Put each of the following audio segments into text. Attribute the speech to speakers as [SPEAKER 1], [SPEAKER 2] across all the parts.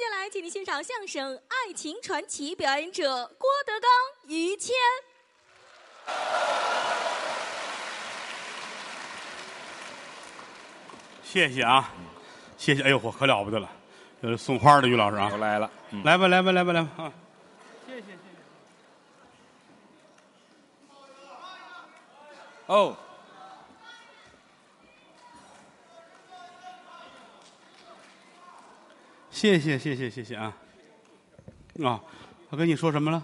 [SPEAKER 1] 下来，请您欣赏相声《爱情传奇》，表演者郭德纲、于谦。
[SPEAKER 2] 谢谢啊，谢谢！哎呦，嚯，可了不得了，呃，送花的于老师啊
[SPEAKER 3] 又，来了，嗯，
[SPEAKER 2] 来吧，来吧，来吧，来吧啊！
[SPEAKER 3] 哦，
[SPEAKER 2] 谢谢，谢谢，谢谢啊！啊，他跟你说什么了？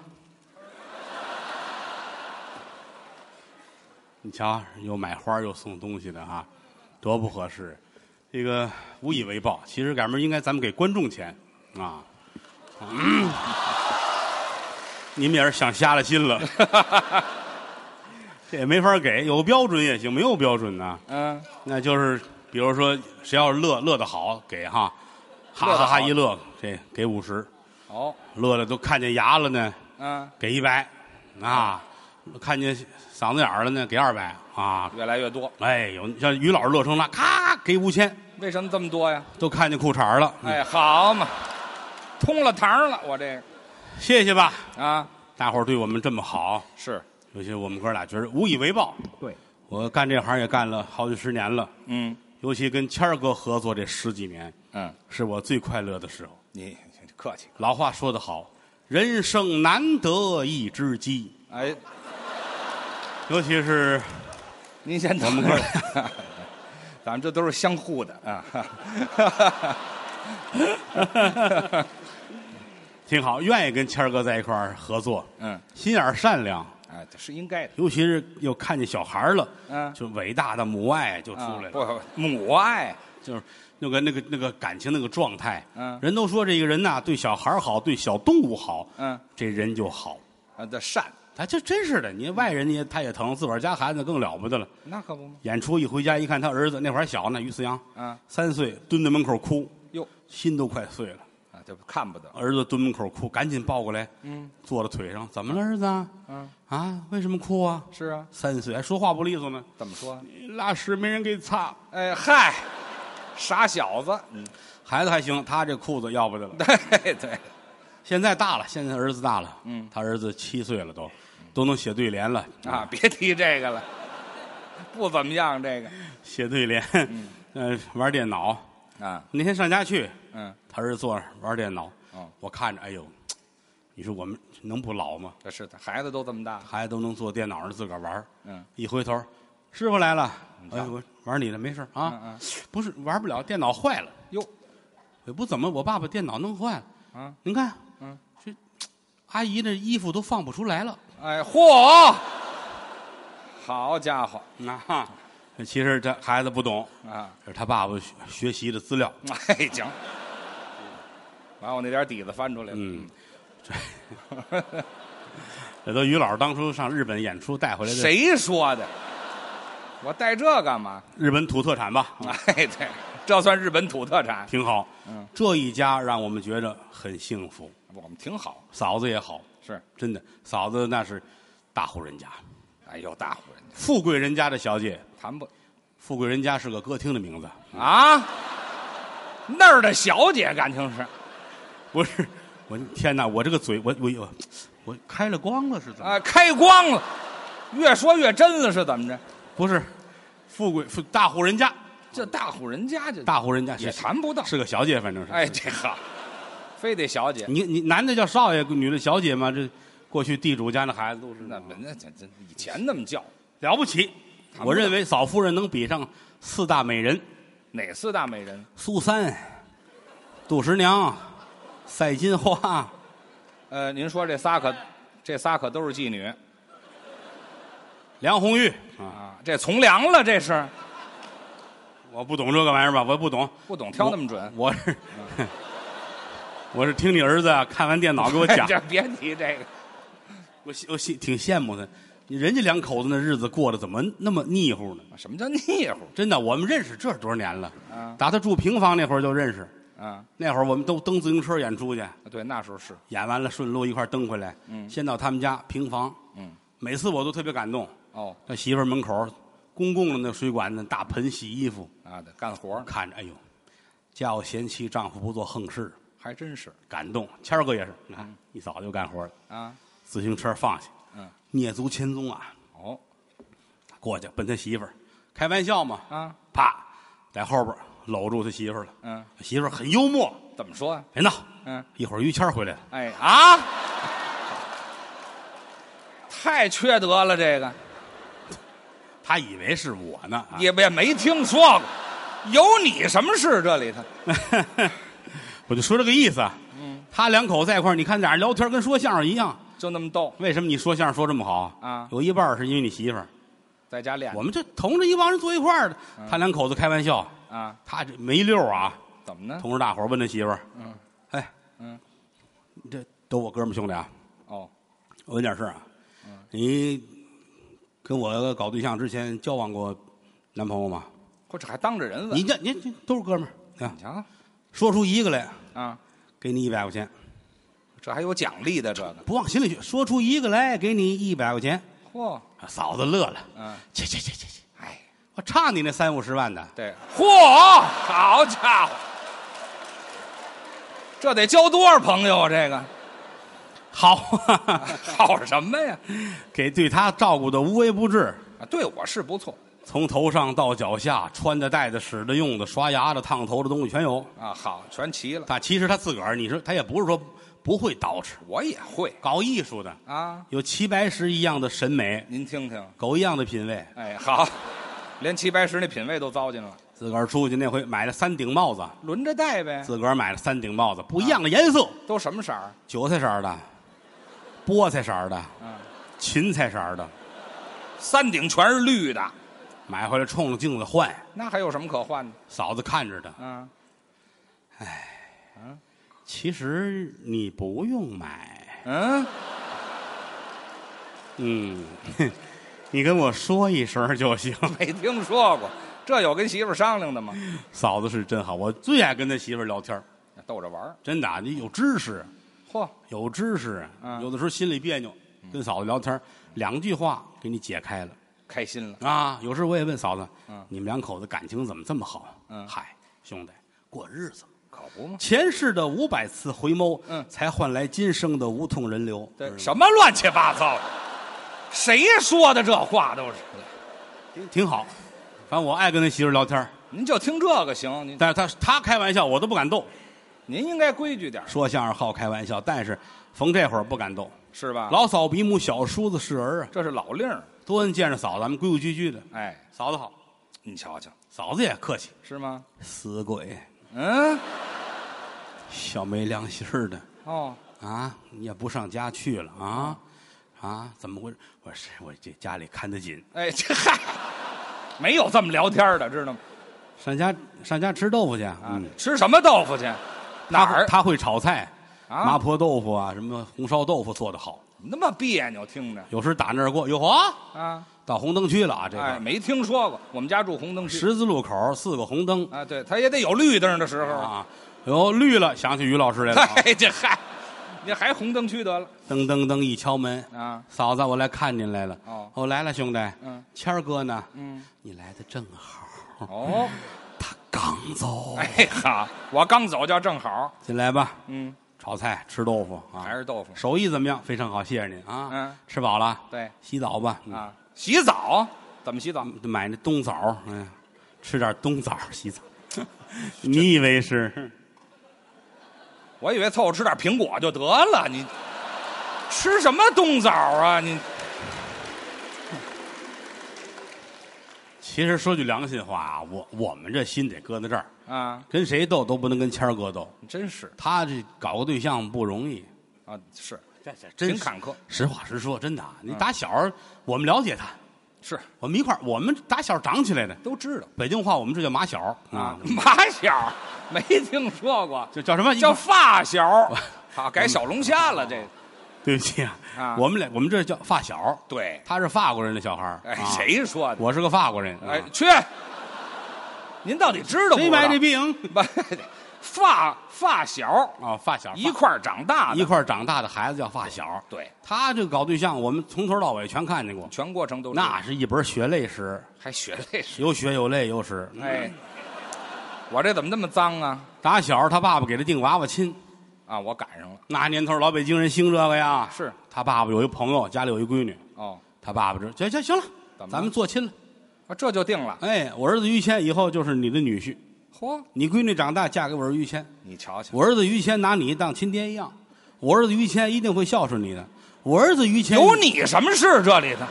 [SPEAKER 2] 你瞧，又买花又送东西的哈、多不合适！这个无以为报，其实赶明儿应该咱们给观众钱啊。嗯，你们也是想瞎了心了， 这也没法给，有标准也行，没有标准呢、
[SPEAKER 3] 嗯，
[SPEAKER 2] 那就是比如说，谁要是乐乐得好，给哈，哈哈哈一乐，这给五十；
[SPEAKER 3] 哦，
[SPEAKER 2] 乐的都看见牙了呢，
[SPEAKER 3] 嗯，
[SPEAKER 2] 给一百；啊，看见嗓子眼儿了呢，给二百；啊，
[SPEAKER 3] 越来越多，
[SPEAKER 2] 哎，有像于老师乐成那，咔给五千，
[SPEAKER 3] 为什么这么多呀？
[SPEAKER 2] 都看见裤衩儿了。
[SPEAKER 3] 哎，好嘛，通了堂了，我这
[SPEAKER 2] 谢谢吧，
[SPEAKER 3] 个啊，
[SPEAKER 2] 大伙儿对我们这么好，
[SPEAKER 3] 是，
[SPEAKER 2] 尤其我们哥俩觉得无以为报。
[SPEAKER 3] 对，
[SPEAKER 2] 我干这行也干了好几十年了，
[SPEAKER 3] 嗯
[SPEAKER 2] 尤其跟谦儿哥合作这十几年，
[SPEAKER 3] 嗯，
[SPEAKER 2] 是我最快乐的时候。
[SPEAKER 3] 你客气，
[SPEAKER 2] 老话说得好，人生难得一知己，
[SPEAKER 3] 哎，
[SPEAKER 2] 尤其是
[SPEAKER 3] 您先等
[SPEAKER 2] 我们
[SPEAKER 3] 会
[SPEAKER 2] 哥
[SPEAKER 3] 儿， 咱们这都是相互的啊，
[SPEAKER 2] 挺好，愿意跟谦儿哥在一块儿合作，
[SPEAKER 3] 嗯，
[SPEAKER 2] 心眼儿善良，
[SPEAKER 3] 哎，这是应该的，
[SPEAKER 2] 尤其是又看见小孩儿了，
[SPEAKER 3] 嗯
[SPEAKER 2] 就伟大的母爱就出
[SPEAKER 3] 啊
[SPEAKER 2] 来了，
[SPEAKER 3] 不不母爱，
[SPEAKER 2] 就是那个那个那个感情那个状态，
[SPEAKER 3] 嗯
[SPEAKER 2] 人都说这个人呐、对小孩儿好，对小动物好，
[SPEAKER 3] 嗯，
[SPEAKER 2] 这人就好，
[SPEAKER 3] 啊的善，
[SPEAKER 2] 他这真是的，你外人你也他也疼，自个儿家孩子更了不得了。
[SPEAKER 3] 那可不嘛，
[SPEAKER 2] 演出一回家一看，他儿子那会儿还小呢，于思阳，
[SPEAKER 3] 啊
[SPEAKER 2] 三岁蹲在门口哭，
[SPEAKER 3] 哟，
[SPEAKER 2] 心都快碎了。
[SPEAKER 3] 啊，这看不得，
[SPEAKER 2] 儿子蹲门口哭，赶紧抱过来，
[SPEAKER 3] 嗯
[SPEAKER 2] 坐到腿上，怎么了，儿子啊？
[SPEAKER 3] 嗯，
[SPEAKER 2] 啊，为什么哭啊？
[SPEAKER 3] 是啊，
[SPEAKER 2] 三岁还说话不利索呢，
[SPEAKER 3] 怎么说？啊
[SPEAKER 2] 拉屎没人给擦。
[SPEAKER 3] 哎嗨，傻小子， 嗯，
[SPEAKER 2] 孩子还行，他这裤子要不得了。
[SPEAKER 3] 对对，
[SPEAKER 2] 现在大了，现在儿子大了，
[SPEAKER 3] 嗯
[SPEAKER 2] 他儿子七岁了都，都能写对联了
[SPEAKER 3] 啊，，别提这个了，不怎么样这个
[SPEAKER 2] 写对联，嗯、 呃，玩电脑。
[SPEAKER 3] 啊，
[SPEAKER 2] 那天上家去，
[SPEAKER 3] 嗯，
[SPEAKER 2] 他儿子坐那儿玩电脑，
[SPEAKER 3] 哦
[SPEAKER 2] 我看着，哎呦，你说我们能不老吗？
[SPEAKER 3] 这是的，孩子都这么大，
[SPEAKER 2] 孩子都能坐电脑上自个儿玩儿
[SPEAKER 3] 嗯
[SPEAKER 2] 一回头，师傅来了，哎
[SPEAKER 3] 瞧
[SPEAKER 2] 呦，我玩你的，没事儿啊，
[SPEAKER 3] 嗯嗯
[SPEAKER 2] 不是玩不了，电脑坏了，
[SPEAKER 3] 哟，
[SPEAKER 2] 也不怎么，我爸爸电脑弄坏了，
[SPEAKER 3] 啊，
[SPEAKER 2] 您看，
[SPEAKER 3] 嗯，
[SPEAKER 2] 这阿姨那衣服都放不出来了，
[SPEAKER 3] 哎，嚯，好家伙
[SPEAKER 2] 啊哈，其实这孩子不懂，
[SPEAKER 3] 啊，
[SPEAKER 2] 这是他爸爸学学习的资料，
[SPEAKER 3] 哎，行，把我那点底子翻出来了，
[SPEAKER 2] 嗯，这都于老师当初上日本演出带回来的
[SPEAKER 3] 谁说的？我带这干嘛？
[SPEAKER 2] 日本土特产吧，啊
[SPEAKER 3] 哎，对，这算日本土特产，
[SPEAKER 2] 挺好，
[SPEAKER 3] 嗯，
[SPEAKER 2] 这一家让我们觉着很幸福，
[SPEAKER 3] 我们挺好，
[SPEAKER 2] 嫂子也好，
[SPEAKER 3] 是，
[SPEAKER 2] 真的，嫂子那是大户人家，
[SPEAKER 3] 哎呦，大户人家
[SPEAKER 2] 富贵人家的小姐，
[SPEAKER 3] 谈不
[SPEAKER 2] 富贵人家是个歌厅的名字，
[SPEAKER 3] 啊，那儿的小姐感情是。
[SPEAKER 2] 不是。我天哪！我这个嘴，我我我我开了光了是怎么？
[SPEAKER 3] 啊，开光了，越说越真了，是怎么着？
[SPEAKER 2] 不是，富贵富大户人家，
[SPEAKER 3] 这大户人家就
[SPEAKER 2] 大户人家
[SPEAKER 3] 也
[SPEAKER 2] 是
[SPEAKER 3] 谈不到。
[SPEAKER 2] 是个小姐，反正是。嗯
[SPEAKER 3] 哎，这好，非得小姐，
[SPEAKER 2] 你你男的叫少爷，女的小姐嘛。这过去地主家那孩子都是
[SPEAKER 3] 那那这这以前那么叫
[SPEAKER 2] 了不
[SPEAKER 3] 嗯
[SPEAKER 2] 起。
[SPEAKER 3] 谈不
[SPEAKER 2] 我
[SPEAKER 3] 上
[SPEAKER 2] 认为嫂夫人能比上四大美人：
[SPEAKER 3] 哪四大美人？
[SPEAKER 2] 苏三、杜十娘、赛金花。
[SPEAKER 3] 呃，您说这仨可，这仨可都是妓女
[SPEAKER 2] 梁红玉啊，
[SPEAKER 3] 啊，这从良了，这是
[SPEAKER 2] 我不懂这个玩意儿吧？我也不懂，
[SPEAKER 3] 不懂挑那么准。
[SPEAKER 2] 我。我是 我是听你儿子啊，看完电脑给我讲，
[SPEAKER 3] 这别提这个，
[SPEAKER 2] 我羡我羡挺羡慕他。你人家两口子那日子过得怎么那么腻乎呢？
[SPEAKER 3] 什么叫腻乎
[SPEAKER 2] 真的，我们认识这多少年了？
[SPEAKER 3] 啊
[SPEAKER 2] 打他住平房那会儿就认识，
[SPEAKER 3] 啊？
[SPEAKER 2] 那会儿我们都蹬自行车演出去，
[SPEAKER 3] 对，那时候是
[SPEAKER 2] 演完了顺路一块儿蹬回来。
[SPEAKER 3] 嗯
[SPEAKER 2] 先到他们家平房，
[SPEAKER 3] 嗯
[SPEAKER 2] 每次我都特别感动。
[SPEAKER 3] 哦
[SPEAKER 2] 他媳妇儿门口，公共的那水管子大盆洗衣服，
[SPEAKER 3] 啊，得干活呢
[SPEAKER 2] 看着，哎呦，家有贤妻，丈夫不做横事，
[SPEAKER 3] 还真是
[SPEAKER 2] 感动。谦儿哥也是，你看一早就干活了，
[SPEAKER 3] 啊，
[SPEAKER 2] 自行车放下，
[SPEAKER 3] 嗯，
[SPEAKER 2] 蹑足潜踪啊，
[SPEAKER 3] 哦
[SPEAKER 2] 过去奔他媳妇儿，开玩笑嘛，
[SPEAKER 3] 啊，
[SPEAKER 2] 啪，在后边搂住他媳妇儿了。
[SPEAKER 3] 嗯，
[SPEAKER 2] 他媳妇儿很幽默，
[SPEAKER 3] 怎么说啊？
[SPEAKER 2] 别闹，
[SPEAKER 3] 嗯，
[SPEAKER 2] 一会儿于谦儿回来了，
[SPEAKER 3] 哎啊，太缺德了，这
[SPEAKER 2] 啊
[SPEAKER 3] 个
[SPEAKER 2] 他以为是我呢。啊
[SPEAKER 3] 也也没听说过，有你什么事？这里头，
[SPEAKER 2] 我就说这个意思。嗯，他两口在一块儿，你看俩人聊天跟说相声一样。
[SPEAKER 3] 就那么逗，
[SPEAKER 2] 为什么你说相声说这么好
[SPEAKER 3] 啊
[SPEAKER 2] 有一半儿是因为你媳妇儿。
[SPEAKER 3] 在家练
[SPEAKER 2] 我们这同着一帮人坐一块儿的，
[SPEAKER 3] 嗯
[SPEAKER 2] 他两口子开玩笑，
[SPEAKER 3] 啊？
[SPEAKER 2] 他这没溜儿啊。
[SPEAKER 3] 怎么呢？
[SPEAKER 2] 同着大伙儿问他媳妇儿：“
[SPEAKER 3] 嗯，
[SPEAKER 2] 哎，
[SPEAKER 3] 嗯，
[SPEAKER 2] 这都我哥们儿兄弟啊，
[SPEAKER 3] 哦，
[SPEAKER 2] 我问点事儿啊。你跟我搞对象之前交往过男朋友吗？
[SPEAKER 3] 或者还当着人问，
[SPEAKER 2] 你这你这都是哥们儿啊
[SPEAKER 3] 你，瞧
[SPEAKER 2] 说出一个来，
[SPEAKER 3] 啊，
[SPEAKER 2] 给你一百块钱。
[SPEAKER 3] 这还有奖励的这个，
[SPEAKER 2] 不往心里去，说出一个来，给你一百块钱。”
[SPEAKER 3] 嚯，
[SPEAKER 2] 啊嫂子乐了。
[SPEAKER 3] 嗯，
[SPEAKER 2] 去去去去去，
[SPEAKER 3] 哎，
[SPEAKER 2] 我差你那三五十万的，
[SPEAKER 3] 对，嚯，好家伙，这得交多少朋友啊？这个
[SPEAKER 2] 好，
[SPEAKER 3] 好什么呀？
[SPEAKER 2] 给对他照顾的无微不至，
[SPEAKER 3] 啊，对我是不错
[SPEAKER 2] 从头上到脚下，穿的、戴的、使的、用的、刷牙的、烫头的东西全有。
[SPEAKER 3] 啊，好，全齐了，
[SPEAKER 2] 但其实他自个儿，你说他也不是说不会捯饬，
[SPEAKER 3] 我也会
[SPEAKER 2] 搞艺术的
[SPEAKER 3] 啊。
[SPEAKER 2] 有齐白石一样的审美，
[SPEAKER 3] 您听听，
[SPEAKER 2] 狗一样的品味。
[SPEAKER 3] 哎，好， 连齐白石那品味都糟践了，
[SPEAKER 2] 自个儿出去那回买了三顶帽子，
[SPEAKER 3] 轮着戴呗，
[SPEAKER 2] 自个儿买了三顶帽子，不一样的颜色，
[SPEAKER 3] 都什么色儿？
[SPEAKER 2] 韭菜色儿的，菠菜色儿的，
[SPEAKER 3] 啊，
[SPEAKER 2] 芹菜色儿的，
[SPEAKER 3] 三顶全是绿的，
[SPEAKER 2] 买回来冲着镜子换。
[SPEAKER 3] 那还有什么可换的？
[SPEAKER 2] 嫂子看着他，
[SPEAKER 3] 啊，
[SPEAKER 2] 其实你不用买，
[SPEAKER 3] 嗯，
[SPEAKER 2] 嗯，你跟我说一声就行。
[SPEAKER 3] 没听说过，这有跟媳妇儿商量的吗？
[SPEAKER 2] 嫂子是真好，我最爱跟他媳妇儿聊天儿
[SPEAKER 3] 逗着玩儿，
[SPEAKER 2] 真的啊，你有知识，
[SPEAKER 3] 嚯，
[SPEAKER 2] 有知识，啊
[SPEAKER 3] 嗯
[SPEAKER 2] 有的时候心里别扭，跟嫂子聊天儿两句话给你解开了
[SPEAKER 3] 开心了，
[SPEAKER 2] 啊。有时候我也问嫂子，
[SPEAKER 3] 嗯
[SPEAKER 2] 你们两口子感情怎么这么好啊？
[SPEAKER 3] 嗯
[SPEAKER 2] 嗨，兄弟，过日子，
[SPEAKER 3] 可不吗？
[SPEAKER 2] 前世的五百次回眸，
[SPEAKER 3] 嗯
[SPEAKER 2] 才换来今生的无痛人流。
[SPEAKER 3] 对，
[SPEAKER 2] 嗯
[SPEAKER 3] 什么乱七八糟的，谁说的这话都是？
[SPEAKER 2] 挺挺好，反正我爱跟他媳妇儿聊天儿
[SPEAKER 3] 您就听这个行，您
[SPEAKER 2] 但是他他开玩笑，我都不敢逗。
[SPEAKER 3] 您应该规矩点儿，
[SPEAKER 2] 说相声好开玩笑，但是逢这会儿不敢逗。
[SPEAKER 3] 是吧？
[SPEAKER 2] 老嫂比母，小叔子是儿啊。
[SPEAKER 3] 这是老令儿，
[SPEAKER 2] 多恩见着嫂子，咱们规规矩矩的。
[SPEAKER 3] 哎，
[SPEAKER 2] 嫂子好，
[SPEAKER 3] 你瞧瞧，
[SPEAKER 2] 嫂子也客气。
[SPEAKER 3] 是吗？
[SPEAKER 2] 死鬼，
[SPEAKER 3] 嗯，
[SPEAKER 2] 小没良心儿的
[SPEAKER 3] 哦，
[SPEAKER 2] 啊！你也不上家去了啊？啊？怎么回事？我是我这家里看得紧，
[SPEAKER 3] 哎，这嗨，没有这么聊天儿的，知道吗？
[SPEAKER 2] 上家上家吃豆腐去。
[SPEAKER 3] 啊
[SPEAKER 2] 嗯，，
[SPEAKER 3] 吃什么豆腐去？
[SPEAKER 2] 他
[SPEAKER 3] 哪儿？
[SPEAKER 2] 他会炒菜，
[SPEAKER 3] 啊
[SPEAKER 2] 麻婆豆腐啊，什么红烧豆腐做得好。
[SPEAKER 3] 那么别扭，听着
[SPEAKER 2] 有时打那儿过，哟呵，
[SPEAKER 3] 啊，
[SPEAKER 2] 到红灯区了啊！这
[SPEAKER 3] 哎，
[SPEAKER 2] 个
[SPEAKER 3] 没听说过。我们家住红灯区
[SPEAKER 2] 十字路口四个红灯
[SPEAKER 3] 啊，对，他也得有绿灯的时候。
[SPEAKER 2] 啊，哟绿了，想起于老师来了啊。
[SPEAKER 3] 嗨，这嗨，你还红灯区得了
[SPEAKER 2] 噔噔噔一敲门，
[SPEAKER 3] 啊？
[SPEAKER 2] 嫂子，我来看您来了。
[SPEAKER 3] 哦
[SPEAKER 2] 来了，兄弟。
[SPEAKER 3] 嗯，
[SPEAKER 2] 谦儿哥呢？
[SPEAKER 3] 嗯，
[SPEAKER 2] 你来的正好，
[SPEAKER 3] 哦，
[SPEAKER 2] 他刚走。
[SPEAKER 3] 哎好，我刚走就正好，
[SPEAKER 2] 进来吧，
[SPEAKER 3] 嗯，
[SPEAKER 2] 炒菜吃豆腐啊，
[SPEAKER 3] 还是豆腐，
[SPEAKER 2] 手艺怎么样？非常好，谢谢您啊。
[SPEAKER 3] 嗯，
[SPEAKER 2] 吃饱了，
[SPEAKER 3] 对
[SPEAKER 2] 洗澡吧。嗯，
[SPEAKER 3] 啊，洗澡怎么洗澡？
[SPEAKER 2] 买那冬枣，嗯，吃点冬枣洗 澡。你以为是？
[SPEAKER 3] 我以为凑合吃点苹果就得了，你吃什么冬枣啊？你
[SPEAKER 2] 其实说句良心话啊，我我们这心得搁在这儿，
[SPEAKER 3] 啊，
[SPEAKER 2] 跟谁斗都不能跟谦儿哥斗。
[SPEAKER 3] 真是
[SPEAKER 2] 他这搞个对象不容易，
[SPEAKER 3] 啊，是
[SPEAKER 2] 这这
[SPEAKER 3] 挺嗯坎坷，
[SPEAKER 2] 实话实说，真的啊，你打小儿我们了解他，
[SPEAKER 3] 是
[SPEAKER 2] 我们一块儿，我们打小长起来的。
[SPEAKER 3] 都知道
[SPEAKER 2] 北京话我们这叫马小儿
[SPEAKER 3] 啊
[SPEAKER 2] 啊，，哎
[SPEAKER 3] 马小没听说过，
[SPEAKER 2] 就叫什么？
[SPEAKER 3] 叫发小，啊，改小龙虾了，这个
[SPEAKER 2] 对不起啊，
[SPEAKER 3] 啊
[SPEAKER 2] 我们俩我们这叫发小儿，
[SPEAKER 3] 对，
[SPEAKER 2] 他是法国人的小孩儿
[SPEAKER 3] 哎，
[SPEAKER 2] 啊？
[SPEAKER 3] 谁说的？
[SPEAKER 2] 我是个法国人。啊
[SPEAKER 3] 哎，去！您到底知道不
[SPEAKER 2] 谁
[SPEAKER 3] 知
[SPEAKER 2] 买
[SPEAKER 3] 道
[SPEAKER 2] 这病？
[SPEAKER 3] 不， 发发小
[SPEAKER 2] 啊，发小儿
[SPEAKER 3] 一块儿长大的，
[SPEAKER 2] 一块儿长大的孩子叫发小儿。
[SPEAKER 3] 对，
[SPEAKER 2] 他这个搞对象，我们从头到尾全看见过，
[SPEAKER 3] 全过程都知道
[SPEAKER 2] 那是一本血泪史，
[SPEAKER 3] 还血泪史。
[SPEAKER 2] 有血有泪有史。
[SPEAKER 3] 哎哎，我这怎么那么脏啊？
[SPEAKER 2] 打小儿他爸爸给他定娃娃亲，
[SPEAKER 3] 啊，我赶上了。
[SPEAKER 2] 那年头老北京人兴这个呀。
[SPEAKER 3] 是
[SPEAKER 2] 他爸爸有一朋友，家里有一闺女，
[SPEAKER 3] 哦，
[SPEAKER 2] 他爸爸这行行行了，
[SPEAKER 3] 怎么了
[SPEAKER 2] 咱们做亲了。
[SPEAKER 3] 啊这就定了。
[SPEAKER 2] 哎，我儿子于谦以后就是你的女婿，
[SPEAKER 3] 嚯，
[SPEAKER 2] 你闺女长大嫁给我儿子于谦，
[SPEAKER 3] 你瞧瞧，
[SPEAKER 2] 我儿子于谦拿你当亲爹一样，我儿子于谦一定会孝顺你的。我儿子于谦
[SPEAKER 3] 有你什么事？这里头，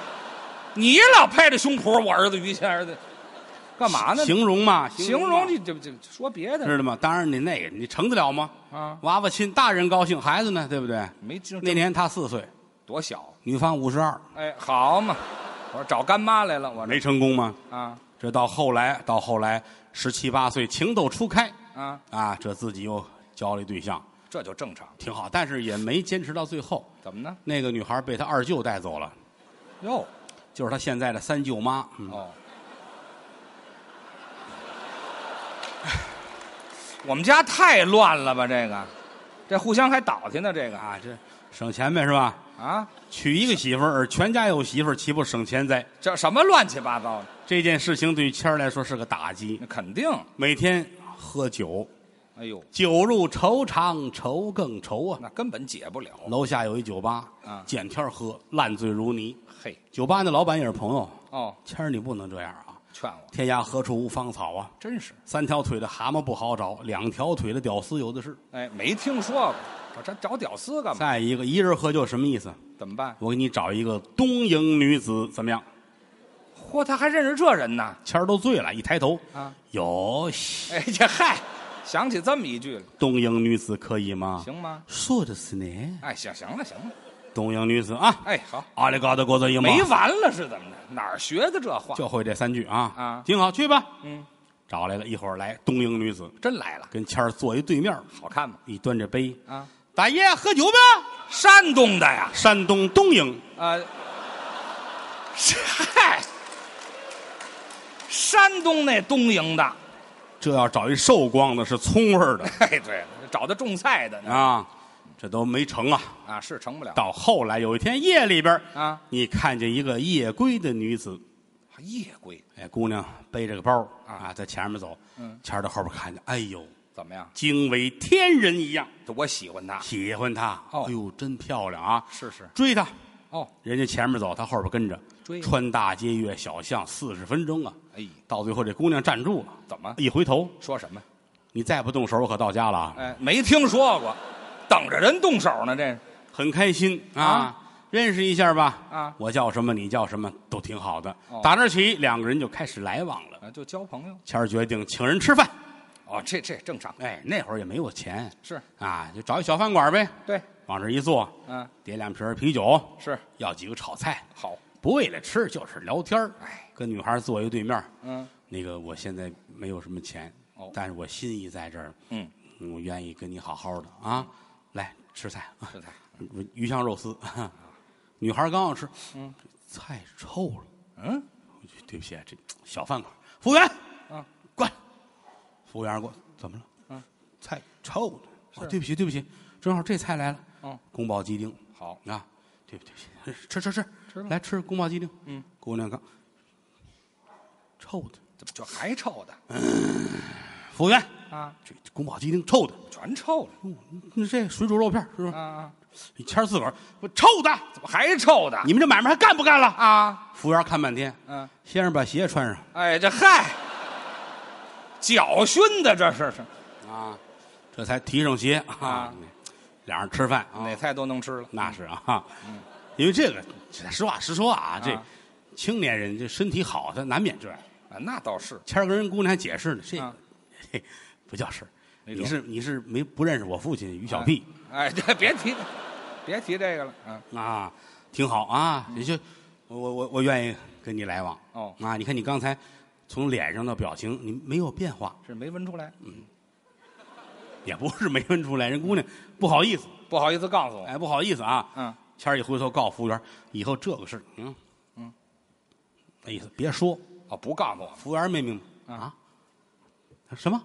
[SPEAKER 3] 你老拍着胸脯，我儿子于谦儿子，干嘛呢？
[SPEAKER 2] 形容嘛，
[SPEAKER 3] 啊形
[SPEAKER 2] 嘛
[SPEAKER 3] 容你这这这说别的
[SPEAKER 2] 知道吗？当然你那个你成得了吗？
[SPEAKER 3] 啊，
[SPEAKER 2] 娃娃亲，大人高兴，孩子呢，对不对？
[SPEAKER 3] 没经
[SPEAKER 2] 那年他四岁，
[SPEAKER 3] 多小，
[SPEAKER 2] 女方五十二，
[SPEAKER 3] 哎，好嘛，我说找干妈来了，我这
[SPEAKER 2] 没成功吗？
[SPEAKER 3] 啊
[SPEAKER 2] 这到后来，到后来十七八岁，情窦初开
[SPEAKER 3] 啊，
[SPEAKER 2] 啊，这自己又交了一对象，
[SPEAKER 3] 这就正常，
[SPEAKER 2] 挺好，但是也没坚持到最后。
[SPEAKER 3] 怎么呢？
[SPEAKER 2] 那个女孩被他二舅带走了，
[SPEAKER 3] 哟
[SPEAKER 2] 就是他现在的三舅妈。嗯
[SPEAKER 3] 哦，我们家太乱了吧？这个，这互相还倒腾呢，这个
[SPEAKER 2] 啊，这省钱呗，是吧？
[SPEAKER 3] 啊，
[SPEAKER 2] 娶一个媳妇儿，全家有媳妇儿，岂不省钱哉？
[SPEAKER 3] 这什么乱七八糟的？
[SPEAKER 2] 这件事情对于谦儿来说是个打击，
[SPEAKER 3] 那肯定，
[SPEAKER 2] 每天喝酒，
[SPEAKER 3] 哎呦，
[SPEAKER 2] 酒入愁肠，愁更愁啊。
[SPEAKER 3] 那根本解不了。
[SPEAKER 2] 楼下有一酒吧
[SPEAKER 3] 啊，
[SPEAKER 2] 见天儿喝，烂醉如泥。
[SPEAKER 3] 嘿，
[SPEAKER 2] 酒吧那老板也是朋友，
[SPEAKER 3] 哦，
[SPEAKER 2] 谦儿你不能这样啊！
[SPEAKER 3] 劝我，
[SPEAKER 2] 天涯何处无芳草啊！
[SPEAKER 3] 真是，
[SPEAKER 2] 三条腿的蛤蟆不好找，两条腿的屌丝有的是。
[SPEAKER 3] 哎，没听说过，我这找屌丝干嘛？
[SPEAKER 2] 再一个，一人喝酒什么意思？
[SPEAKER 3] 怎么办？
[SPEAKER 2] 我给你找一个东瀛女子，怎么样？
[SPEAKER 3] 嚯，他还认识这人呢？
[SPEAKER 2] 谦儿都醉了，一抬头，
[SPEAKER 3] 啊，
[SPEAKER 2] 有西
[SPEAKER 3] 哎呀，嗨，想起这么一句了，
[SPEAKER 2] 东瀛女子可以吗？
[SPEAKER 3] 行吗？
[SPEAKER 2] 说的是呢，
[SPEAKER 3] 哎，行，行了，行了，
[SPEAKER 2] 东瀛女子啊，
[SPEAKER 3] 哎，好，
[SPEAKER 2] 阿里嘎多国子英
[SPEAKER 3] 没完了是怎么着？哪儿学的这话？
[SPEAKER 2] 就会这三句啊
[SPEAKER 3] 啊
[SPEAKER 2] 挺好，去吧。
[SPEAKER 3] 嗯，
[SPEAKER 2] 找来了一会儿来东瀛女子
[SPEAKER 3] 真来了，
[SPEAKER 2] 跟谦儿坐一对面儿，
[SPEAKER 3] 好看吗？
[SPEAKER 2] 一端着杯，
[SPEAKER 3] 啊，
[SPEAKER 2] 大爷喝酒吧。
[SPEAKER 3] 山东的呀，
[SPEAKER 2] 山东东营，
[SPEAKER 3] 啊，是 嗨，山东那东营的，
[SPEAKER 2] 这要找一寿光的，是葱味儿的
[SPEAKER 3] 哎，对了，找的种菜的 呢，
[SPEAKER 2] 啊，这都没成啊。
[SPEAKER 3] 啊，是成不了
[SPEAKER 2] 到后来有一天夜里边儿，
[SPEAKER 3] 啊，
[SPEAKER 2] 你看见一个夜归的女子，
[SPEAKER 3] 夜归
[SPEAKER 2] 哎，姑娘背着个包
[SPEAKER 3] 啊
[SPEAKER 2] 啊，在前面走，
[SPEAKER 3] 嗯
[SPEAKER 2] 谦儿在后边看见，哎呦，
[SPEAKER 3] 怎么样？
[SPEAKER 2] 惊为天人一样，
[SPEAKER 3] 这我喜欢他，
[SPEAKER 2] 喜欢她，
[SPEAKER 3] 哦
[SPEAKER 2] 哎呦，真漂亮啊！
[SPEAKER 3] 是是，
[SPEAKER 2] 追她，
[SPEAKER 3] 哦，
[SPEAKER 2] 人家前面走，她后边跟着，
[SPEAKER 3] 追
[SPEAKER 2] 穿大街越小巷，四十分钟啊，
[SPEAKER 3] 哎，
[SPEAKER 2] 到最后这姑娘站住了，
[SPEAKER 3] 怎么
[SPEAKER 2] 一回头，
[SPEAKER 3] 说什么？
[SPEAKER 2] 你再不动手，我可到家了啊，
[SPEAKER 3] 哎，没听说过，等着人动手呢，这是
[SPEAKER 2] 很开心啊
[SPEAKER 3] 啊。
[SPEAKER 2] 认识一下吧，
[SPEAKER 3] 啊
[SPEAKER 2] 我叫什么，你叫什么，都挺好的。
[SPEAKER 3] 哦
[SPEAKER 2] 打那起，两个人就开始来往了。
[SPEAKER 3] 啊，就交朋友
[SPEAKER 2] 谦儿决定请人吃饭，
[SPEAKER 3] 哦，这这正常
[SPEAKER 2] 哎，那会儿也没有钱，
[SPEAKER 3] 是
[SPEAKER 2] 啊，就找一小饭馆呗，
[SPEAKER 3] 对，
[SPEAKER 2] 往这一坐，
[SPEAKER 3] 嗯、
[SPEAKER 2] 点两瓶啤酒，
[SPEAKER 3] 是
[SPEAKER 2] 要几个炒菜，
[SPEAKER 3] 好，
[SPEAKER 2] 不为了吃，就是聊天儿
[SPEAKER 3] 哎，
[SPEAKER 2] 跟女孩坐一对面儿，
[SPEAKER 3] 嗯，
[SPEAKER 2] 那个我现在没有什么钱，
[SPEAKER 3] 哦
[SPEAKER 2] 但是我心意在这儿，
[SPEAKER 3] 嗯，
[SPEAKER 2] 我愿意跟你好好的啊，来吃菜啊，
[SPEAKER 3] 是的，
[SPEAKER 2] 鱼香肉丝， 女孩刚要吃，嗯，菜臭了，
[SPEAKER 3] 嗯，
[SPEAKER 2] 我就对不起，啊这小饭馆，服务员，
[SPEAKER 3] 嗯，
[SPEAKER 2] 过来，服务员过来，怎么了？
[SPEAKER 3] 嗯，
[SPEAKER 2] 菜臭了，哦，对不起，对不起，正好这菜来了，
[SPEAKER 3] 嗯，
[SPEAKER 2] 宫保鸡丁，
[SPEAKER 3] 好，
[SPEAKER 2] 啊，对不起，对不起，吃吃吃，
[SPEAKER 3] 吃吧
[SPEAKER 2] 来吃宫保鸡丁。
[SPEAKER 3] 嗯，
[SPEAKER 2] 姑娘刚，臭的。
[SPEAKER 3] 怎么就还臭的
[SPEAKER 2] 服务员，
[SPEAKER 3] 啊？
[SPEAKER 2] 这宫保鸡丁臭的，
[SPEAKER 3] 全臭了
[SPEAKER 2] 你这水煮肉片儿是吧？
[SPEAKER 3] 啊，
[SPEAKER 2] 你谦儿自个儿，我臭的，
[SPEAKER 3] 怎么还臭的
[SPEAKER 2] 你们这买卖还干不干了？
[SPEAKER 3] 啊？
[SPEAKER 2] 服务员看半天，
[SPEAKER 3] 嗯，
[SPEAKER 2] 先生把鞋穿上
[SPEAKER 3] 哎，这嗨，脚熏的这是是，
[SPEAKER 2] 啊，这才提上鞋啊
[SPEAKER 3] 啊，嗯
[SPEAKER 2] 俩人吃饭啊
[SPEAKER 3] 哪，菜都能吃了，
[SPEAKER 2] 那是啊，因为这个，实话实说啊，这
[SPEAKER 3] 嗯啊
[SPEAKER 2] 青年人这身体好，他难免这样。
[SPEAKER 3] 啊，那倒是
[SPEAKER 2] 谦儿跟人姑娘还解释呢，这个
[SPEAKER 3] 啊
[SPEAKER 2] 嘿 不叫事儿。
[SPEAKER 3] 没
[SPEAKER 2] 你
[SPEAKER 3] 辙
[SPEAKER 2] 是你是没不认识我父亲于小屁
[SPEAKER 3] 哎，这别提，别提这个了，嗯、
[SPEAKER 2] 啊，挺好啊，也就我我我我愿意跟你来往
[SPEAKER 3] 哦
[SPEAKER 2] 啊。你看你刚才从脸上的表情，你没有变化，
[SPEAKER 3] 是没闻出来，
[SPEAKER 2] 也不是没问出来。人姑娘不好意思，
[SPEAKER 3] 不好意思告诉我，
[SPEAKER 2] 哎，不好意思啊。
[SPEAKER 3] 嗯，
[SPEAKER 2] 谦儿一回头告诉服务员，以后这个事儿，嗯嗯，那意思别说。
[SPEAKER 3] 哦，不告诉我，
[SPEAKER 2] 服务员没明白
[SPEAKER 3] 嗯
[SPEAKER 2] 啊？什么？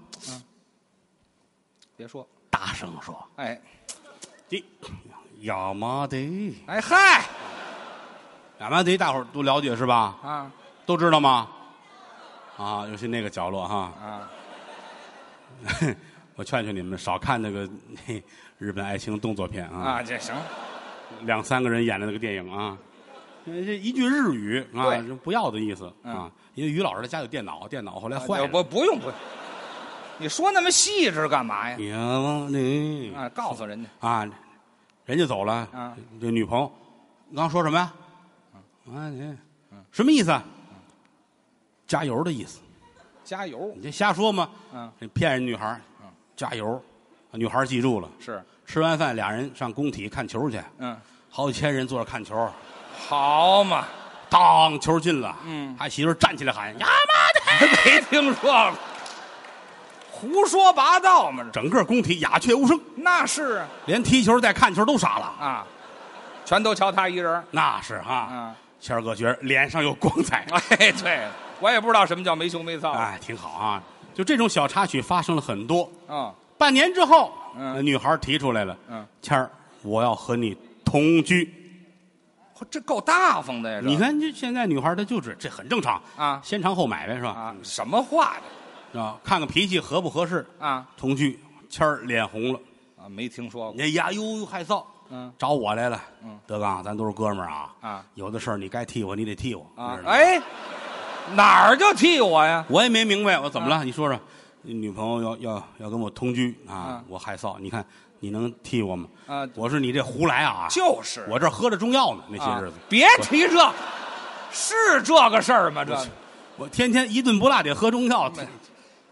[SPEAKER 3] 别说，
[SPEAKER 2] 大声说，
[SPEAKER 3] 哎，
[SPEAKER 2] 你要么得。
[SPEAKER 3] 哎嗨
[SPEAKER 2] 亚麻贼大伙儿都了解是吧？
[SPEAKER 3] 啊
[SPEAKER 2] 都知道啊吗？啊，尤其那个角落哈，
[SPEAKER 3] 啊，
[SPEAKER 2] 我劝劝你们少看那个嘿日本爱情动作片啊，
[SPEAKER 3] 啊，这行，
[SPEAKER 2] 两三个人演的那个电影啊，呃这一句日语啊，
[SPEAKER 3] 对
[SPEAKER 2] 就不要的意思
[SPEAKER 3] 嗯啊
[SPEAKER 2] 啊。因为于老师他家有电脑，电脑后来坏
[SPEAKER 3] 哎不
[SPEAKER 2] 了。
[SPEAKER 3] 不用不用，你说那么细致干嘛呀？
[SPEAKER 2] 你啊你
[SPEAKER 3] 啊，告诉人家
[SPEAKER 2] 啊，人家走了
[SPEAKER 3] 啊，嗯
[SPEAKER 2] 这女朋友刚说什么呀？啊你什么意思啊？加油的意思。
[SPEAKER 3] 加油，
[SPEAKER 2] 你这瞎说吗？
[SPEAKER 3] 嗯，
[SPEAKER 2] 你骗人女孩儿
[SPEAKER 3] 嗯，
[SPEAKER 2] 加油！女孩儿记住了。
[SPEAKER 3] 是，
[SPEAKER 2] 吃完饭，俩人上工体看球去，
[SPEAKER 3] 嗯，
[SPEAKER 2] 好几千人坐着看球，
[SPEAKER 3] 好嘛，
[SPEAKER 2] 当球进了，
[SPEAKER 3] 嗯
[SPEAKER 2] 他媳妇儿站起来喊呀，
[SPEAKER 3] 没听说过，胡说八道嘛，这
[SPEAKER 2] 整个工体鸦雀无声，
[SPEAKER 3] 那是啊
[SPEAKER 2] 连踢球带看球都傻了。
[SPEAKER 3] 啊，全都瞧他一人儿，
[SPEAKER 2] 那是哈，
[SPEAKER 3] 啊，
[SPEAKER 2] 谦儿哥觉得脸上有光彩，
[SPEAKER 3] 哎，对，我也不知道什么叫没羞没臊，
[SPEAKER 2] 哎，挺好啊。就这种小插曲发生了很多。
[SPEAKER 3] 嗯
[SPEAKER 2] 半年之后，
[SPEAKER 3] 嗯
[SPEAKER 2] 那女孩儿提出来了，
[SPEAKER 3] 嗯，
[SPEAKER 2] 谦儿，我要和你同居。
[SPEAKER 3] 嚯这够大方哎的呀，这
[SPEAKER 2] 你看，这现在女孩儿她就是这很正常
[SPEAKER 3] 啊
[SPEAKER 2] 先尝后买呗，是吧？
[SPEAKER 3] 啊，什么话这
[SPEAKER 2] 啊，看看脾气合不合适。
[SPEAKER 3] 啊
[SPEAKER 2] 同居，谦儿脸红了，
[SPEAKER 3] 啊，没听说过，
[SPEAKER 2] 哎呀，呦呦害臊，
[SPEAKER 3] 嗯
[SPEAKER 2] 找我来了。
[SPEAKER 3] 嗯，
[SPEAKER 2] 德刚，咱都是哥们儿啊。
[SPEAKER 3] 啊
[SPEAKER 2] 有的事儿你该替我，你得替我。
[SPEAKER 3] 啊
[SPEAKER 2] 知，道吗，
[SPEAKER 3] 哎，哪儿就替我呀？
[SPEAKER 2] 我也没明白，我怎么
[SPEAKER 3] 啊
[SPEAKER 2] 了？你说说，女朋友要要要跟我同居啊
[SPEAKER 3] 嗯，
[SPEAKER 2] 我害臊。你看，你能替我吗？
[SPEAKER 3] 啊
[SPEAKER 2] 我是你这胡来啊！
[SPEAKER 3] 就是
[SPEAKER 2] 我这儿喝着中药呢，那
[SPEAKER 3] 啊
[SPEAKER 2] 些日子，
[SPEAKER 3] 别提这，是这个事儿吗？这
[SPEAKER 2] 我天天一顿不落得喝中药。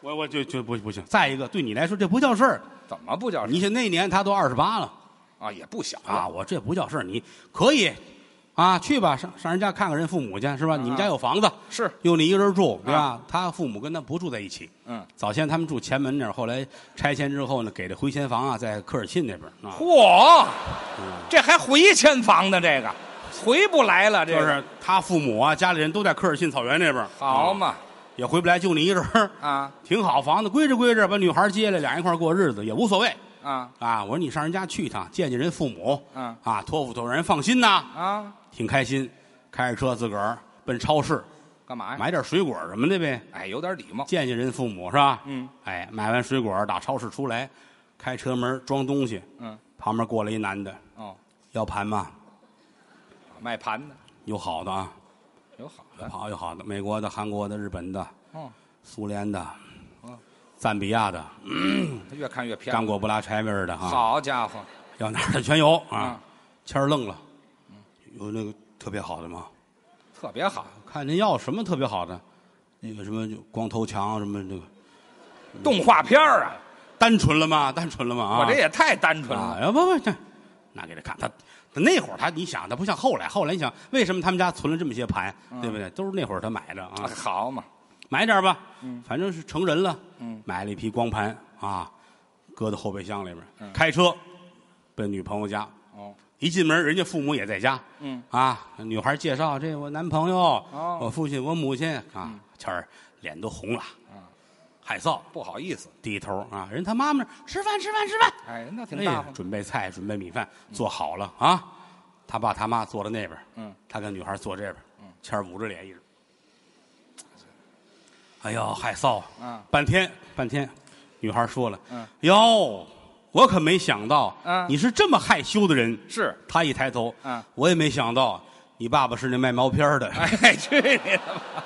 [SPEAKER 2] 我我就就不不行。再一个，对你来说这不叫事儿。
[SPEAKER 3] 怎么不叫
[SPEAKER 2] 你想那年他都二十八了。
[SPEAKER 3] 啊？也不小
[SPEAKER 2] 啊，，我这不叫事儿，你可以啊，去吧，上上人家看看人父母去，是吧？你们家
[SPEAKER 3] 啊
[SPEAKER 2] 有房子，
[SPEAKER 3] 是啊
[SPEAKER 2] 有你一个人住，对吧？他父母跟他不住在一起，
[SPEAKER 3] 嗯，
[SPEAKER 2] 早先他们住前门那儿，后来拆迁之后呢，给这回迁房啊，在科尔沁那边啊，
[SPEAKER 3] 嚯，这还回迁房呢？这个回不来了，这
[SPEAKER 2] 就
[SPEAKER 3] 个
[SPEAKER 2] 是他父母啊，家里人都在科尔沁草原那边，
[SPEAKER 3] 好
[SPEAKER 2] 啊，
[SPEAKER 3] 嘛
[SPEAKER 2] 也回不来，就你一人儿，
[SPEAKER 3] 啊
[SPEAKER 2] 挺好，房子归置归置，把女孩接来，俩人一块儿过日子也无所谓
[SPEAKER 3] 啊
[SPEAKER 2] 啊。我说你上人家去一趟，见见人父母，
[SPEAKER 3] 嗯
[SPEAKER 2] 啊，托付托付，人放心呐，
[SPEAKER 3] 啊，
[SPEAKER 2] 挺开心，开着车自个儿奔超市。
[SPEAKER 3] 干嘛呀？
[SPEAKER 2] 买点水果什么的呗，
[SPEAKER 3] 哎，有点礼貌，
[SPEAKER 2] 见见人父母是吧？
[SPEAKER 3] 嗯，
[SPEAKER 2] 哎，买完水果打超市出来，开车门装东西，
[SPEAKER 3] 嗯
[SPEAKER 2] 旁边过来一男的，
[SPEAKER 3] 哦，
[SPEAKER 2] 要盘吗？
[SPEAKER 3] 卖盘的
[SPEAKER 2] 有好的啊，
[SPEAKER 3] 有好
[SPEAKER 2] 有
[SPEAKER 3] 的，
[SPEAKER 2] 好有好的，美国的、韩国的、日本的、
[SPEAKER 3] 哦，
[SPEAKER 2] 苏联的
[SPEAKER 3] 哦，
[SPEAKER 2] 赞比亚的、
[SPEAKER 3] 越看越偏
[SPEAKER 2] 刚，果布拉柴维尔的哈，
[SPEAKER 3] 好家伙
[SPEAKER 2] 要哪儿的全有啊
[SPEAKER 3] 啊。，
[SPEAKER 2] 谦儿愣了，
[SPEAKER 3] 嗯
[SPEAKER 2] 有那个特别好的吗？
[SPEAKER 3] 特别好，
[SPEAKER 2] 看您要什么特别好的，那个什么就光头啊强什么这个，
[SPEAKER 3] 动画片儿啊，
[SPEAKER 2] 单纯了吗？单纯了吗？啊，
[SPEAKER 3] 我这也太单纯
[SPEAKER 2] 啊
[SPEAKER 3] 了，，
[SPEAKER 2] 要不不这，那给他看他，他那会儿他你想他不像后来，后来你想为什么他们家存了这么些盘，对不对？都是那会儿他买的啊
[SPEAKER 3] 嗯哎，好嘛，
[SPEAKER 2] 买点儿吧，反正是成人了，
[SPEAKER 3] 嗯
[SPEAKER 2] 买了一批光盘啊，搁到后备箱里边，
[SPEAKER 3] 嗯
[SPEAKER 2] 开车奔女朋友家，
[SPEAKER 3] 哦，
[SPEAKER 2] 一进门人家父母也在家，
[SPEAKER 3] 嗯
[SPEAKER 2] 啊，女孩介绍这我男朋友，
[SPEAKER 3] 哦嗯
[SPEAKER 2] 我父亲我母亲啊，谦儿脸都红了，害臊，
[SPEAKER 3] 不好意思，
[SPEAKER 2] 低头啊，人他妈妈那儿吃饭吃饭吃饭。
[SPEAKER 3] 哎，那挺
[SPEAKER 2] 哎
[SPEAKER 3] 大
[SPEAKER 2] 呀
[SPEAKER 3] 方，
[SPEAKER 2] 准备菜，准备米饭，做好了啊。他爸他妈坐在那边，
[SPEAKER 3] 嗯，
[SPEAKER 2] 他跟女孩坐这边，谦儿捂着脸一直。哎呦，害臊！啊
[SPEAKER 3] 嗯
[SPEAKER 2] 半天半天，女孩说了，
[SPEAKER 3] 嗯，
[SPEAKER 2] 哟，我可没想到，
[SPEAKER 3] 嗯
[SPEAKER 2] 你是这么害羞的人。
[SPEAKER 3] 是
[SPEAKER 2] 他一抬头，
[SPEAKER 3] 嗯，
[SPEAKER 2] 我也没想到你爸爸是那卖毛片儿的。
[SPEAKER 3] 哎， 去你的吧！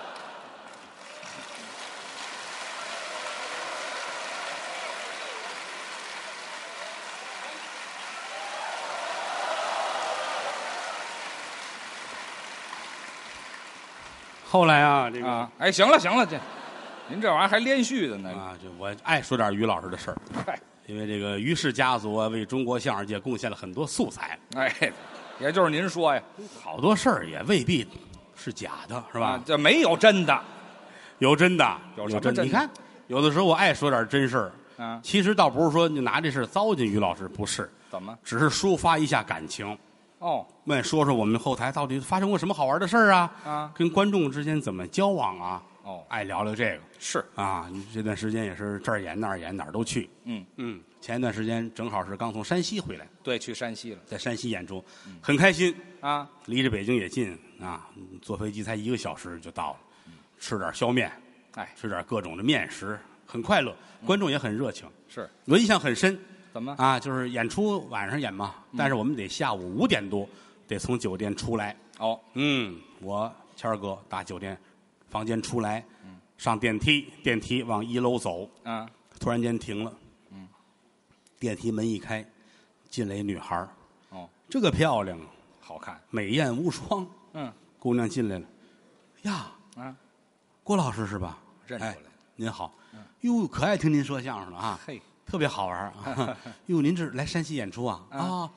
[SPEAKER 2] 后来啊，这个
[SPEAKER 3] 啊，哎，行了行了，这您这玩意儿还连续的呢，
[SPEAKER 2] 啊，就我爱说点于老师的事儿，
[SPEAKER 3] 嗨
[SPEAKER 2] 因为这个于氏家族啊，为中国相声界贡献了很多素材。
[SPEAKER 3] 哎， 也就是您说呀，
[SPEAKER 2] 好多事儿也未必是假的，是
[SPEAKER 3] 啊
[SPEAKER 2] 吧，？
[SPEAKER 3] 这没有真的
[SPEAKER 2] 有真的，
[SPEAKER 3] 有什么
[SPEAKER 2] 真
[SPEAKER 3] 真的
[SPEAKER 2] 你看，有的时候我爱说点真事儿，
[SPEAKER 3] 啊？
[SPEAKER 2] 其实倒不是说你拿这事儿糟践于老师，不是，
[SPEAKER 3] 怎么？
[SPEAKER 2] 只是抒发一下感情，
[SPEAKER 3] 哦，
[SPEAKER 2] 问说说我们后台到底发生过什么好玩的事儿啊？
[SPEAKER 3] 啊
[SPEAKER 2] 跟观众之间怎么交往啊？
[SPEAKER 3] 哦
[SPEAKER 2] 爱聊聊这
[SPEAKER 3] 是，
[SPEAKER 2] 个啊。这段时间也是这儿演那儿演，哪儿都去。
[SPEAKER 3] 嗯，
[SPEAKER 2] 嗯，前一段时间正好是刚从山西回来，
[SPEAKER 3] 对，去山西了
[SPEAKER 2] 在山西演出，
[SPEAKER 3] 嗯
[SPEAKER 2] 很开心。
[SPEAKER 3] 啊，
[SPEAKER 2] 离着北京也近啊，坐飞机才一个小时就到了，吃点儿削面，
[SPEAKER 3] 哎，
[SPEAKER 2] 吃点儿各种的面食，很快乐，观众也很热情。
[SPEAKER 3] 是
[SPEAKER 2] 我印象很深，
[SPEAKER 3] 怎么
[SPEAKER 2] 啊？就是演出晚上演嘛，但是我们得下午五点多得从酒店出来。
[SPEAKER 3] 哦，
[SPEAKER 2] 嗯，我谦儿哥打酒店房间出来，上电梯，电梯往一楼走，
[SPEAKER 3] 啊，
[SPEAKER 2] 突然间停了。电梯门一开，进来一女孩儿
[SPEAKER 3] 哦，
[SPEAKER 2] 这个漂亮，啊
[SPEAKER 3] 好看，
[SPEAKER 2] 美艳无双。
[SPEAKER 3] 嗯
[SPEAKER 2] 姑娘进来了，呀，
[SPEAKER 3] 啊，
[SPEAKER 2] 郭老师是吧？
[SPEAKER 3] 认出来了
[SPEAKER 2] 哎
[SPEAKER 3] 嗯
[SPEAKER 2] 您好，哟，可爱听您说相声了 啊，
[SPEAKER 3] 嘿，
[SPEAKER 2] 特别好玩儿 啊。哟，您这是来山西演出啊？
[SPEAKER 3] 嗯
[SPEAKER 2] 啊，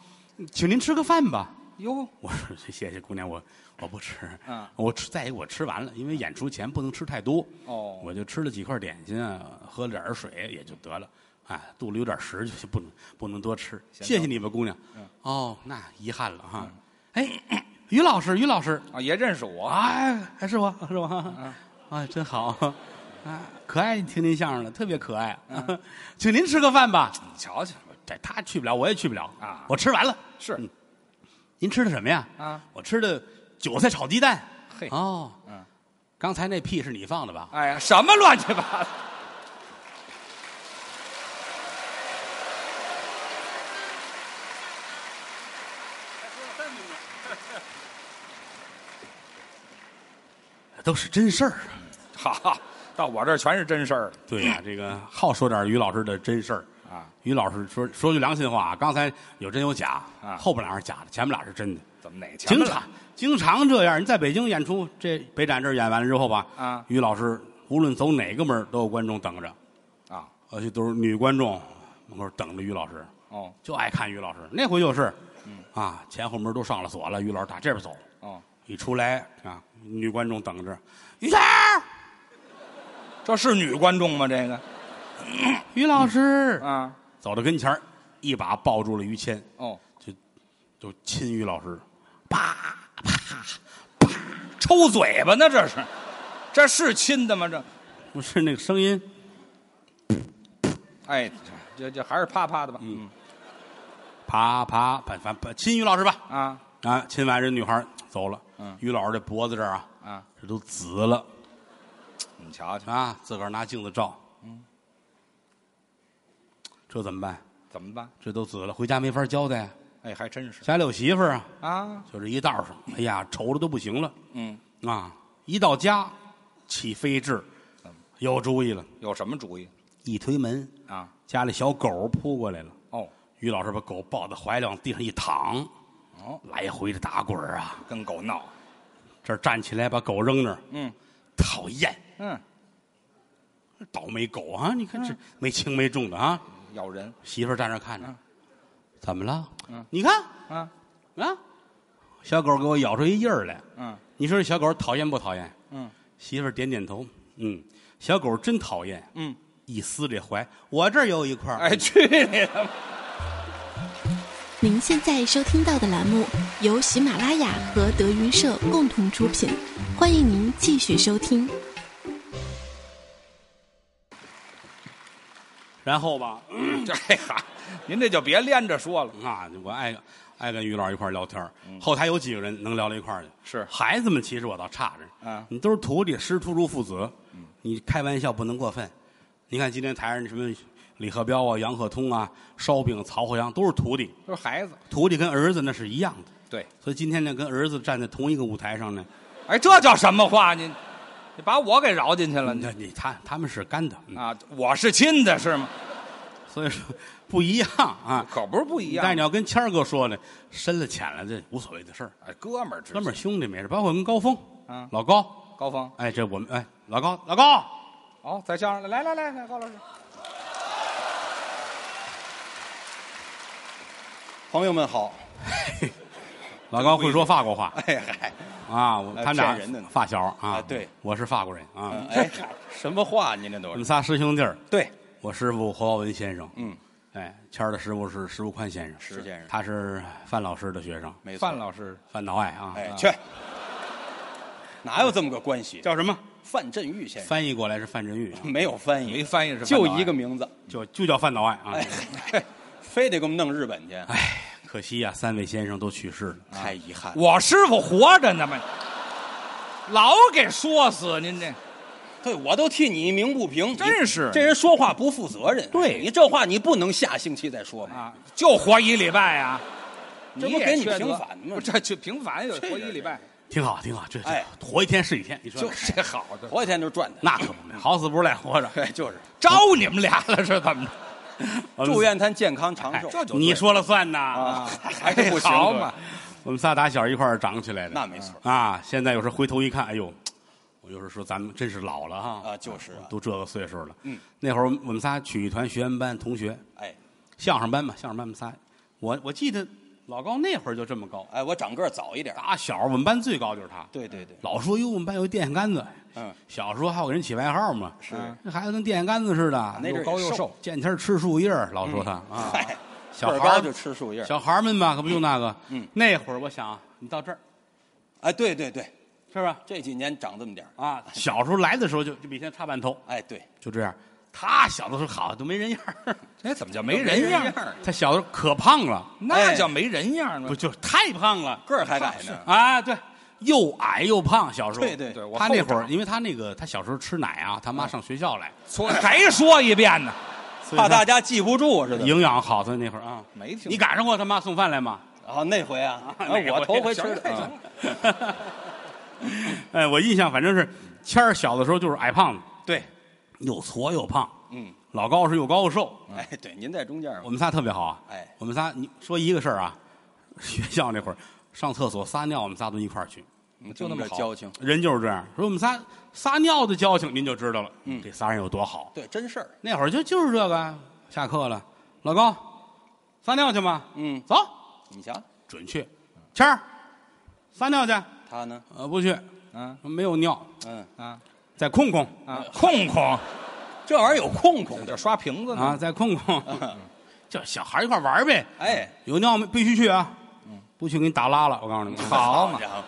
[SPEAKER 2] 请您吃个饭吧。
[SPEAKER 3] 哟，
[SPEAKER 2] 我说谢谢姑娘，我我不吃，
[SPEAKER 3] 嗯
[SPEAKER 2] 我吃再一个我吃完了，因为演出前不能吃太多，
[SPEAKER 3] 哦
[SPEAKER 2] 我就吃了几块点心啊，喝了点儿水也就得了，哎，肚里有点实就不能不能多吃。
[SPEAKER 3] 闲
[SPEAKER 2] 谢
[SPEAKER 3] 着
[SPEAKER 2] 谢你吧，姑娘。
[SPEAKER 3] 嗯
[SPEAKER 2] 哦，那遗憾了哈。哎， 于老师，于老师，
[SPEAKER 3] 啊，也认识我，
[SPEAKER 2] 哎，还是我， 是我，啊，真好，啊，可爱听您相声了，特别可爱， 请您吃个饭吧。
[SPEAKER 3] 你瞧瞧，
[SPEAKER 2] 这嗯他去不了，我也去不了
[SPEAKER 3] 啊
[SPEAKER 2] 我吃完了。
[SPEAKER 3] 是
[SPEAKER 2] 嗯您吃的什么呀？
[SPEAKER 3] 啊，
[SPEAKER 2] 我吃的韭菜炒鸡蛋。
[SPEAKER 3] 嘿
[SPEAKER 2] 哦，
[SPEAKER 3] 嗯，
[SPEAKER 2] 刚才那屁是你放的吧？
[SPEAKER 3] 哎呀，什么乱七八糟！
[SPEAKER 2] 都是真事儿。
[SPEAKER 3] 好，到我这儿全是真事儿了
[SPEAKER 2] 对 呀、这个好说点于老师的真事儿。
[SPEAKER 3] 啊！
[SPEAKER 2] 于老师说说句良心话啊，刚才有真有假，
[SPEAKER 3] 啊
[SPEAKER 2] 后边俩是假的，前面俩是真的。
[SPEAKER 3] 怎么哪前
[SPEAKER 2] 经
[SPEAKER 3] 面
[SPEAKER 2] 常经常这样，你在北京演出，这北展这儿演完了之后吧，
[SPEAKER 3] 啊
[SPEAKER 2] 于老师无论走哪个门儿都有观众等着，
[SPEAKER 3] 啊？
[SPEAKER 2] 而且都是女观众，门口等着于老师，
[SPEAKER 3] 哦
[SPEAKER 2] 就爱看于老师。那回就是，啊，前后门都上了锁了，于老师打这边走，
[SPEAKER 3] 哦，
[SPEAKER 2] 一出来啊，女观众等着，于谦儿，
[SPEAKER 3] 这是女观众吗？这个
[SPEAKER 2] 于老师，
[SPEAKER 3] 啊？
[SPEAKER 2] 走到跟前儿一把抱住了于谦，
[SPEAKER 3] 哦，
[SPEAKER 2] 就就亲于老师，
[SPEAKER 3] 抽嘴巴呢？这是，这是亲的吗？这，
[SPEAKER 2] 不是那个声音，
[SPEAKER 3] 哎，这这还是啪啪的吧？嗯
[SPEAKER 2] 啪啪，反反反亲于老师吧。
[SPEAKER 3] 啊
[SPEAKER 2] 啊，亲完这女孩儿走了，
[SPEAKER 3] 嗯
[SPEAKER 2] 于老师这脖子这儿啊，
[SPEAKER 3] 啊，
[SPEAKER 2] 这都紫了
[SPEAKER 3] 你瞧瞧，
[SPEAKER 2] 啊，自个儿拿镜子照，嗯，这怎么办？
[SPEAKER 3] 怎么办？
[SPEAKER 2] 这都紫了，回家没法交代。啊
[SPEAKER 3] 哎，还真是
[SPEAKER 2] 家里有媳妇儿啊，
[SPEAKER 3] 啊，
[SPEAKER 2] 就这一道上，哎呀，愁的都不行了
[SPEAKER 3] 嗯，
[SPEAKER 2] 啊！一到家，起飞智
[SPEAKER 3] 怎么，
[SPEAKER 2] 有主意了，
[SPEAKER 3] 有什么主意
[SPEAKER 2] 一推门，
[SPEAKER 3] 啊？
[SPEAKER 2] 家里小狗扑过来了，
[SPEAKER 3] 哦，
[SPEAKER 2] 于老师把狗抱在怀里，往地上一躺，
[SPEAKER 3] 哦，
[SPEAKER 2] 来回的打滚儿啊，
[SPEAKER 3] 跟狗闹，
[SPEAKER 2] 这儿站起来把狗扔那儿，
[SPEAKER 3] 嗯
[SPEAKER 2] 讨厌。
[SPEAKER 3] 嗯，
[SPEAKER 2] 倒霉狗啊！你看这没轻没重的啊！
[SPEAKER 3] 咬人
[SPEAKER 2] 媳妇儿站那看着
[SPEAKER 3] 嗯，
[SPEAKER 2] 怎么了
[SPEAKER 3] 嗯？
[SPEAKER 2] 你看
[SPEAKER 3] 啊，
[SPEAKER 2] 啊，小狗给我咬出一印儿来。
[SPEAKER 3] 嗯
[SPEAKER 2] 你说这小狗讨厌不讨厌？
[SPEAKER 3] 嗯
[SPEAKER 2] 媳妇儿点点头，嗯，小狗真讨厌。
[SPEAKER 3] 嗯，
[SPEAKER 2] 一撕这怀，我这儿有一块儿。
[SPEAKER 3] 哎，， 去你的吧！
[SPEAKER 4] 您现在收听到的栏目由喜马拉雅和德云社共同出品，欢迎您继续收听。
[SPEAKER 2] 然后吧，
[SPEAKER 3] 这哎哈，您这就别连着说了。
[SPEAKER 2] 啊，我爱爱跟于老师一块儿聊天儿。后台有几个人能聊到一块儿去？
[SPEAKER 3] 嗯是
[SPEAKER 2] 孩子们，其实我倒差着。
[SPEAKER 3] 啊
[SPEAKER 2] 你都是徒弟，师出如父子。
[SPEAKER 3] 嗯
[SPEAKER 2] 你开玩笑不能过分。你看今天台上那什么李鹤彪啊、杨鹤通啊、烧饼、曹鹤阳都是徒弟，
[SPEAKER 3] 就是孩子，
[SPEAKER 2] 徒弟跟儿子那是一样的。
[SPEAKER 3] 对，
[SPEAKER 2] 所以今天呢，跟儿子站在同一个舞台上呢，
[SPEAKER 3] 哎，这叫什么话？你你把我给饶进去了，
[SPEAKER 2] 那你他他们是干的，嗯
[SPEAKER 3] 嗯啊，我是亲的是吗？
[SPEAKER 2] 所以说不一样啊。
[SPEAKER 3] 可不是不一样。
[SPEAKER 2] 但是你要跟谦儿哥说呢，深了浅了这无所谓的事儿，
[SPEAKER 3] 哎，哥们儿之间，
[SPEAKER 2] 哥们儿兄弟没事。包括跟高峰，
[SPEAKER 3] 啊
[SPEAKER 2] 老高，
[SPEAKER 3] 高峰，
[SPEAKER 2] 哎，这我们哎，老高，老高，
[SPEAKER 3] 哦，在相声来来来来，高老师，
[SPEAKER 5] 朋友们好，
[SPEAKER 2] 老高会说法国话
[SPEAKER 5] 哎嗨，
[SPEAKER 2] 啊，我
[SPEAKER 5] 哎
[SPEAKER 2] 他们俩
[SPEAKER 5] 骗人的呢
[SPEAKER 2] 发小啊
[SPEAKER 5] 啊，对，
[SPEAKER 2] 我是法国人啊，
[SPEAKER 5] 嗯哎嗨，什么话您这
[SPEAKER 2] 我
[SPEAKER 5] 都
[SPEAKER 2] 们
[SPEAKER 5] 是？
[SPEAKER 2] 仨师兄弟儿，
[SPEAKER 5] 对，
[SPEAKER 2] 我师傅侯耀文先生，
[SPEAKER 5] 嗯，
[SPEAKER 2] 哎，谦儿的师傅是石富宽先生，
[SPEAKER 5] 石先生
[SPEAKER 2] 他是范老师的学生，
[SPEAKER 5] 没错。
[SPEAKER 3] 范，老师，
[SPEAKER 2] 范老爱啊，
[SPEAKER 5] 哎
[SPEAKER 2] 啊
[SPEAKER 5] 去，哪有这么个关系？
[SPEAKER 2] 叫什么？
[SPEAKER 5] 范振玉先 生，
[SPEAKER 2] 翻译过来是范振玉，啊
[SPEAKER 5] 没有翻
[SPEAKER 3] 有一
[SPEAKER 5] 译，
[SPEAKER 3] 翻译是范哎
[SPEAKER 5] 就
[SPEAKER 3] 老爱
[SPEAKER 5] 一个，名字，
[SPEAKER 2] 就就叫范老爱啊，
[SPEAKER 5] 哎， 非得给我们弄日本去，啊
[SPEAKER 2] 哎，可惜呀，三位先生都去世了，啊
[SPEAKER 5] 太遗憾了。
[SPEAKER 3] 我师傅活着呢嘛，老给说死您这，
[SPEAKER 5] 对我都替你鸣不平，
[SPEAKER 3] 真
[SPEAKER 5] 你
[SPEAKER 3] 是
[SPEAKER 5] 这人说话不负责任。
[SPEAKER 3] 对
[SPEAKER 5] 你这话你不能下星期再说嘛，
[SPEAKER 3] 啊，就活一礼拜啊，
[SPEAKER 5] 这不
[SPEAKER 3] 也
[SPEAKER 5] 给你
[SPEAKER 3] 缺德
[SPEAKER 5] 平反吗
[SPEAKER 3] 不这就平反有
[SPEAKER 5] 这
[SPEAKER 3] 活一
[SPEAKER 5] 人
[SPEAKER 3] 礼拜，
[SPEAKER 2] 挺好，挺好，这这
[SPEAKER 5] 哎
[SPEAKER 2] 活一天是一天，你说
[SPEAKER 3] 就
[SPEAKER 2] 呢
[SPEAKER 3] 这好的，
[SPEAKER 5] 头一天就赚的。
[SPEAKER 2] 那可不，好死不如赖活着。
[SPEAKER 5] 对，就是
[SPEAKER 3] 招你们俩了是怎么着？
[SPEAKER 2] 我们
[SPEAKER 5] 祝愿他健康长寿。
[SPEAKER 3] 哎这就对
[SPEAKER 2] 哎你说了算呐，
[SPEAKER 5] 啊，还是不 行
[SPEAKER 3] 好
[SPEAKER 5] 对
[SPEAKER 3] 嘛，
[SPEAKER 2] 我们仨打小一块儿长起来的，
[SPEAKER 5] 那没错
[SPEAKER 2] 啊。现在有时候回头一看，哎呦，我有时候说咱们真是老了哈
[SPEAKER 5] 啊就是啊
[SPEAKER 2] 都这个岁数了。
[SPEAKER 5] 嗯，
[SPEAKER 2] 那会儿我们我们仨曲艺团学员班同学，
[SPEAKER 5] 哎
[SPEAKER 2] 相声班嘛，相声班我们仨，我我记得老高那会儿就这么高，
[SPEAKER 5] 哎，我长个儿早一点儿。
[SPEAKER 2] 打小我们班最高就是他。
[SPEAKER 5] 对对对，
[SPEAKER 2] 老说哟，我们班有个电线杆子，
[SPEAKER 5] 嗯，
[SPEAKER 2] 小时候还有给人起外号嘛，
[SPEAKER 5] 是
[SPEAKER 2] 这孩子跟电线杆子似的，
[SPEAKER 5] 那阵儿
[SPEAKER 2] 又高
[SPEAKER 5] 也
[SPEAKER 2] 又
[SPEAKER 5] 瘦嗯
[SPEAKER 2] 瘦，见天儿吃树叶儿，老说他啊。
[SPEAKER 5] 嗨，
[SPEAKER 2] 小
[SPEAKER 5] 哎个儿
[SPEAKER 2] 孩儿
[SPEAKER 5] 高就吃树叶儿。
[SPEAKER 2] 小孩儿们嘛，可不就那个。
[SPEAKER 5] 嗯，
[SPEAKER 2] 那会儿我想，你到这儿
[SPEAKER 5] 哎，对对对，
[SPEAKER 2] 是吧？
[SPEAKER 5] 这几年长这么点儿。
[SPEAKER 2] 啊，小时候来的时候就就比现在差半头，
[SPEAKER 5] 哎，对，
[SPEAKER 2] 就这样。他小的时候好都没人样儿
[SPEAKER 3] 哎，怎么叫没人样儿？
[SPEAKER 2] 他小的时候可胖了，
[SPEAKER 3] 那
[SPEAKER 5] 哎
[SPEAKER 3] 叫没人样儿吗
[SPEAKER 2] 不？就太胖了
[SPEAKER 5] 个儿还矮呢。
[SPEAKER 2] 啊？对，又矮又胖，小时候。
[SPEAKER 5] 对对
[SPEAKER 3] 对我
[SPEAKER 2] 他那
[SPEAKER 3] 后
[SPEAKER 2] 会儿，
[SPEAKER 3] 长
[SPEAKER 2] 因为他那个他小时候吃奶啊，他妈上学校来，
[SPEAKER 3] 说还说一遍呢，
[SPEAKER 2] 所以
[SPEAKER 5] 嗯怕
[SPEAKER 2] 他
[SPEAKER 5] 大家记不住似的。
[SPEAKER 2] 营养好，所以那会儿啊，
[SPEAKER 3] 没听
[SPEAKER 2] 你赶上过他妈送饭来吗？
[SPEAKER 5] 啊，那回啊，
[SPEAKER 2] 那回
[SPEAKER 5] 哎我头回吃嗯
[SPEAKER 3] 行了
[SPEAKER 5] 的。
[SPEAKER 3] 行
[SPEAKER 5] 啊
[SPEAKER 3] 了
[SPEAKER 2] 哎，我印象反正是谦儿小的时候就是矮胖子，
[SPEAKER 5] 对，
[SPEAKER 2] 又矬又胖，
[SPEAKER 5] 嗯，
[SPEAKER 2] 老高是又高又瘦，
[SPEAKER 5] 哎，对，您在中间儿
[SPEAKER 2] 我们仨特别好啊。
[SPEAKER 5] 哎
[SPEAKER 2] 我们仨，你说一个事儿啊，学校那会儿上厕所撒尿，我们仨都一块儿去，
[SPEAKER 5] 嘛，
[SPEAKER 3] 就那么
[SPEAKER 5] 这
[SPEAKER 3] 好
[SPEAKER 5] 交情。
[SPEAKER 2] 人就是这样。说我们仨撒尿的交情，您就知道了，嗯，这仨人有多好。
[SPEAKER 5] 对，真事儿。
[SPEAKER 2] 那会儿就就是这个啊，下课了，老高，撒尿去吗？
[SPEAKER 5] 嗯，
[SPEAKER 2] 走，
[SPEAKER 5] 你瞧
[SPEAKER 2] 准确。谦儿，撒尿去？
[SPEAKER 5] 他呢？
[SPEAKER 2] 呃，不去，
[SPEAKER 3] 嗯
[SPEAKER 2] 没有尿，
[SPEAKER 5] 嗯，
[SPEAKER 3] 啊
[SPEAKER 2] 再空空
[SPEAKER 3] 啊，空空
[SPEAKER 5] 这玩意儿有空空
[SPEAKER 3] 这
[SPEAKER 5] 的。
[SPEAKER 3] 刷瓶子
[SPEAKER 2] 啊，
[SPEAKER 3] 呢，
[SPEAKER 2] 再空空， 就小孩儿一块儿玩儿呗。
[SPEAKER 5] 哎，
[SPEAKER 2] 有尿没必须去啊，不去给你打拉了，我告诉你们。
[SPEAKER 3] 好嘛
[SPEAKER 5] 家伙，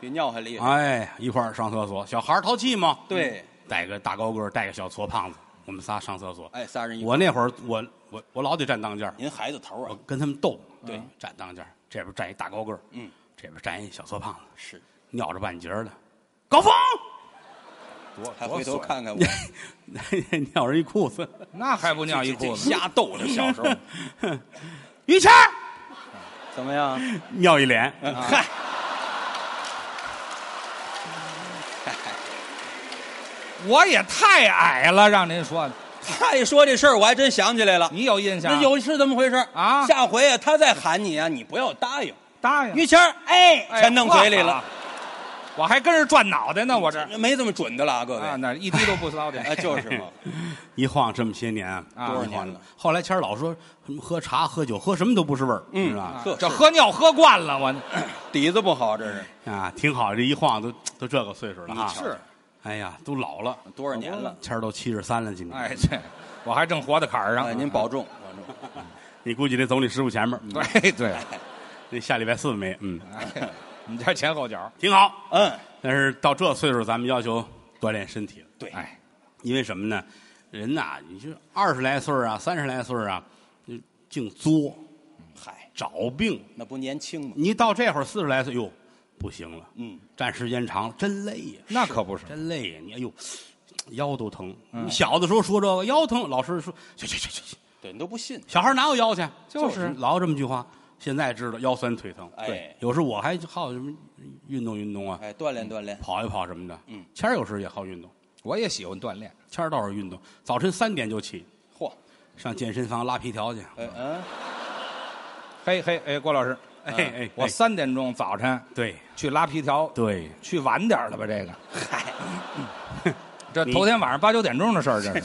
[SPEAKER 5] 比尿还厉害。
[SPEAKER 2] 哎，一块儿上厕所，小孩儿淘气嘛，
[SPEAKER 5] 对，
[SPEAKER 2] 带个大高个儿，带个小矬胖子，我们仨上厕所。
[SPEAKER 5] 哎，仨人一。
[SPEAKER 2] 我那会儿，我我我老得站当间儿，
[SPEAKER 5] 您孩子头
[SPEAKER 2] 我
[SPEAKER 5] 啊，
[SPEAKER 2] 跟他们斗，
[SPEAKER 5] 对
[SPEAKER 2] 嗯，站当间儿，这边站一大高个儿，
[SPEAKER 5] 嗯，
[SPEAKER 2] 这边站一小矬胖子，
[SPEAKER 5] 是，
[SPEAKER 2] 尿着半截儿的，高峰
[SPEAKER 5] 还回头看看我，
[SPEAKER 2] 尿人一裤子，
[SPEAKER 3] 那还不尿一
[SPEAKER 5] 这
[SPEAKER 3] 裤子？
[SPEAKER 5] 瞎逗的小时候
[SPEAKER 2] 于谦儿
[SPEAKER 5] 怎么样？
[SPEAKER 2] 尿一脸，
[SPEAKER 5] 嗨，
[SPEAKER 3] 我也太矮了，让您说，
[SPEAKER 5] 他一说这事儿，我还真想起来了。
[SPEAKER 3] 你有印象？
[SPEAKER 5] 那有是这么回事儿
[SPEAKER 3] 啊
[SPEAKER 5] 下回啊，他再喊你啊，你不要答应。
[SPEAKER 3] 答应
[SPEAKER 5] 于谦儿，哎，
[SPEAKER 3] 哎
[SPEAKER 5] 全弄嘴里
[SPEAKER 3] 哇
[SPEAKER 5] 了，
[SPEAKER 3] 我还跟着转脑袋呢，我这
[SPEAKER 5] 没这么准的了啊，各位
[SPEAKER 3] 啊，。那一滴都不糟践。
[SPEAKER 5] 哎，就是嘛，
[SPEAKER 2] 一晃这么些年啊，
[SPEAKER 3] 啊
[SPEAKER 2] 一晃
[SPEAKER 5] 多少年了。
[SPEAKER 2] 后来谦儿老说什么喝茶、喝酒、喝什么都不是味儿，
[SPEAKER 5] 嗯
[SPEAKER 2] 是吧？
[SPEAKER 5] 呵
[SPEAKER 3] 这
[SPEAKER 5] 是
[SPEAKER 3] 喝尿喝惯了，我
[SPEAKER 5] 底子不好，这是
[SPEAKER 2] 啊，挺好，这一晃都都这个岁数了啊。
[SPEAKER 5] 你瞧瞧，
[SPEAKER 2] 哎呀，都老了，
[SPEAKER 5] 嗯多少年了？
[SPEAKER 2] 谦儿都七十三了，今年。
[SPEAKER 3] 哎，这我还正活在坎儿
[SPEAKER 5] 哎，
[SPEAKER 3] 上。
[SPEAKER 5] 您保重，保重。
[SPEAKER 2] 你估计得走你师傅前面，嗯
[SPEAKER 3] 对对，
[SPEAKER 2] 那下礼拜四没，嗯，
[SPEAKER 3] 哎你这前后脚，
[SPEAKER 2] 挺好。
[SPEAKER 5] 嗯，
[SPEAKER 2] 但是到这岁数，咱们要求锻炼身体了，
[SPEAKER 5] 对，
[SPEAKER 3] 哎，
[SPEAKER 2] 因为什么呢？人呐、你就二十来岁儿啊，三十来岁儿啊，就净作
[SPEAKER 5] 嗨，
[SPEAKER 2] 找病。
[SPEAKER 5] 那不年轻吗？
[SPEAKER 2] 你到这会儿四十来岁，哟，不行了，
[SPEAKER 5] 嗯，
[SPEAKER 2] 站时间长了真累呀、
[SPEAKER 3] 那可不是
[SPEAKER 2] 真累呀、你哎呦，腰都疼。你小的时候说这个腰疼，老师说去去去去去，
[SPEAKER 5] 对，你都不信。
[SPEAKER 2] 小孩哪有腰去？
[SPEAKER 3] 就是
[SPEAKER 2] 老有这么句话。现在知道腰酸腿疼，
[SPEAKER 5] 哎
[SPEAKER 2] 对，有时候我还好什么运动运动啊，
[SPEAKER 5] 哎，锻炼锻炼，
[SPEAKER 2] 跑一跑什么的。
[SPEAKER 5] 嗯，
[SPEAKER 2] 谦儿有时候也好运动，
[SPEAKER 3] 我也喜欢锻炼。
[SPEAKER 2] 谦儿倒是运动，早晨三点就起，
[SPEAKER 5] 嚯，
[SPEAKER 2] 上健身房拉皮条去。
[SPEAKER 5] 哎嗯，
[SPEAKER 3] 嘿嘿，哎，郭老师，
[SPEAKER 2] 哎哎，
[SPEAKER 3] 我
[SPEAKER 2] 哎
[SPEAKER 3] 三点钟早晨
[SPEAKER 2] 对
[SPEAKER 3] 去拉皮条，
[SPEAKER 2] 对，
[SPEAKER 3] 去晚点儿了吧？这个，嗯
[SPEAKER 5] 嗨，
[SPEAKER 3] 这
[SPEAKER 2] 你
[SPEAKER 3] 头天晚上八九点钟的事儿， 这是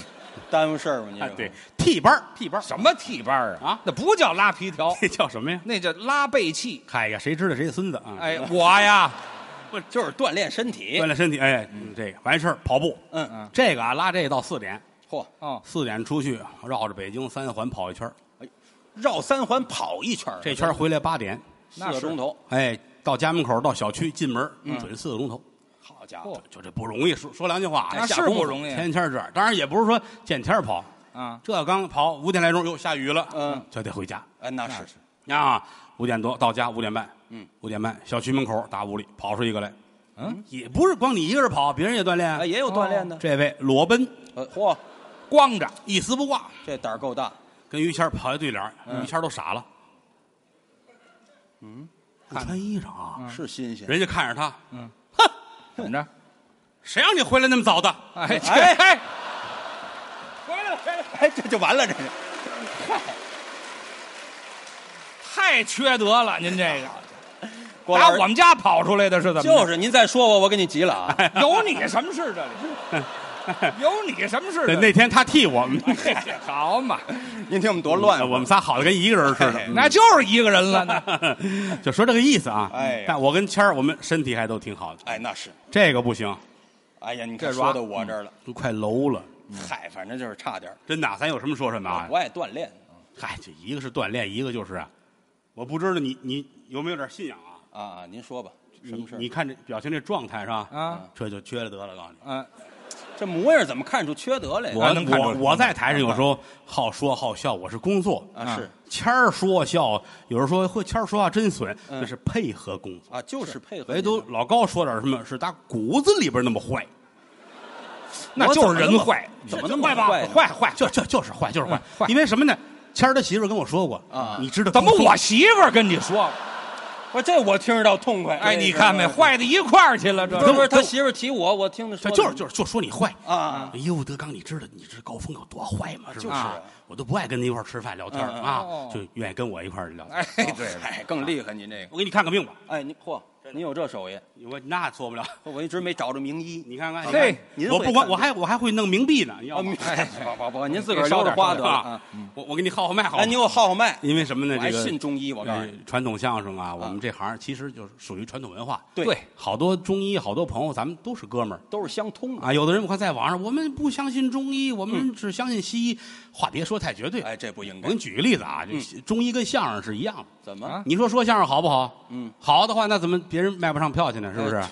[SPEAKER 5] 耽误事儿吗？您
[SPEAKER 2] 啊
[SPEAKER 5] 这
[SPEAKER 2] 对，替班儿替班儿，
[SPEAKER 3] 什么替班儿啊？
[SPEAKER 2] 啊
[SPEAKER 3] 那不叫拉皮
[SPEAKER 2] ，
[SPEAKER 3] 条
[SPEAKER 2] 这叫什么呀？
[SPEAKER 3] 那叫拉背气。
[SPEAKER 2] 嗨呀，谁知道谁的孙子啊？，
[SPEAKER 3] 哎，我 呀，
[SPEAKER 5] 不就是锻炼身体
[SPEAKER 2] 锻？炼身体，哎，嗯这个完事儿跑步，
[SPEAKER 5] 嗯
[SPEAKER 3] 嗯，
[SPEAKER 2] 这个啊拉这个到四点，
[SPEAKER 5] 嚯，
[SPEAKER 3] 哦，
[SPEAKER 2] 四点出去绕着北京三环跑一圈儿，
[SPEAKER 5] 绕三环跑一圈儿，
[SPEAKER 2] 这圈儿回来八点，
[SPEAKER 5] 四
[SPEAKER 3] 那
[SPEAKER 5] 个
[SPEAKER 3] 是
[SPEAKER 5] 钟头，
[SPEAKER 2] 哎，到家门口到小区进门儿
[SPEAKER 3] 嗯
[SPEAKER 2] 准四个钟头，
[SPEAKER 5] 好家伙，
[SPEAKER 2] 就这不容易。说说良心话啊，
[SPEAKER 3] 那
[SPEAKER 5] 下
[SPEAKER 3] 哎是
[SPEAKER 5] 功夫
[SPEAKER 3] 不容易
[SPEAKER 2] 天天儿这样，当然也不是说见天儿跑，
[SPEAKER 3] 啊。
[SPEAKER 2] 这刚跑五点来钟，又下雨了，
[SPEAKER 5] 嗯，
[SPEAKER 2] 就得回家
[SPEAKER 5] 哎，那是
[SPEAKER 2] 啊。五点多到家，五点半，
[SPEAKER 5] 嗯，
[SPEAKER 2] 五点半小区门口大屋里跑出一个来，
[SPEAKER 3] 嗯，哎
[SPEAKER 2] 也不是光你一个人跑，别人也锻炼啊
[SPEAKER 5] 啊，。也有锻炼的。
[SPEAKER 2] 这位裸奔，
[SPEAKER 5] 呃，嚯，
[SPEAKER 3] 光着
[SPEAKER 2] 一丝不 挂，
[SPEAKER 5] 这胆儿够大，
[SPEAKER 2] 跟于谦儿跑一对脸儿，于谦儿都傻了。嗯，不穿衣裳啊，
[SPEAKER 5] 是新鲜。
[SPEAKER 2] 人家看着他，
[SPEAKER 3] 怎么着？
[SPEAKER 2] 谁让你回来那么早的？
[SPEAKER 3] 哎，这
[SPEAKER 5] 哎
[SPEAKER 3] 哎，
[SPEAKER 5] 哎，这就完了，这是
[SPEAKER 3] 太缺德了！您这个
[SPEAKER 5] 郭
[SPEAKER 3] 打
[SPEAKER 5] 老
[SPEAKER 3] 我
[SPEAKER 5] 师
[SPEAKER 3] 们哎家跑出来的是怎么着？
[SPEAKER 5] 就是您再说我，我给你急了啊！
[SPEAKER 3] 有你什么事？这里有你什么事？
[SPEAKER 2] 对，那天他替我 们，
[SPEAKER 3] 好嘛，
[SPEAKER 5] 您听我们多乱，啊
[SPEAKER 2] 我们仨好的跟一个人似的。
[SPEAKER 3] 那就是一个人了。那
[SPEAKER 2] 就说这个意思啊。
[SPEAKER 5] 哎哎呀
[SPEAKER 2] 但我跟谦儿，我们身体还都挺好的。
[SPEAKER 5] 哎，那是，
[SPEAKER 2] 这个不行，
[SPEAKER 5] 哎呀，你
[SPEAKER 3] 这
[SPEAKER 5] 看
[SPEAKER 3] 软
[SPEAKER 5] 说到我这嗯儿了，
[SPEAKER 2] 都快楼了。
[SPEAKER 5] 嗨，反正就是差点儿。
[SPEAKER 2] 真的啊，咱有什么说什么啊。
[SPEAKER 5] 我也锻炼
[SPEAKER 2] 嗨，这一个是锻炼，一个就是啊，我不知道你你有没有点信仰啊？
[SPEAKER 5] 啊啊，您说吧，什
[SPEAKER 2] 你
[SPEAKER 5] 么事儿
[SPEAKER 2] 你看这表情这状态是吧？
[SPEAKER 3] 啊，
[SPEAKER 2] 这就缺了德了，告诉
[SPEAKER 5] 哎
[SPEAKER 2] 你。
[SPEAKER 3] 嗯，
[SPEAKER 5] 这模样怎么看出缺德来？
[SPEAKER 2] 我
[SPEAKER 3] 能看出
[SPEAKER 2] 我
[SPEAKER 3] 来
[SPEAKER 2] 我在台上有时候好说好笑，我是工作。
[SPEAKER 5] 啊是
[SPEAKER 2] 谦儿说笑，有人说会谦儿说话真损，
[SPEAKER 5] 嗯
[SPEAKER 2] 那是配合工作。
[SPEAKER 5] 啊，就是配合您。
[SPEAKER 2] 唯独哎老高说点什么，是打骨子里边那么坏，
[SPEAKER 3] 那就是人坏，
[SPEAKER 5] 怎么那么
[SPEAKER 3] 坏吧？
[SPEAKER 5] 坏呢
[SPEAKER 3] 坏坏，
[SPEAKER 2] 就就就是坏，就是坏
[SPEAKER 3] 嗯。坏
[SPEAKER 2] 因为什么呢？谦儿他媳妇儿跟我说过
[SPEAKER 5] 啊
[SPEAKER 2] 你知道
[SPEAKER 3] 怎么
[SPEAKER 2] 工作
[SPEAKER 3] 我媳妇儿跟你说？
[SPEAKER 5] 不是这我听着倒痛快。
[SPEAKER 3] 哎，
[SPEAKER 5] 这
[SPEAKER 3] 你
[SPEAKER 5] 是
[SPEAKER 3] 看没？。坏到一块儿去了，
[SPEAKER 5] 不是不
[SPEAKER 3] 这
[SPEAKER 5] 是，他媳妇儿提我，我听着
[SPEAKER 2] 这
[SPEAKER 5] 说
[SPEAKER 2] 就是就是就说你坏
[SPEAKER 5] 啊啊
[SPEAKER 2] 哎呦，德刚，你知道你这高峰有多坏吗？是
[SPEAKER 5] 就是
[SPEAKER 2] 吧？啊我都不爱跟他一块儿吃饭聊天儿
[SPEAKER 5] 嗯嗯
[SPEAKER 2] 啊
[SPEAKER 3] 哦，
[SPEAKER 2] 就愿意跟我一块儿聊天。
[SPEAKER 3] 哎，对，
[SPEAKER 5] 哎，更厉害您这个。
[SPEAKER 2] 我给你看个病吧，
[SPEAKER 5] 哎，您嚯，您有这手艺，
[SPEAKER 2] 我那错不了。
[SPEAKER 5] 我一直没找着名医。
[SPEAKER 2] 你看看，
[SPEAKER 3] 嘿
[SPEAKER 2] 你看
[SPEAKER 5] 您
[SPEAKER 2] 我
[SPEAKER 5] 会
[SPEAKER 2] 不光
[SPEAKER 5] 看
[SPEAKER 2] 我还我还会弄冥币呢，你要
[SPEAKER 5] 啊，
[SPEAKER 2] 吗？哎
[SPEAKER 5] 不不不，您自个
[SPEAKER 3] 给
[SPEAKER 5] 儿
[SPEAKER 3] 烧
[SPEAKER 5] 留着
[SPEAKER 3] 点
[SPEAKER 5] 花
[SPEAKER 3] 烧
[SPEAKER 5] 得
[SPEAKER 3] 点
[SPEAKER 5] 了
[SPEAKER 2] 啊
[SPEAKER 5] 啊。，
[SPEAKER 2] 我我给你号号脉好吗
[SPEAKER 5] 哎，你给我号号脉，
[SPEAKER 2] 因为什么呢？
[SPEAKER 5] 我还
[SPEAKER 2] 这个
[SPEAKER 5] 信中医，我告诉
[SPEAKER 2] 呃
[SPEAKER 5] 你，
[SPEAKER 2] 传统相声啊，我们
[SPEAKER 5] 啊
[SPEAKER 2] 这行其实就是属于传统文化。
[SPEAKER 5] 对
[SPEAKER 3] 对
[SPEAKER 2] 好多中医，好多朋友，咱们都是哥们儿。
[SPEAKER 5] 都是相通的。
[SPEAKER 2] 啊，有的人我看在网上，我们不相信中医，我们只相信西医。话别说太绝对，
[SPEAKER 5] 哎，嗯这不应
[SPEAKER 2] 我
[SPEAKER 5] 该
[SPEAKER 2] 给。你举个例子啊，就中医跟相声是一样的。
[SPEAKER 5] 怎么、
[SPEAKER 3] 啊
[SPEAKER 2] 你说说相声好不好？
[SPEAKER 5] 嗯，哎
[SPEAKER 2] 好的话，那怎么别人卖不上票去呢？是不是？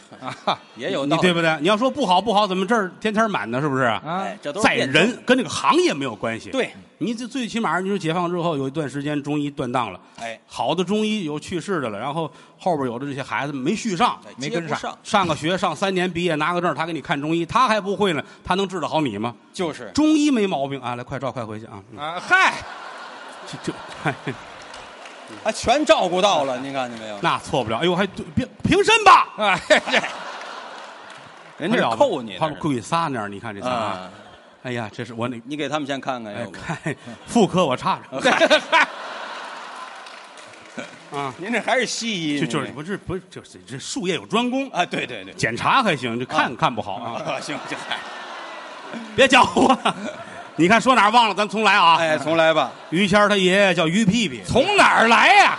[SPEAKER 3] 啊
[SPEAKER 5] 也有
[SPEAKER 2] 你
[SPEAKER 5] 道理？
[SPEAKER 2] 对不对？你要说不好不好，怎么这儿天天满呢？是不是？
[SPEAKER 3] 啊
[SPEAKER 5] 哎，，这都是
[SPEAKER 2] 在
[SPEAKER 5] 辩证
[SPEAKER 2] 人跟这个行业没有关系。，
[SPEAKER 5] 对，
[SPEAKER 2] 你这最起码你说解放之后有一段时间中医断档了，
[SPEAKER 5] 哎，
[SPEAKER 2] 好的中医有去世的了，然后后边有的这些孩子没续上，
[SPEAKER 5] 哎
[SPEAKER 3] 没
[SPEAKER 5] 接
[SPEAKER 3] 跟
[SPEAKER 5] 不
[SPEAKER 3] 上
[SPEAKER 5] 上，
[SPEAKER 2] 上个学上三年毕业拿个证，他给你看中医，他还不会呢，他能治得好你吗？
[SPEAKER 5] 就是
[SPEAKER 2] 中医没毛病啊，来快照快回去啊，嗯
[SPEAKER 3] 啊，嗨，
[SPEAKER 2] 这这、 哎、
[SPEAKER 5] 还全照顾到了，您看见没有？
[SPEAKER 2] 那错不了，哎呦还对别平身吧。哎
[SPEAKER 3] 哎，
[SPEAKER 5] 人家是扣你
[SPEAKER 2] 他
[SPEAKER 5] 的
[SPEAKER 2] 们故意撒那儿，你看这仨、
[SPEAKER 5] 啊！
[SPEAKER 2] 哎呀，这是我那
[SPEAKER 5] 你给他们先看看，
[SPEAKER 2] 哎
[SPEAKER 5] 要不？
[SPEAKER 2] 看 妇科我差着
[SPEAKER 5] 哎
[SPEAKER 3] 这嗨，
[SPEAKER 2] 啊，
[SPEAKER 5] 您这还是西医，
[SPEAKER 2] 就就是
[SPEAKER 5] 您
[SPEAKER 2] 不是不是就是这术业有专攻
[SPEAKER 5] 这，啊，对对对，
[SPEAKER 2] 检查还行，就看、看不好啊，
[SPEAKER 3] 哦
[SPEAKER 5] 啊，行行，哎
[SPEAKER 2] 别搅和。 你看说哪儿忘了，咱重来啊。
[SPEAKER 5] 哎，重来吧，
[SPEAKER 2] 于谦儿他爷爷叫于屁屁，
[SPEAKER 3] 从哪儿来呀？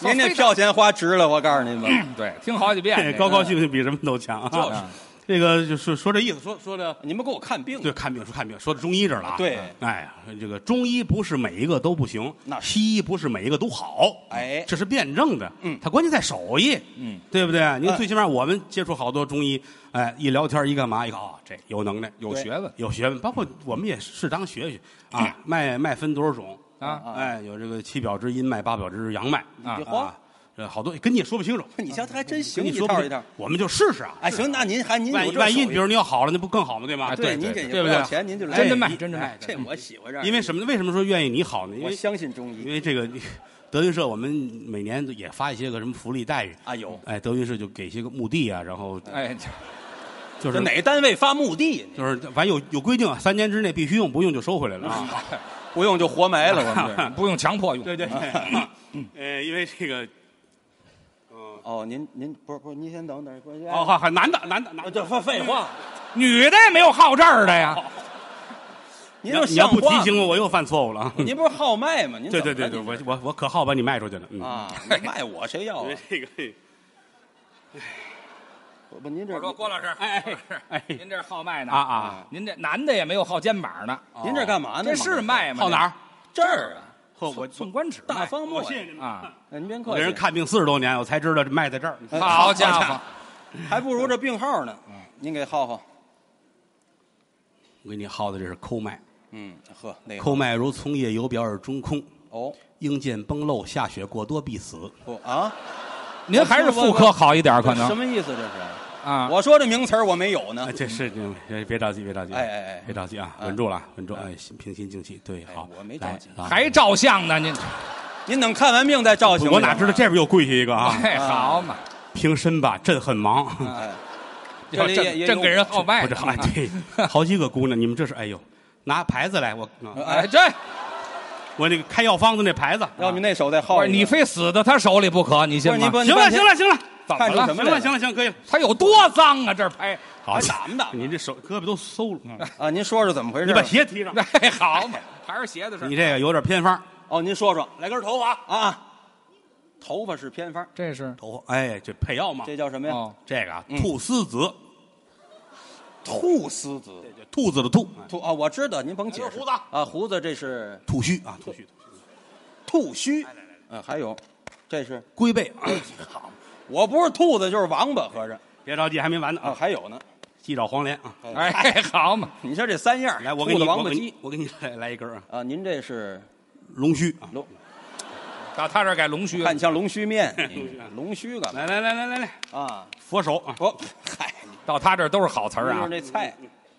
[SPEAKER 5] 您这票钱花值了，我告诉您吧，
[SPEAKER 3] 对，听好几遍这个，
[SPEAKER 2] 高高兴兴比什么都强啊。
[SPEAKER 5] 哎就是
[SPEAKER 2] 这个就是说这意思，说说这
[SPEAKER 5] 你们给我看病，
[SPEAKER 2] 对看病说看病，说到中医这儿了啊。
[SPEAKER 5] 对
[SPEAKER 2] 哎呀，这个中医不是每一个都不行，
[SPEAKER 5] 那是
[SPEAKER 2] 西医不是每一个都好，
[SPEAKER 5] 哎
[SPEAKER 2] 这是辩证的。
[SPEAKER 5] 嗯
[SPEAKER 2] 它关键在手艺，
[SPEAKER 5] 嗯，
[SPEAKER 2] 对不对？您
[SPEAKER 5] 嗯
[SPEAKER 2] 最起码我们接触好多中医，哎，一聊天一干嘛，一看啊，这有能耐，
[SPEAKER 3] 有学
[SPEAKER 5] 嗯
[SPEAKER 3] 问
[SPEAKER 2] 有学问，包括我们也适当学学啊，脉脉分多少种。
[SPEAKER 3] 啊
[SPEAKER 5] 啊
[SPEAKER 2] 哎，有这个七表之阴脉、八表之阳脉
[SPEAKER 3] 啊
[SPEAKER 5] 你嚯，
[SPEAKER 2] 啊，这好多跟你也说不清楚，
[SPEAKER 5] 你瞧他还真行，
[SPEAKER 2] 跟你
[SPEAKER 5] 一
[SPEAKER 2] 说不
[SPEAKER 5] 套
[SPEAKER 2] 清
[SPEAKER 5] 一套，
[SPEAKER 2] 我们就试试啊。
[SPEAKER 5] 哎，行，那您还您
[SPEAKER 2] 万
[SPEAKER 5] 有
[SPEAKER 2] 一
[SPEAKER 5] 这
[SPEAKER 2] 万一，
[SPEAKER 5] 手艺啊
[SPEAKER 2] 比如你要好了，那不更好吗？对吗？
[SPEAKER 3] 哎
[SPEAKER 5] 对
[SPEAKER 3] 对
[SPEAKER 5] 您这
[SPEAKER 3] 对
[SPEAKER 5] 也
[SPEAKER 2] 对
[SPEAKER 5] 不
[SPEAKER 2] 不对
[SPEAKER 5] 要钱，您就来
[SPEAKER 3] 真的
[SPEAKER 2] 卖
[SPEAKER 3] 卖，真的卖，
[SPEAKER 5] 这我喜欢这样，
[SPEAKER 2] 因为什么呢？为什么说愿意你好呢？因
[SPEAKER 5] 我
[SPEAKER 2] 为
[SPEAKER 5] 相信中
[SPEAKER 2] 因
[SPEAKER 5] 医
[SPEAKER 2] 为这个德云社，我们每年也发一些个什么福利待遇。
[SPEAKER 5] 啊，有
[SPEAKER 2] 哎，德云社就给一些个墓地啊，然后
[SPEAKER 3] 哎，
[SPEAKER 2] 就是
[SPEAKER 5] 这哪个单位发墓地？
[SPEAKER 2] 就是反正有有规定啊，三年之内必须用，不用就收回来了啊。
[SPEAKER 5] 不用就活埋了，我们这。
[SPEAKER 3] 不用强迫用，
[SPEAKER 2] 对对，
[SPEAKER 5] 嗯
[SPEAKER 2] 呃，因为这个
[SPEAKER 5] 哦，您您不是不是，您先等等，不是
[SPEAKER 2] 哦，还还男的男的男的，
[SPEAKER 5] 这废废话，
[SPEAKER 3] 女的也没有好这儿的呀。
[SPEAKER 5] 您
[SPEAKER 2] 你要
[SPEAKER 5] 就
[SPEAKER 2] 你要
[SPEAKER 5] 像
[SPEAKER 2] 不提
[SPEAKER 5] 话
[SPEAKER 2] 醒
[SPEAKER 5] 吗
[SPEAKER 2] 我，我又犯错误了啊。
[SPEAKER 5] 您不是号脉吗？您
[SPEAKER 2] 对对
[SPEAKER 5] 怎么
[SPEAKER 2] 对
[SPEAKER 5] 了
[SPEAKER 2] 对，
[SPEAKER 5] 您
[SPEAKER 2] 我我我可好把你卖出去了。嗯，
[SPEAKER 5] 啊，你卖我谁要
[SPEAKER 2] 因
[SPEAKER 5] 啊
[SPEAKER 2] 为？这个，
[SPEAKER 5] 不不，您这
[SPEAKER 3] 我说郭老师，哎
[SPEAKER 2] 哎
[SPEAKER 3] 您这号脉呢？嗯哦
[SPEAKER 2] 啊啊，
[SPEAKER 3] 您这男的也没有好肩膀呢，
[SPEAKER 5] 您这干嘛呢？
[SPEAKER 3] 这是脉吗？
[SPEAKER 2] 好哪儿？
[SPEAKER 5] 这儿啊？
[SPEAKER 2] 呵，我
[SPEAKER 3] 纵观尺
[SPEAKER 5] 大方
[SPEAKER 2] 我
[SPEAKER 5] 莫
[SPEAKER 2] 谢谢你们
[SPEAKER 3] 啊！
[SPEAKER 5] 哎您别客
[SPEAKER 2] 我
[SPEAKER 5] 气，
[SPEAKER 2] 给人看病四十多年，我才知道这卖在这儿。
[SPEAKER 5] 哎，
[SPEAKER 3] 好家
[SPEAKER 5] 好
[SPEAKER 3] 伙，
[SPEAKER 5] 还不如这病号呢。
[SPEAKER 2] 嗯
[SPEAKER 5] 您给浩浩，
[SPEAKER 2] 我给你耗的这是抠脉，
[SPEAKER 5] 嗯，呵，那个
[SPEAKER 2] 抠脉如从夜游表而中空，
[SPEAKER 5] 哦
[SPEAKER 2] 应见崩漏，下血过多必死。
[SPEAKER 5] 不啊，
[SPEAKER 3] 您还是妇科好一点儿，可
[SPEAKER 5] 什
[SPEAKER 3] 能
[SPEAKER 5] 么意思这是？
[SPEAKER 3] 啊。
[SPEAKER 5] 我说这名词儿我没有呢
[SPEAKER 2] 哎，。这是这别着急，别着急，
[SPEAKER 5] 哎哎哎
[SPEAKER 2] 别着急啊，
[SPEAKER 5] 嗯
[SPEAKER 2] 稳住了，稳住，哎，心平心静气，对，
[SPEAKER 5] 哎
[SPEAKER 2] 好，
[SPEAKER 5] 我没
[SPEAKER 2] 来
[SPEAKER 5] 着急
[SPEAKER 2] 啊
[SPEAKER 3] 还照相呢，您
[SPEAKER 5] 您等看完病再照行不行啊。
[SPEAKER 2] 我哪知道这边又跪下一个啊？
[SPEAKER 3] 哎，好嘛，
[SPEAKER 2] 平身吧，朕很忙，
[SPEAKER 5] 哎？这
[SPEAKER 3] 要
[SPEAKER 5] 里也
[SPEAKER 3] 真
[SPEAKER 5] 也
[SPEAKER 3] 真给人号脉
[SPEAKER 2] 不是，
[SPEAKER 3] 呢
[SPEAKER 2] 哎，对，好几个姑娘，你们这是哎呦，拿牌子来，我啊
[SPEAKER 3] 哎，这
[SPEAKER 2] 我那个开药方子那牌子，啊
[SPEAKER 5] 要不那手再耗
[SPEAKER 3] 不是
[SPEAKER 5] 一个。
[SPEAKER 3] 你非死到他手里不可，你信
[SPEAKER 5] 不是
[SPEAKER 3] 吗
[SPEAKER 5] 你？不
[SPEAKER 2] 行了，行了，行了，
[SPEAKER 3] 怎么
[SPEAKER 5] 看出
[SPEAKER 3] 了？
[SPEAKER 5] 什么
[SPEAKER 2] 行了，
[SPEAKER 5] 来了
[SPEAKER 2] 行了，行，可以了，
[SPEAKER 3] 他有多脏啊？这拍，
[SPEAKER 2] 好，
[SPEAKER 5] 打不打
[SPEAKER 2] 你这手胳膊都馊了，嗯
[SPEAKER 5] 啊？您说说怎么回事？
[SPEAKER 2] 你把鞋提上，
[SPEAKER 3] 哎，好嘛，还是鞋的事儿
[SPEAKER 2] 你这个有点偏方，
[SPEAKER 5] 哦，您说说
[SPEAKER 2] 来根头发，
[SPEAKER 5] 啊。头发是偏方，
[SPEAKER 3] 这是
[SPEAKER 2] 头发，哎，这配药嘛，
[SPEAKER 5] 这叫什么呀？
[SPEAKER 3] 哦，
[SPEAKER 2] 这个啊，
[SPEAKER 5] 嗯
[SPEAKER 2] 兔丝子，
[SPEAKER 5] 兔丝子。
[SPEAKER 2] 兔子的兔，
[SPEAKER 5] 兔啊，我知道，您甭解
[SPEAKER 2] 还有
[SPEAKER 5] 释。
[SPEAKER 2] 胡子
[SPEAKER 5] 啊，胡子这是
[SPEAKER 2] 兔须啊，兔须，
[SPEAKER 5] 兔须。
[SPEAKER 2] 哎
[SPEAKER 5] 嗯，还有，这是
[SPEAKER 2] 龟背，啊
[SPEAKER 5] 我不是兔子就是王八，合着
[SPEAKER 2] 别着急，还没完呢
[SPEAKER 5] 啊，
[SPEAKER 2] 啊，
[SPEAKER 5] 还有呢。
[SPEAKER 2] 鸡爪黄连啊，
[SPEAKER 3] 哎， 好嘛，
[SPEAKER 5] 你说这三样儿，
[SPEAKER 2] 来，我给
[SPEAKER 5] 兔
[SPEAKER 2] 你，
[SPEAKER 5] 子王
[SPEAKER 2] 我
[SPEAKER 5] 八
[SPEAKER 2] 给
[SPEAKER 5] 鸡
[SPEAKER 2] 你，我给你来来一根啊，
[SPEAKER 5] 啊，您这是
[SPEAKER 2] 龙须啊，
[SPEAKER 5] 龙，
[SPEAKER 3] 到他这儿改龙须了
[SPEAKER 5] 看，像龙 须面，你龙须干嘛
[SPEAKER 2] 来来来来来来，
[SPEAKER 5] 啊？
[SPEAKER 2] 佛手啊，
[SPEAKER 5] 不，嗨，你
[SPEAKER 3] 到他这儿都是好词儿
[SPEAKER 5] 就是
[SPEAKER 3] 啊。
[SPEAKER 5] 这菜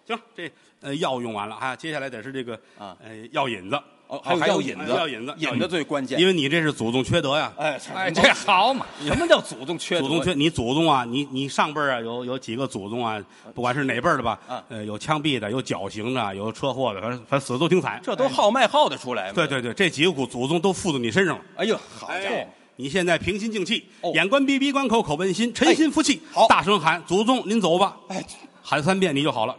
[SPEAKER 2] 行，这呃药用完了啊，接下来得是这个
[SPEAKER 5] 啊
[SPEAKER 2] 呃药引子，
[SPEAKER 5] 哦，
[SPEAKER 3] 还有
[SPEAKER 5] 还有
[SPEAKER 3] 引
[SPEAKER 5] 引
[SPEAKER 2] 子
[SPEAKER 5] 子，
[SPEAKER 2] 要引子
[SPEAKER 5] 引子最关键。
[SPEAKER 2] 因
[SPEAKER 5] 为
[SPEAKER 2] 为你这是祖宗缺德呀，
[SPEAKER 5] 哎，
[SPEAKER 3] 哎，这好嘛，
[SPEAKER 5] 什么叫祖宗缺德
[SPEAKER 2] 祖宗缺你祖宗啊，你你上辈儿啊有有几个祖宗啊，不管是哪辈儿的吧
[SPEAKER 5] 啊，
[SPEAKER 2] 呃有枪毙的，有绞刑的，有车祸的，反正反正死的都挺惨，
[SPEAKER 5] 这都号脉号得出来吗？
[SPEAKER 2] 哎对，对对，这几个股祖宗都附到你身上了。
[SPEAKER 5] 哎呦，好家伙，
[SPEAKER 2] 你现在平心静气，
[SPEAKER 5] 哦哎
[SPEAKER 2] 眼观鼻，鼻观口，口奔心，抻心服气，
[SPEAKER 5] 好
[SPEAKER 2] 大声喊祖宗，您走吧，
[SPEAKER 5] 哎，
[SPEAKER 2] 喊三遍你就好了。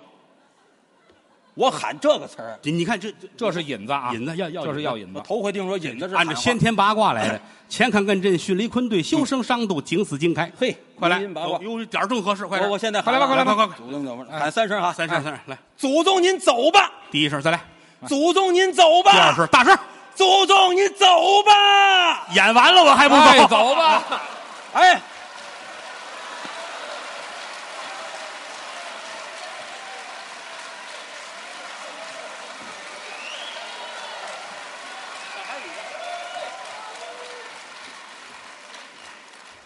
[SPEAKER 5] 我喊这个词儿，
[SPEAKER 2] 你你看这这
[SPEAKER 3] 这是引子啊，
[SPEAKER 2] 引子要要
[SPEAKER 3] 这是要引
[SPEAKER 5] 我
[SPEAKER 3] 子。
[SPEAKER 5] 头回听说引子是
[SPEAKER 2] 按照
[SPEAKER 5] 喊话
[SPEAKER 2] 先天八卦来的，乾坎艮震巽离坤兑修生伤度井死金开。
[SPEAKER 5] 嘿，
[SPEAKER 2] 快来，
[SPEAKER 5] 您八卦，
[SPEAKER 2] 有有点儿正合适，快点
[SPEAKER 5] 我
[SPEAKER 2] 儿！
[SPEAKER 5] 我现哎在
[SPEAKER 3] 快来吧
[SPEAKER 5] 喊
[SPEAKER 3] 快来吧
[SPEAKER 5] 快快，祖宗怎么喊三声哈？
[SPEAKER 2] 三声，三声，来，
[SPEAKER 5] 祖宗您走吧，
[SPEAKER 2] 第一声，再来，
[SPEAKER 5] 祖宗您走
[SPEAKER 2] 第二
[SPEAKER 5] 吧，
[SPEAKER 2] 声，大声，
[SPEAKER 5] 祖宗您走吧，
[SPEAKER 2] 演完了我还不
[SPEAKER 3] 哎，
[SPEAKER 2] 走，
[SPEAKER 3] 走吧，
[SPEAKER 5] 哎。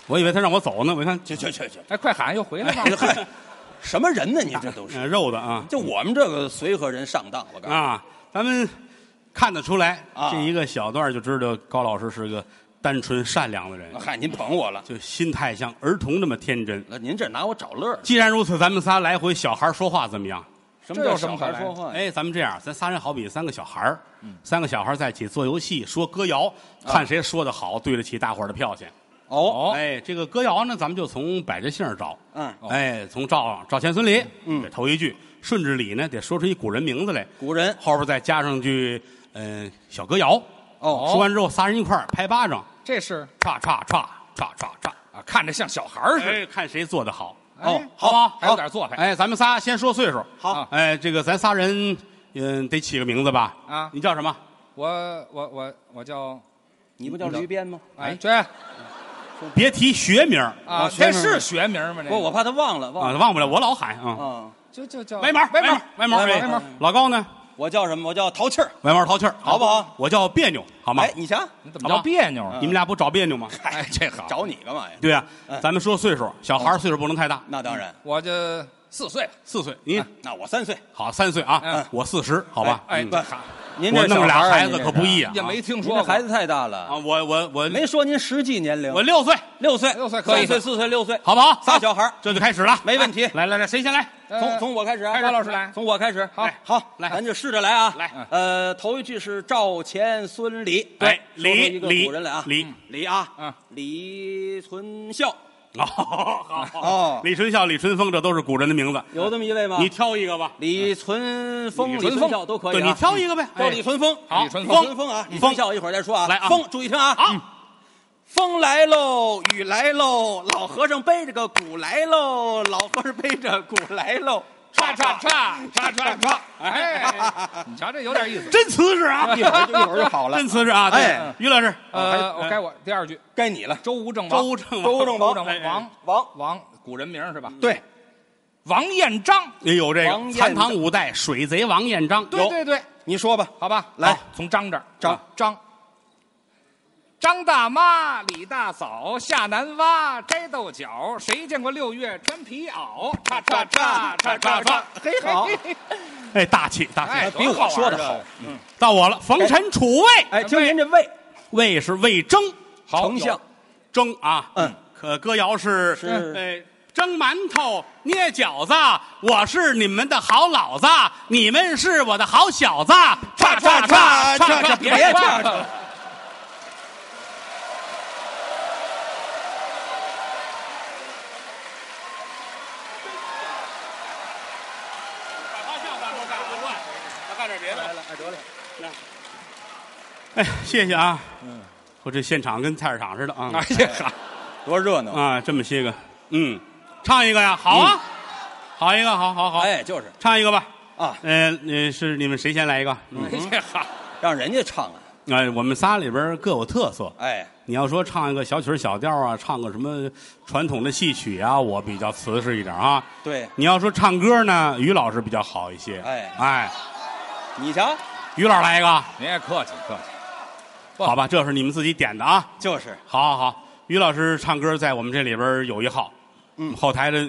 [SPEAKER 2] 我以为他让我走呢，我一看
[SPEAKER 5] 去去去去！
[SPEAKER 3] 哎，快喊又回来吧。
[SPEAKER 5] 嗨， 什么人呢？你这都是，
[SPEAKER 2] 呃肉的啊
[SPEAKER 5] 就我们这个随和人上当，我告诉你，
[SPEAKER 2] 啊，咱们看得出来，
[SPEAKER 5] 啊
[SPEAKER 2] 这一个小段儿就知道高老师是个单纯善良的人，
[SPEAKER 5] 哎嗨，您捧我了，
[SPEAKER 2] 就心态像儿童那么天真。
[SPEAKER 5] 那您这拿我找乐儿，
[SPEAKER 2] 既然如此，咱们仨来回小孩儿说话怎么样？
[SPEAKER 5] 什
[SPEAKER 3] 这
[SPEAKER 5] 么
[SPEAKER 3] 有
[SPEAKER 5] 叫
[SPEAKER 3] 什么
[SPEAKER 5] 小
[SPEAKER 3] 可
[SPEAKER 5] 孩
[SPEAKER 3] 来
[SPEAKER 5] 说话呀？
[SPEAKER 2] 哎，咱们这样，咱仨人好比三个小孩儿，三个小孩儿在一起做游戏，说歌谣，看谁说的好，对得起大伙儿的票钱。
[SPEAKER 5] 哦，
[SPEAKER 3] 哦，
[SPEAKER 2] 哎，这个歌谣呢，咱们就从百家姓儿找，
[SPEAKER 5] 嗯，
[SPEAKER 3] 哦
[SPEAKER 2] 哎，从赵赵钱孙李，嗯，头一句，顺着李呢，得说出一古人名字来，
[SPEAKER 5] 古人
[SPEAKER 2] 后边再加上句，嗯，小歌谣。
[SPEAKER 5] 哦，
[SPEAKER 2] 说完之后，仨人一块儿拍巴掌，
[SPEAKER 3] 这是
[SPEAKER 2] 歘歘歘歘歘歘，
[SPEAKER 3] 啊，看着像小孩儿似的。
[SPEAKER 2] 哎，看谁做的好。
[SPEAKER 3] 哎
[SPEAKER 5] 哦
[SPEAKER 2] 好不好
[SPEAKER 3] 还有点做派。
[SPEAKER 2] 哎，咱们仨先说岁数。
[SPEAKER 5] 好啊
[SPEAKER 2] 哎，这个咱仨人，嗯，得起个名字吧？
[SPEAKER 3] 啊
[SPEAKER 2] 你叫什么？
[SPEAKER 3] 我我我我叫
[SPEAKER 5] 你不叫驴鞭吗？
[SPEAKER 3] 哎，这
[SPEAKER 2] 别提学名儿
[SPEAKER 3] 啊，
[SPEAKER 5] 学
[SPEAKER 3] 这
[SPEAKER 5] 名
[SPEAKER 3] 是学名吗？这
[SPEAKER 5] 不，我怕他忘了，忘
[SPEAKER 2] 啊，
[SPEAKER 5] 了
[SPEAKER 2] 忘不了，我老喊啊。
[SPEAKER 5] 啊！
[SPEAKER 3] 就就叫
[SPEAKER 2] 歪毛，
[SPEAKER 3] 歪
[SPEAKER 2] 毛，歪毛，
[SPEAKER 5] 歪毛
[SPEAKER 2] 哎
[SPEAKER 5] 歪毛
[SPEAKER 2] 老高呢？
[SPEAKER 5] 我叫什么？我叫淘气儿。
[SPEAKER 2] 歪毛淘气儿，
[SPEAKER 5] 好不好？
[SPEAKER 2] 我叫别扭，好吗
[SPEAKER 5] 哎，？你瞧，
[SPEAKER 3] 你怎么叫别扭啊？
[SPEAKER 2] 你们俩不找别扭吗？
[SPEAKER 3] 哎，这好，
[SPEAKER 5] 找你干嘛呀？
[SPEAKER 2] 对呀，咱们说岁数，小孩儿岁数不能太大，
[SPEAKER 5] 那当然，
[SPEAKER 3] 我这四岁了，
[SPEAKER 2] 四岁，你
[SPEAKER 5] 那我三岁，
[SPEAKER 2] 好三岁啊
[SPEAKER 3] 嗯，
[SPEAKER 2] 我四十，好吧？
[SPEAKER 3] 哎，
[SPEAKER 2] 嗯
[SPEAKER 3] 这好
[SPEAKER 5] 您
[SPEAKER 2] 我
[SPEAKER 5] 这
[SPEAKER 2] 弄
[SPEAKER 5] 小
[SPEAKER 2] 俩
[SPEAKER 5] 儿啊
[SPEAKER 2] 孩子可不易
[SPEAKER 5] 您
[SPEAKER 2] 啊，
[SPEAKER 3] 也没听
[SPEAKER 5] 这是您
[SPEAKER 3] 说过
[SPEAKER 5] 这孩子太大
[SPEAKER 2] 啊，
[SPEAKER 5] 了，
[SPEAKER 2] 我我我
[SPEAKER 5] 没说您实际年龄
[SPEAKER 2] 我，六岁，
[SPEAKER 5] 六岁，
[SPEAKER 3] 六岁可以
[SPEAKER 5] 三岁、四岁、六岁，
[SPEAKER 2] 好不好？啊
[SPEAKER 5] 仨小孩儿
[SPEAKER 2] 这就开始了，哎
[SPEAKER 5] 没问题
[SPEAKER 2] 来来来，谁先来？
[SPEAKER 3] 呃
[SPEAKER 5] 从从我开始啊，
[SPEAKER 3] 开始高老师来
[SPEAKER 5] 从我开始，哎
[SPEAKER 3] 好
[SPEAKER 5] 好，
[SPEAKER 2] 来
[SPEAKER 5] 咱就试着来啊，
[SPEAKER 2] 来，
[SPEAKER 5] 呃，头一句是赵钱孙李，
[SPEAKER 2] 对，
[SPEAKER 5] 说出
[SPEAKER 2] 哎李
[SPEAKER 5] 一个
[SPEAKER 2] 李
[SPEAKER 5] 古人来啊，
[SPEAKER 2] 李，
[SPEAKER 5] 李啊，
[SPEAKER 3] 嗯，
[SPEAKER 5] 李存孝，
[SPEAKER 2] 哦，好好
[SPEAKER 5] 哦
[SPEAKER 2] 李春孝、李春风，这都是古人的名字，
[SPEAKER 5] 有这么一位吗？
[SPEAKER 2] 你挑一个吧，
[SPEAKER 5] 李存风、
[SPEAKER 3] 李
[SPEAKER 5] 李
[SPEAKER 3] 存
[SPEAKER 5] 存孝都可以
[SPEAKER 2] 对
[SPEAKER 5] 啊，
[SPEAKER 2] 你挑一个呗，
[SPEAKER 5] 叫
[SPEAKER 2] 哎
[SPEAKER 5] 李存风，
[SPEAKER 2] 好
[SPEAKER 3] 李春
[SPEAKER 5] 李
[SPEAKER 2] 风
[SPEAKER 5] 存风啊，李
[SPEAKER 2] 风
[SPEAKER 5] 存孝一会儿再说啊，
[SPEAKER 2] 来啊
[SPEAKER 5] 风，注意听啊，
[SPEAKER 2] 好
[SPEAKER 5] 嗯风来喽，雨来喽，老和尚背着个鼓来喽，老和尚背着鼓来喽，
[SPEAKER 3] 唰唰唰唰唰 唰，哎，你 瞧这有点意思。
[SPEAKER 2] 真瓷实啊，
[SPEAKER 5] 一会哎儿就一会儿就好了
[SPEAKER 2] 真，瓷实啊，对
[SPEAKER 5] 哎，
[SPEAKER 2] 于老师，
[SPEAKER 3] 呃，我该我第二句，
[SPEAKER 5] 该你了，
[SPEAKER 3] 周吴郑王，
[SPEAKER 2] 周正，
[SPEAKER 5] 周正
[SPEAKER 3] 周
[SPEAKER 5] 王
[SPEAKER 3] 郑
[SPEAKER 2] 哎哎
[SPEAKER 3] 王
[SPEAKER 5] 王，
[SPEAKER 3] 王，古人名是吧？
[SPEAKER 5] 对，
[SPEAKER 3] 王彦章，
[SPEAKER 2] 也有哎这
[SPEAKER 5] 王
[SPEAKER 2] 个
[SPEAKER 5] 彦
[SPEAKER 2] 残唐五代水贼王彦章，
[SPEAKER 3] 对对对，
[SPEAKER 5] 你说吧，
[SPEAKER 3] 好吧，
[SPEAKER 5] 来
[SPEAKER 3] 啊好，从张这儿，
[SPEAKER 5] 张
[SPEAKER 3] 啊张，张大妈、李大嫂、夏南蛙、摘豆角，谁见过六月穿皮袄？叉叉叉叉叉叉，
[SPEAKER 5] 嘿好
[SPEAKER 2] 哎，大气大
[SPEAKER 3] 哎，
[SPEAKER 2] 气，
[SPEAKER 5] 比我说
[SPEAKER 3] 多玩
[SPEAKER 5] 得好
[SPEAKER 3] 儿啊。
[SPEAKER 2] 到我了，防臣楚卫，
[SPEAKER 5] 哎，听您这胃，
[SPEAKER 2] 卫是魏征，
[SPEAKER 3] 好
[SPEAKER 5] 丞相，
[SPEAKER 2] 征啊，
[SPEAKER 5] 嗯，
[SPEAKER 2] 可歌谣是
[SPEAKER 5] 是
[SPEAKER 2] 哎。蒸馒头，捏饺子，我是你们的好老子，你们是我的好小子。叉叉叉叉叉，
[SPEAKER 5] 别这样
[SPEAKER 3] 了。
[SPEAKER 2] 哎，谢谢啊。我这现场跟菜市场似的啊。
[SPEAKER 3] 哎呀，
[SPEAKER 5] 多热闹！
[SPEAKER 2] 啊，这么些个，嗯，唱一个呀，好啊，好一个，好好好，
[SPEAKER 5] 哎，就是
[SPEAKER 2] 唱一个吧，
[SPEAKER 5] 啊，
[SPEAKER 2] 呃，呃，是你们谁先来一个？嗯，
[SPEAKER 3] 哎呀，
[SPEAKER 5] 让人家唱啊，
[SPEAKER 2] 哎，我们仨里边各有特色。
[SPEAKER 5] 哎，
[SPEAKER 2] 你要说唱一个小曲儿小调啊，唱个什么传统的戏曲啊，我比较瓷实一点啊。
[SPEAKER 5] 对
[SPEAKER 2] 你要说唱歌呢，于老师比较好一些。
[SPEAKER 5] 哎
[SPEAKER 2] 哎，
[SPEAKER 5] 你瞧，
[SPEAKER 2] 于老师来一个，
[SPEAKER 3] 您也客气客气。
[SPEAKER 2] 好吧，这是你们自己点的啊。
[SPEAKER 5] 就是
[SPEAKER 2] 好好好，于老师唱歌在我们这里边有一号，
[SPEAKER 5] 嗯
[SPEAKER 2] 后台的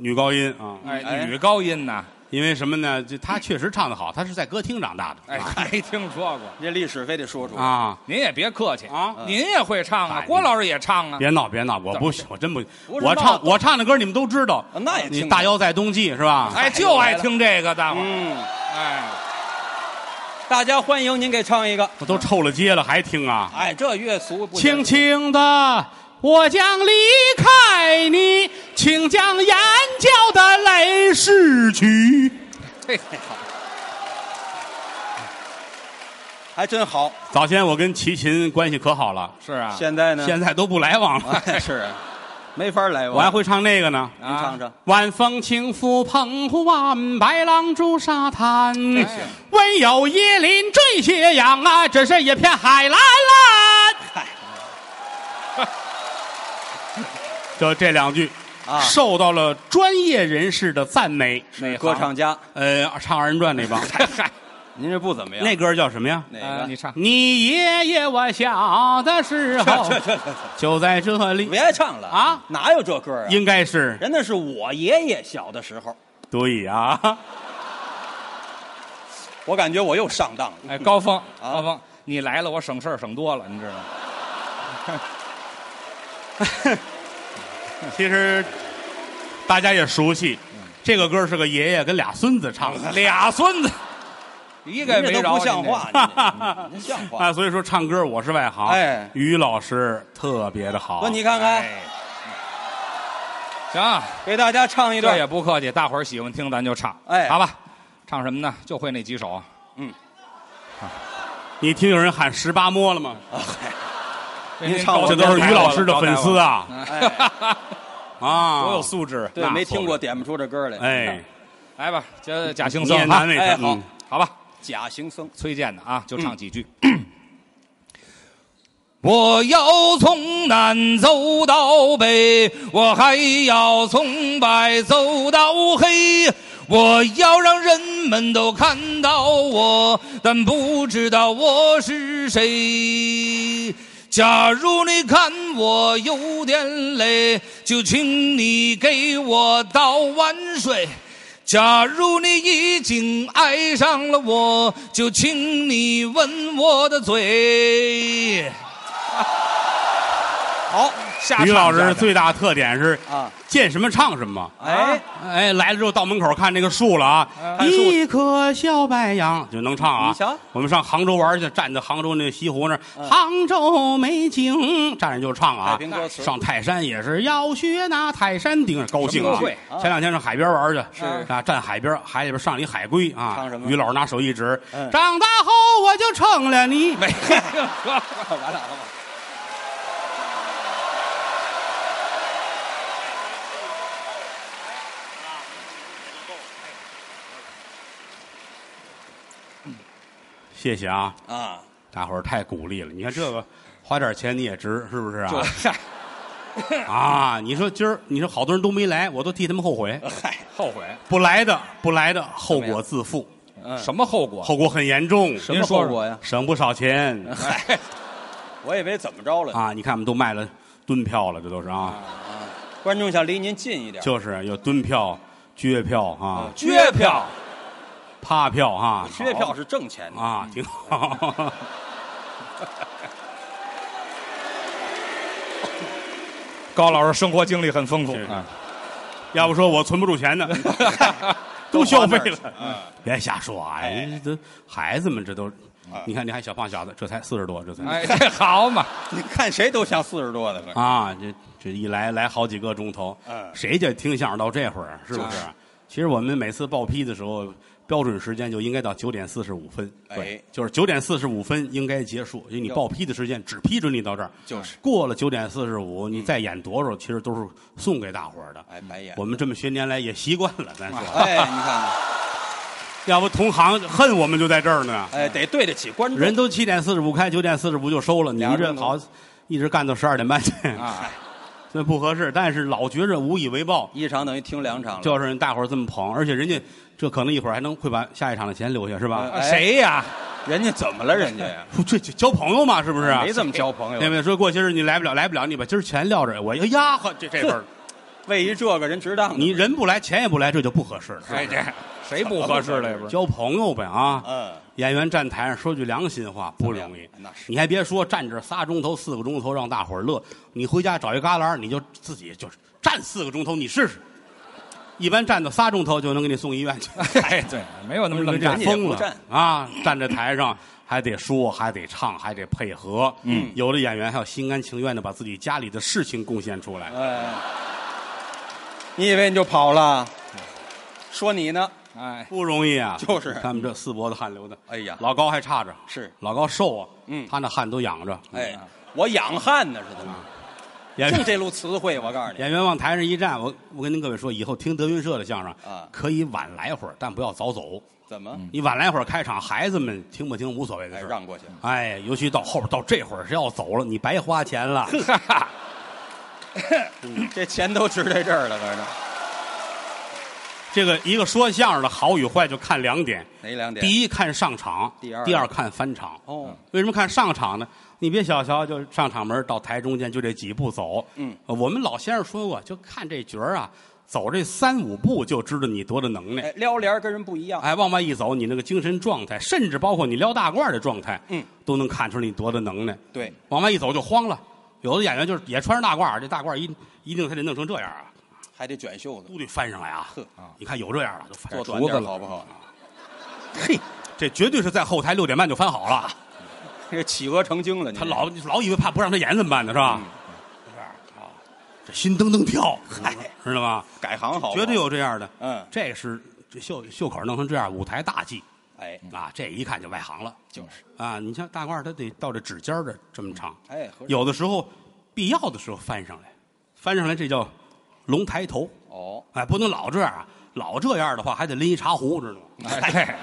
[SPEAKER 2] 女高音啊，
[SPEAKER 3] 哎，女高音呐，
[SPEAKER 2] 因为什么呢？就他确实唱得好，他是在歌厅长大的。
[SPEAKER 3] 哎，没听说过。
[SPEAKER 5] 这历史非得说出来。
[SPEAKER 2] 啊，
[SPEAKER 3] 您也别客气
[SPEAKER 2] 啊
[SPEAKER 3] 您也会唱啊
[SPEAKER 2] 哎，
[SPEAKER 3] 郭老师也唱啊。
[SPEAKER 2] 别闹别闹，我
[SPEAKER 3] 怎
[SPEAKER 2] 不
[SPEAKER 3] 么
[SPEAKER 2] 行，我真不，
[SPEAKER 5] 不是
[SPEAKER 2] 我
[SPEAKER 5] 闹
[SPEAKER 2] 唱我唱的歌你们都知道
[SPEAKER 5] 啊。那也听
[SPEAKER 2] 你
[SPEAKER 5] 过
[SPEAKER 2] 大腰在冬季是吧？
[SPEAKER 3] 哎，就爱听这个，大伙儿。
[SPEAKER 5] 嗯，
[SPEAKER 3] 哎，
[SPEAKER 5] 大家欢迎您给唱一个。
[SPEAKER 2] 我都臭了街了还听啊！
[SPEAKER 5] 哎，这越俗不
[SPEAKER 2] 轻轻的，我将离开你，请将眼角的泪拭去。
[SPEAKER 3] 这
[SPEAKER 5] 还真好。
[SPEAKER 2] 早先我跟齐秦关系可好了，
[SPEAKER 3] 是啊，
[SPEAKER 5] 现在哎呢？
[SPEAKER 2] 现在都不来往了。
[SPEAKER 5] 哎是啊，没法来往。
[SPEAKER 2] 我还会唱那个呢。
[SPEAKER 5] 您唱唱。
[SPEAKER 2] 晚风轻拂澎湖湾，白浪逐沙滩。
[SPEAKER 5] 哎
[SPEAKER 2] 唯有椰林缀斜阳啊，只是一片海蓝蓝。就这两句
[SPEAKER 5] 啊
[SPEAKER 2] 受到了专业人士的赞美。
[SPEAKER 3] 哪
[SPEAKER 5] 歌唱家，
[SPEAKER 2] 呃，唱二人转 那帮，
[SPEAKER 5] 哎
[SPEAKER 3] 嗨，
[SPEAKER 5] 您这不怎么样。
[SPEAKER 2] 那歌叫什么呀？
[SPEAKER 5] 哪
[SPEAKER 3] 呃
[SPEAKER 5] 个？
[SPEAKER 3] 哎 你唱。
[SPEAKER 2] 你爷爷我小的时候就在这里，
[SPEAKER 5] 别唱了
[SPEAKER 2] 啊！
[SPEAKER 5] 哪有这歌啊？
[SPEAKER 2] 应该是
[SPEAKER 5] 人那是我爷爷小的时候，
[SPEAKER 2] 对呀、
[SPEAKER 5] 我感觉我又上当了。
[SPEAKER 3] 哎，高峰，高峰，你来了，我省事儿省多了，你知道吗？
[SPEAKER 2] 其实大家也熟悉，这个歌是个爷爷跟俩孙子唱
[SPEAKER 5] 嗯
[SPEAKER 2] 的，
[SPEAKER 3] 俩孙子，一个也
[SPEAKER 5] 您
[SPEAKER 3] 没
[SPEAKER 5] 这
[SPEAKER 3] 饶您这
[SPEAKER 5] 都不像话，您这您这像 话
[SPEAKER 2] 啊，。所以说唱歌我是外行。
[SPEAKER 5] 哎
[SPEAKER 2] 于老师特别的好
[SPEAKER 5] 那，你看看，
[SPEAKER 3] 哎，行啊，
[SPEAKER 5] 给大家唱一
[SPEAKER 3] 这也
[SPEAKER 5] 段。
[SPEAKER 3] 不客气，大伙儿喜欢听咱就唱，
[SPEAKER 5] 哎
[SPEAKER 3] 好吧，唱什么呢？就会那几首，
[SPEAKER 2] 你听有人喊十八摸了吗？
[SPEAKER 5] 您唱我
[SPEAKER 2] 这都是于老师的粉丝，啊
[SPEAKER 5] 哎，
[SPEAKER 2] 啊！
[SPEAKER 3] 多有素质，
[SPEAKER 5] 对，
[SPEAKER 2] 那
[SPEAKER 5] 没听过
[SPEAKER 2] 后
[SPEAKER 5] 点不出这歌来。
[SPEAKER 2] 哎，
[SPEAKER 3] 来吧，这假行
[SPEAKER 2] 你
[SPEAKER 3] 僧
[SPEAKER 2] 也
[SPEAKER 3] 啊
[SPEAKER 2] 难，为
[SPEAKER 5] 哎
[SPEAKER 2] 他。
[SPEAKER 5] 好
[SPEAKER 2] 嗯
[SPEAKER 3] 好吧，
[SPEAKER 5] 假行僧，
[SPEAKER 3] 崔健的啊，就唱几句。 我要从南走到北，我还要从白走到黑。我要让人们都看到我，但不知道我是谁。假如你看我有点累，就请你给我倒碗水。假如你已经爱上了我，就请你吻我的嘴。
[SPEAKER 5] 好，
[SPEAKER 3] 啊
[SPEAKER 2] 于老师最大特点是
[SPEAKER 5] 啊，
[SPEAKER 2] 见什么唱什么。
[SPEAKER 5] 哎，
[SPEAKER 2] 哎，来了之后到门口看这个树了啊，
[SPEAKER 5] 看树
[SPEAKER 2] 一棵小白杨就能唱啊。
[SPEAKER 5] 你瞧嗯
[SPEAKER 2] 我们上杭州玩去，站在杭州那西湖那儿，杭州美景，站着就唱
[SPEAKER 5] 太
[SPEAKER 2] 啊。
[SPEAKER 5] 平歌词
[SPEAKER 2] 上泰山也是要学那泰山顶，高兴
[SPEAKER 3] 什么
[SPEAKER 2] 啊
[SPEAKER 3] 都会！
[SPEAKER 2] 前两天上海边玩去，
[SPEAKER 5] 是
[SPEAKER 2] 啊，站海边，海里边上了一海龟啊。
[SPEAKER 5] 唱什么
[SPEAKER 2] 于老师拿手一指，
[SPEAKER 5] 嗯
[SPEAKER 2] 长大后我就成了你。
[SPEAKER 3] 没听说过，
[SPEAKER 5] 完了，好吧。
[SPEAKER 2] 谢谢啊，
[SPEAKER 5] 啊，
[SPEAKER 2] 大伙儿太鼓励了。你看这个，花点钱你也值，是不是啊？
[SPEAKER 5] 就嗨
[SPEAKER 2] 啊，你说今儿你说好多人都没来，我都替他们后悔。
[SPEAKER 5] 嗨，
[SPEAKER 3] 后悔
[SPEAKER 2] 不来的不来的，后果自负，
[SPEAKER 5] 嗯，
[SPEAKER 3] 什么后果？
[SPEAKER 2] 后果很严重，
[SPEAKER 5] 什么后果呀？
[SPEAKER 2] 省不少钱。
[SPEAKER 5] 嗨，我以为怎么着了呢。
[SPEAKER 2] 啊！你看我们都卖了蹲票了，这都是啊，
[SPEAKER 5] 观众想离您近一点，
[SPEAKER 2] 就是有蹲票、撅票啊、
[SPEAKER 5] 撅票，
[SPEAKER 2] 趴票啊，
[SPEAKER 5] 嗯撅票是挣钱的。
[SPEAKER 2] 啊，挺 好。
[SPEAKER 3] 高老师生活经历很丰富
[SPEAKER 2] 是
[SPEAKER 3] 啊，
[SPEAKER 2] 要不说我存不住钱呢，都消费
[SPEAKER 5] 都花那儿去啊嗯
[SPEAKER 2] 了。别瞎说啊！哎，这孩子们这都，
[SPEAKER 5] 哎
[SPEAKER 2] 你看你还小胖小子，这才四十多，这才
[SPEAKER 3] 哎，好嘛，
[SPEAKER 5] 你看谁都像四十多的，反正
[SPEAKER 2] 啊，这这一来来好几个钟头，
[SPEAKER 5] 嗯
[SPEAKER 2] 谁家听相声到这会儿是不是？其实我们每次报批的时候，标准时间就应该到九点四十五分，
[SPEAKER 5] 哎
[SPEAKER 2] 对，就是九点四十五分应该结束，因为你
[SPEAKER 5] 哟
[SPEAKER 2] 报批的时间只批准你到这儿，
[SPEAKER 5] 就是嗯
[SPEAKER 2] 过了九点四十五，你再演多少，其实都是送给大伙儿的。
[SPEAKER 5] 哎白眼。
[SPEAKER 2] 我们这么些年来也习惯了，咱说，
[SPEAKER 5] 哎，你看看，
[SPEAKER 2] 要不同行恨我们就在这儿呢。
[SPEAKER 5] 哎，得对得起 观众。
[SPEAKER 2] 人都七点四十五开，九点四十五就收了，你
[SPEAKER 5] 俩
[SPEAKER 2] 这
[SPEAKER 5] 钟头
[SPEAKER 2] 好一直干到十二点半去
[SPEAKER 5] 啊，
[SPEAKER 2] 所以不合适，但是老觉着无以为报，
[SPEAKER 5] 一场等于听两场了，
[SPEAKER 2] 就是人大伙儿这么捧，而且人家这可能一会儿还能会把下一场的钱留下，是
[SPEAKER 3] 呃
[SPEAKER 2] 吧？
[SPEAKER 5] 哎
[SPEAKER 3] 谁呀？
[SPEAKER 5] 人家怎么了？人家呀，
[SPEAKER 2] 这这交朋友嘛，是不啊是？
[SPEAKER 5] 啊没怎么交朋
[SPEAKER 2] 对
[SPEAKER 5] 友
[SPEAKER 2] 不，对？说过些日你来不了，来不了，你把今儿钱撂着，我哎呀呵，这这事儿，
[SPEAKER 5] 为一这个人值当的。
[SPEAKER 2] 你人不来，钱也不来，这就不合适了。
[SPEAKER 3] 哎，这谁不合适了？也不是
[SPEAKER 2] 交朋友呗啊！
[SPEAKER 5] 嗯，
[SPEAKER 2] 演员站台上说句良心话不容易
[SPEAKER 5] 怎么样，那是
[SPEAKER 2] 你还别说，站这仨钟头、四个钟头让大伙儿乐，你回家找一旮旯儿，你就自己就是站四个钟头，你试试。一般站到仨钟头就能给你送医院去。
[SPEAKER 3] 哎，对，没有那么冷
[SPEAKER 2] 站
[SPEAKER 3] 战
[SPEAKER 5] 人家也
[SPEAKER 2] 疯
[SPEAKER 5] 不
[SPEAKER 2] 了
[SPEAKER 5] 站
[SPEAKER 2] 啊！站在台上还得说，还得唱，还得配合。嗯，有的演员还要心甘情愿的把自己家里的事情贡献出来。
[SPEAKER 5] 哎，你以为你就跑了？说你呢？
[SPEAKER 3] 哎，
[SPEAKER 2] 不容易啊！
[SPEAKER 5] 就是
[SPEAKER 2] 他们这四脖子汗流的，
[SPEAKER 5] 哎呀
[SPEAKER 2] 老高还差着，
[SPEAKER 5] 是
[SPEAKER 2] 老高瘦啊，
[SPEAKER 5] 嗯
[SPEAKER 2] 他那汗都养着。
[SPEAKER 5] 哎，我养汉呢，是怎么？
[SPEAKER 2] 嗯演
[SPEAKER 5] 就
[SPEAKER 2] 员
[SPEAKER 5] 这路词汇，我告诉你，
[SPEAKER 2] 演员往台上一站，我我跟您各位说，以后听德云社的相声
[SPEAKER 5] 啊
[SPEAKER 2] 可以晚来会儿，但不要早走。
[SPEAKER 5] 怎么？
[SPEAKER 2] 你晚来会儿开场，孩子们听不听无所谓的嗯
[SPEAKER 5] 哎，
[SPEAKER 2] 事儿。
[SPEAKER 5] 让过去。
[SPEAKER 2] 哎，尤其到后边到这会儿，谁要走了，你白花钱了。
[SPEAKER 5] 这钱都值在这儿了，反正
[SPEAKER 2] 这个一个说相声的好与坏就看两点，
[SPEAKER 5] 哪两点？一，
[SPEAKER 2] 第一看上场，
[SPEAKER 5] 第二
[SPEAKER 2] 看翻场。
[SPEAKER 5] 哦，
[SPEAKER 2] 为什么看上场呢？你别小瞧，就上场门到台中间就这几步走。
[SPEAKER 5] 嗯
[SPEAKER 2] 呃我们老先生说过，就看这角儿啊，走这三五步就知道你多大能耐
[SPEAKER 5] 哎。，撩帘儿跟人不一 样。
[SPEAKER 2] 哎，往外一走，你那个精神状态，甚至包括你撩大褂的状态，
[SPEAKER 5] 嗯，
[SPEAKER 2] 都能看出你多大能耐。
[SPEAKER 5] 对，
[SPEAKER 2] 往外一走就慌了，有的演员就是也穿着大褂儿，这大褂儿一一定他得弄成这样啊，
[SPEAKER 5] 还得卷袖子，
[SPEAKER 2] 都得翻上来啊
[SPEAKER 5] 呵。
[SPEAKER 2] 你看有这样的就翻上
[SPEAKER 5] 做
[SPEAKER 2] 来
[SPEAKER 5] 短点儿好不好？
[SPEAKER 2] 嘿，啊这绝对是在后台六点半就翻好 了。
[SPEAKER 5] 这企鹅成精了，你
[SPEAKER 2] 他老老以为怕不让他演怎么办呢？是吧？
[SPEAKER 5] 嗯
[SPEAKER 2] 这心噔噔跳，嗨， 知道吗？
[SPEAKER 5] 改行嗯好，
[SPEAKER 2] 绝对。有这样的。
[SPEAKER 5] 嗯
[SPEAKER 2] 这个是这袖袖口弄成这样，舞台大忌
[SPEAKER 5] 哎，
[SPEAKER 2] 啊！这一看就外行了。
[SPEAKER 5] 就是，
[SPEAKER 2] 啊，你像大褂儿，它得到这指尖儿的这么长。
[SPEAKER 5] 哎，合适
[SPEAKER 2] 有的时候必要的时候翻上来，翻上来这叫龙抬头。
[SPEAKER 5] 哦，
[SPEAKER 2] 哎，不能老这样啊！老这样的话，还得拎一茶壶，知道吗？
[SPEAKER 3] 哎，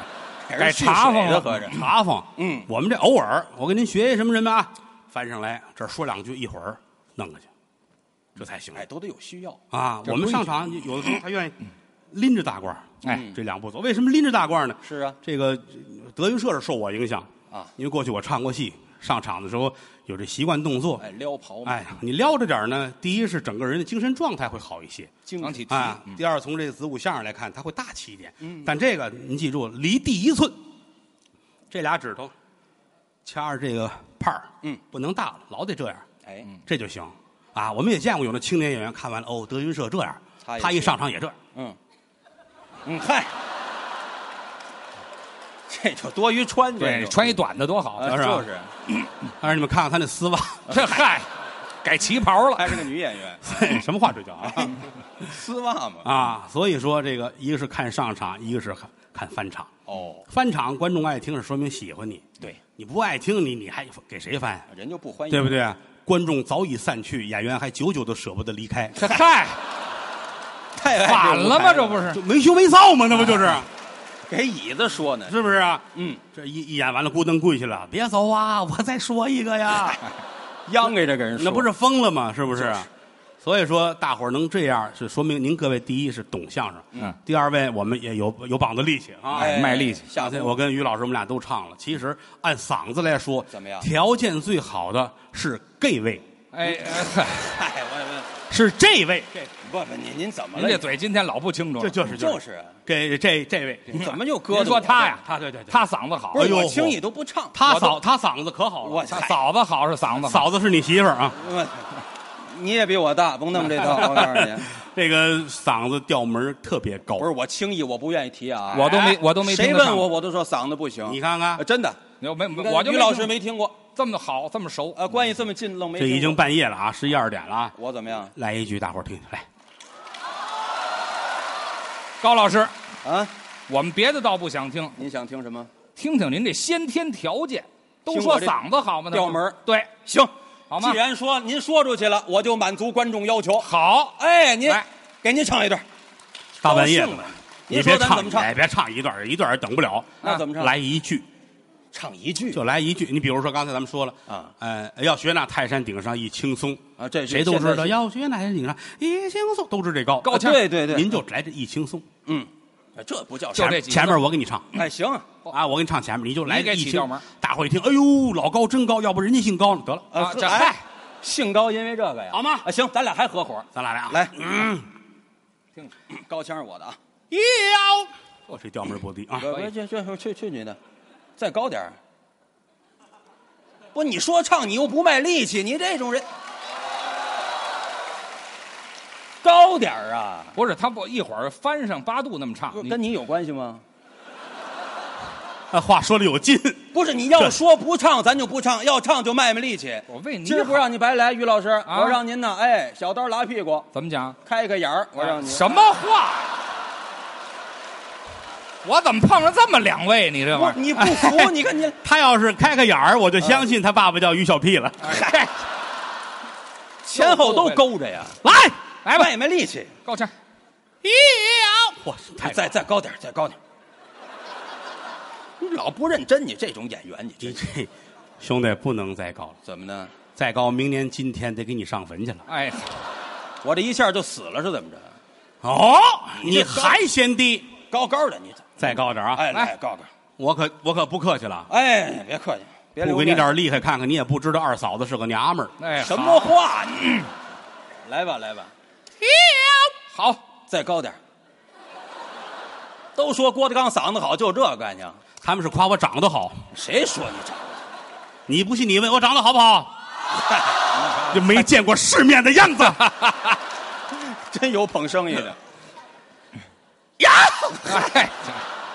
[SPEAKER 5] 改
[SPEAKER 3] 茶坊
[SPEAKER 5] 了，
[SPEAKER 3] 了
[SPEAKER 5] 合着
[SPEAKER 2] 茶坊，
[SPEAKER 5] 嗯
[SPEAKER 2] 我们这偶尔，我跟您学一什么什么啊，翻上来这儿说两句，一会儿弄过去，这才行
[SPEAKER 5] 哎，都得有需要，
[SPEAKER 2] 啊。
[SPEAKER 3] 这
[SPEAKER 2] 我们
[SPEAKER 3] 规矩
[SPEAKER 2] 上场有 的时候还愿意拎着大褂儿，
[SPEAKER 3] 哎，
[SPEAKER 2] 这两步走。为什么拎着大褂儿呢？
[SPEAKER 5] 是啊，
[SPEAKER 2] 这个德云社是受我影响
[SPEAKER 5] 啊
[SPEAKER 2] 因为过去我唱过戏，上场的时候有这习惯动作。
[SPEAKER 5] 哎，撩袍嘛，
[SPEAKER 2] 哎，你撩着点儿呢，第一是整个人的精神状态会好一些，
[SPEAKER 5] 经
[SPEAKER 3] 长体体
[SPEAKER 2] 啊。
[SPEAKER 5] 嗯
[SPEAKER 2] 第二，从这个子午相上来看，它会大气一点。但这个您记住，离地一寸，这俩指头掐着这个帕儿，
[SPEAKER 5] 嗯，
[SPEAKER 2] 不能大了，老得这样，
[SPEAKER 5] 哎，
[SPEAKER 2] 这就行啊。我们也见过有那青年演员看完了，哦，德云社这样，
[SPEAKER 5] 他也
[SPEAKER 2] 他一
[SPEAKER 5] 是
[SPEAKER 2] 上场也这样，
[SPEAKER 5] 嗯，嗯，嗨，这就多余穿着，
[SPEAKER 3] 对，穿一短的多好
[SPEAKER 5] 哎，
[SPEAKER 2] 是吧
[SPEAKER 5] 就是，
[SPEAKER 2] 但是你们看看他那 丝袜，
[SPEAKER 3] 啊这嗨，哎改旗袍了，
[SPEAKER 5] 还是个女演 员，
[SPEAKER 2] 什么话这叫啊？
[SPEAKER 5] 丝袜嘛，
[SPEAKER 2] 啊，所以说这个一个是看上场，一个是看看翻场。
[SPEAKER 5] 哦，
[SPEAKER 2] 翻场观众爱听是说明喜欢你，
[SPEAKER 5] 对，
[SPEAKER 2] 你不爱听你你还给谁翻呀？
[SPEAKER 5] 人就不欢迎，
[SPEAKER 2] 对不对？观众早已散去，演员还久久的舍不得离开，
[SPEAKER 3] 这嗨，
[SPEAKER 5] 太爱
[SPEAKER 3] 反
[SPEAKER 5] 这舞
[SPEAKER 3] 了吗？
[SPEAKER 5] 台
[SPEAKER 3] 这不是？
[SPEAKER 2] 就没羞没臊嘛，那不就是
[SPEAKER 5] 给椅子说呢？
[SPEAKER 2] 是不是啊？
[SPEAKER 5] 嗯，
[SPEAKER 2] 这一一演完了，咕噔跪下了，别走啊，我再说一个呀，
[SPEAKER 5] 央给这个人说，
[SPEAKER 2] 那不是疯了吗？是不是啊？所以说，大伙儿能这样，是说明您各位第一是懂相声，
[SPEAKER 3] 嗯，
[SPEAKER 2] 第二位我们也有有膀子力气啊。
[SPEAKER 3] 哎卖力气
[SPEAKER 5] 下
[SPEAKER 2] 刚
[SPEAKER 5] 次
[SPEAKER 2] 才我跟于老师我们俩都唱了。其实按嗓子来说，
[SPEAKER 5] 怎么样
[SPEAKER 2] 条件最好的是 gay 位，
[SPEAKER 3] 哎哎，嗨
[SPEAKER 5] 嗨，我
[SPEAKER 2] 是这位，
[SPEAKER 5] 这不不，您您怎么
[SPEAKER 3] 您
[SPEAKER 5] 了？
[SPEAKER 3] 这嘴今天老不清楚
[SPEAKER 2] 这
[SPEAKER 3] 了。
[SPEAKER 2] 就是
[SPEAKER 5] 就是啊，
[SPEAKER 2] 给这这位，
[SPEAKER 5] 你怎么又
[SPEAKER 3] 您
[SPEAKER 5] 搁
[SPEAKER 3] 说他呀，
[SPEAKER 2] 他对对对
[SPEAKER 3] 他嗓子好
[SPEAKER 5] 不，是
[SPEAKER 2] 哎呦
[SPEAKER 5] 我轻易都不唱，
[SPEAKER 2] 他
[SPEAKER 3] 我都
[SPEAKER 2] 嫂他嗓子可好了，
[SPEAKER 5] 我
[SPEAKER 3] 他
[SPEAKER 5] 嗨
[SPEAKER 3] 嫂子好是嗓子好，
[SPEAKER 2] 嫂子是你媳妇儿啊。
[SPEAKER 5] 我 你也比我大，甭弄这套，我告诉 你，
[SPEAKER 2] 这个嗓子调门儿特别高
[SPEAKER 5] 不，是我轻易，我不愿意提啊，
[SPEAKER 3] 我都没我都没听
[SPEAKER 5] 谁
[SPEAKER 3] 得
[SPEAKER 5] 问
[SPEAKER 3] 上
[SPEAKER 5] 我，我都说嗓子不行，
[SPEAKER 2] 你看看
[SPEAKER 5] 呃，真的，
[SPEAKER 3] 我没我就
[SPEAKER 5] 于
[SPEAKER 3] 没
[SPEAKER 5] 老
[SPEAKER 3] 听
[SPEAKER 5] 师没听过，
[SPEAKER 3] 这么好这么熟，
[SPEAKER 5] 呃，关系这么近，愣没
[SPEAKER 2] 这已
[SPEAKER 5] 听
[SPEAKER 2] 经半夜了啊，十一二点了啊，
[SPEAKER 5] 过我怎么样
[SPEAKER 2] 来一句，大伙儿听听来。
[SPEAKER 3] 高老师，
[SPEAKER 5] 啊？
[SPEAKER 3] 我们别的倒不想听，
[SPEAKER 5] 您想听什么？
[SPEAKER 3] 听听您这先天条件，都
[SPEAKER 5] 听
[SPEAKER 3] 说
[SPEAKER 5] 我这
[SPEAKER 3] 嗓子好嘛，那
[SPEAKER 5] 调
[SPEAKER 3] 不
[SPEAKER 5] 门儿
[SPEAKER 3] 对，
[SPEAKER 5] 行，
[SPEAKER 3] 好吗
[SPEAKER 5] 既然说您说出去了，我就满足观众要求。
[SPEAKER 3] 好，
[SPEAKER 5] 哎，您
[SPEAKER 3] 来
[SPEAKER 5] 给您唱一段，
[SPEAKER 2] 大半夜
[SPEAKER 5] 高兴
[SPEAKER 2] 的
[SPEAKER 5] 了，
[SPEAKER 2] 你
[SPEAKER 5] 您
[SPEAKER 2] 别
[SPEAKER 5] 说咱
[SPEAKER 2] 唱
[SPEAKER 5] 怎么唱
[SPEAKER 2] 哎，别唱一段儿，一段儿也等不了。
[SPEAKER 5] 那怎么唱
[SPEAKER 2] 来一句，
[SPEAKER 5] 唱一 句
[SPEAKER 2] 就来一句。你比如说刚才咱们说了
[SPEAKER 5] 啊，
[SPEAKER 2] 呃，要学那泰山顶上一轻松，
[SPEAKER 5] 啊，这
[SPEAKER 2] 谁都知道。
[SPEAKER 5] 要
[SPEAKER 2] 要学那泰山顶上一轻松，都知这高呃
[SPEAKER 3] 高腔
[SPEAKER 5] 啊对对对，
[SPEAKER 2] 您就来这一轻松，
[SPEAKER 5] 嗯，这不叫
[SPEAKER 3] 就这
[SPEAKER 5] 啥
[SPEAKER 3] 几个字
[SPEAKER 2] 前面我给你唱
[SPEAKER 5] 哎，行啊，
[SPEAKER 2] 啊，我给你唱前面，你就来
[SPEAKER 3] 你给
[SPEAKER 2] 一
[SPEAKER 3] 起
[SPEAKER 2] 轻
[SPEAKER 3] 调门。
[SPEAKER 2] 大伙儿一听，哎呦，老高真高，要不人家姓高呢？得了，
[SPEAKER 3] 啊这
[SPEAKER 5] 哎
[SPEAKER 3] 嗨，
[SPEAKER 5] 兴高因为这个呀，
[SPEAKER 2] 好吗
[SPEAKER 5] 啊，行，咱俩还合伙，
[SPEAKER 2] 咱俩啊嗯俩
[SPEAKER 5] 来，听高腔是我的啊，
[SPEAKER 2] 要，哦，这调门不低啊，
[SPEAKER 5] 我去去去去你的，再高点儿。不，你说唱你又不卖力气，你这种人，高点儿啊，
[SPEAKER 3] 不是他不一会儿翻上八度那么唱，
[SPEAKER 5] 不是
[SPEAKER 3] 你
[SPEAKER 5] 跟你有关系吗？
[SPEAKER 2] 啊话说的有劲，
[SPEAKER 5] 不是，你要说不唱，咱就不唱；要唱就卖卖力气。
[SPEAKER 3] 我为您
[SPEAKER 5] 今儿不
[SPEAKER 3] 好
[SPEAKER 5] 让你白来，于老师，我让您呢，哎，小刀拉屁股，
[SPEAKER 3] 怎么讲？
[SPEAKER 5] 开开眼儿，我让你。
[SPEAKER 3] 什么话？我怎么碰上这么两位？你这
[SPEAKER 5] 不
[SPEAKER 3] 玩意儿，
[SPEAKER 5] 你不服？你看你，
[SPEAKER 2] 他要是开开眼儿，我就相信他爸爸叫于小屁了。
[SPEAKER 3] 嗨，
[SPEAKER 5] 前后都勾着呀，
[SPEAKER 2] 来，
[SPEAKER 3] 来吧，
[SPEAKER 5] 卖卖力气。
[SPEAKER 3] 高腔，
[SPEAKER 2] 要，哇，太
[SPEAKER 5] 再再高点儿，再高点儿。你老不认真，你这种演员，你
[SPEAKER 2] 你
[SPEAKER 5] 这
[SPEAKER 2] 这兄弟不能再高了，
[SPEAKER 5] 怎么呢？
[SPEAKER 2] 再高明年今天得给你上坟去了。
[SPEAKER 3] 哎，
[SPEAKER 5] 我这一下就死了是怎么着？
[SPEAKER 2] 哦，你
[SPEAKER 5] 你这高
[SPEAKER 2] 还嫌低，
[SPEAKER 5] 高高的你，
[SPEAKER 2] 再高点儿啊！
[SPEAKER 5] 哎
[SPEAKER 3] 来
[SPEAKER 5] 来高高，
[SPEAKER 2] 我可我可不客气了啊，
[SPEAKER 5] 哎别客气，别留
[SPEAKER 2] 不给你
[SPEAKER 5] 面
[SPEAKER 2] 点儿厉害看看，你也不知道二嫂子是个娘们儿。
[SPEAKER 3] 哎，
[SPEAKER 5] 什么话你？来吧来吧，
[SPEAKER 3] 好？好，
[SPEAKER 5] 再高点儿。都说郭德纲嗓子好，就这干净。
[SPEAKER 2] 他们是夸我长得好，
[SPEAKER 5] 谁说你长得
[SPEAKER 2] 你不信你问我长得好不好？就没见过世面的样子。
[SPEAKER 5] 真有捧生意的？
[SPEAKER 3] 哎，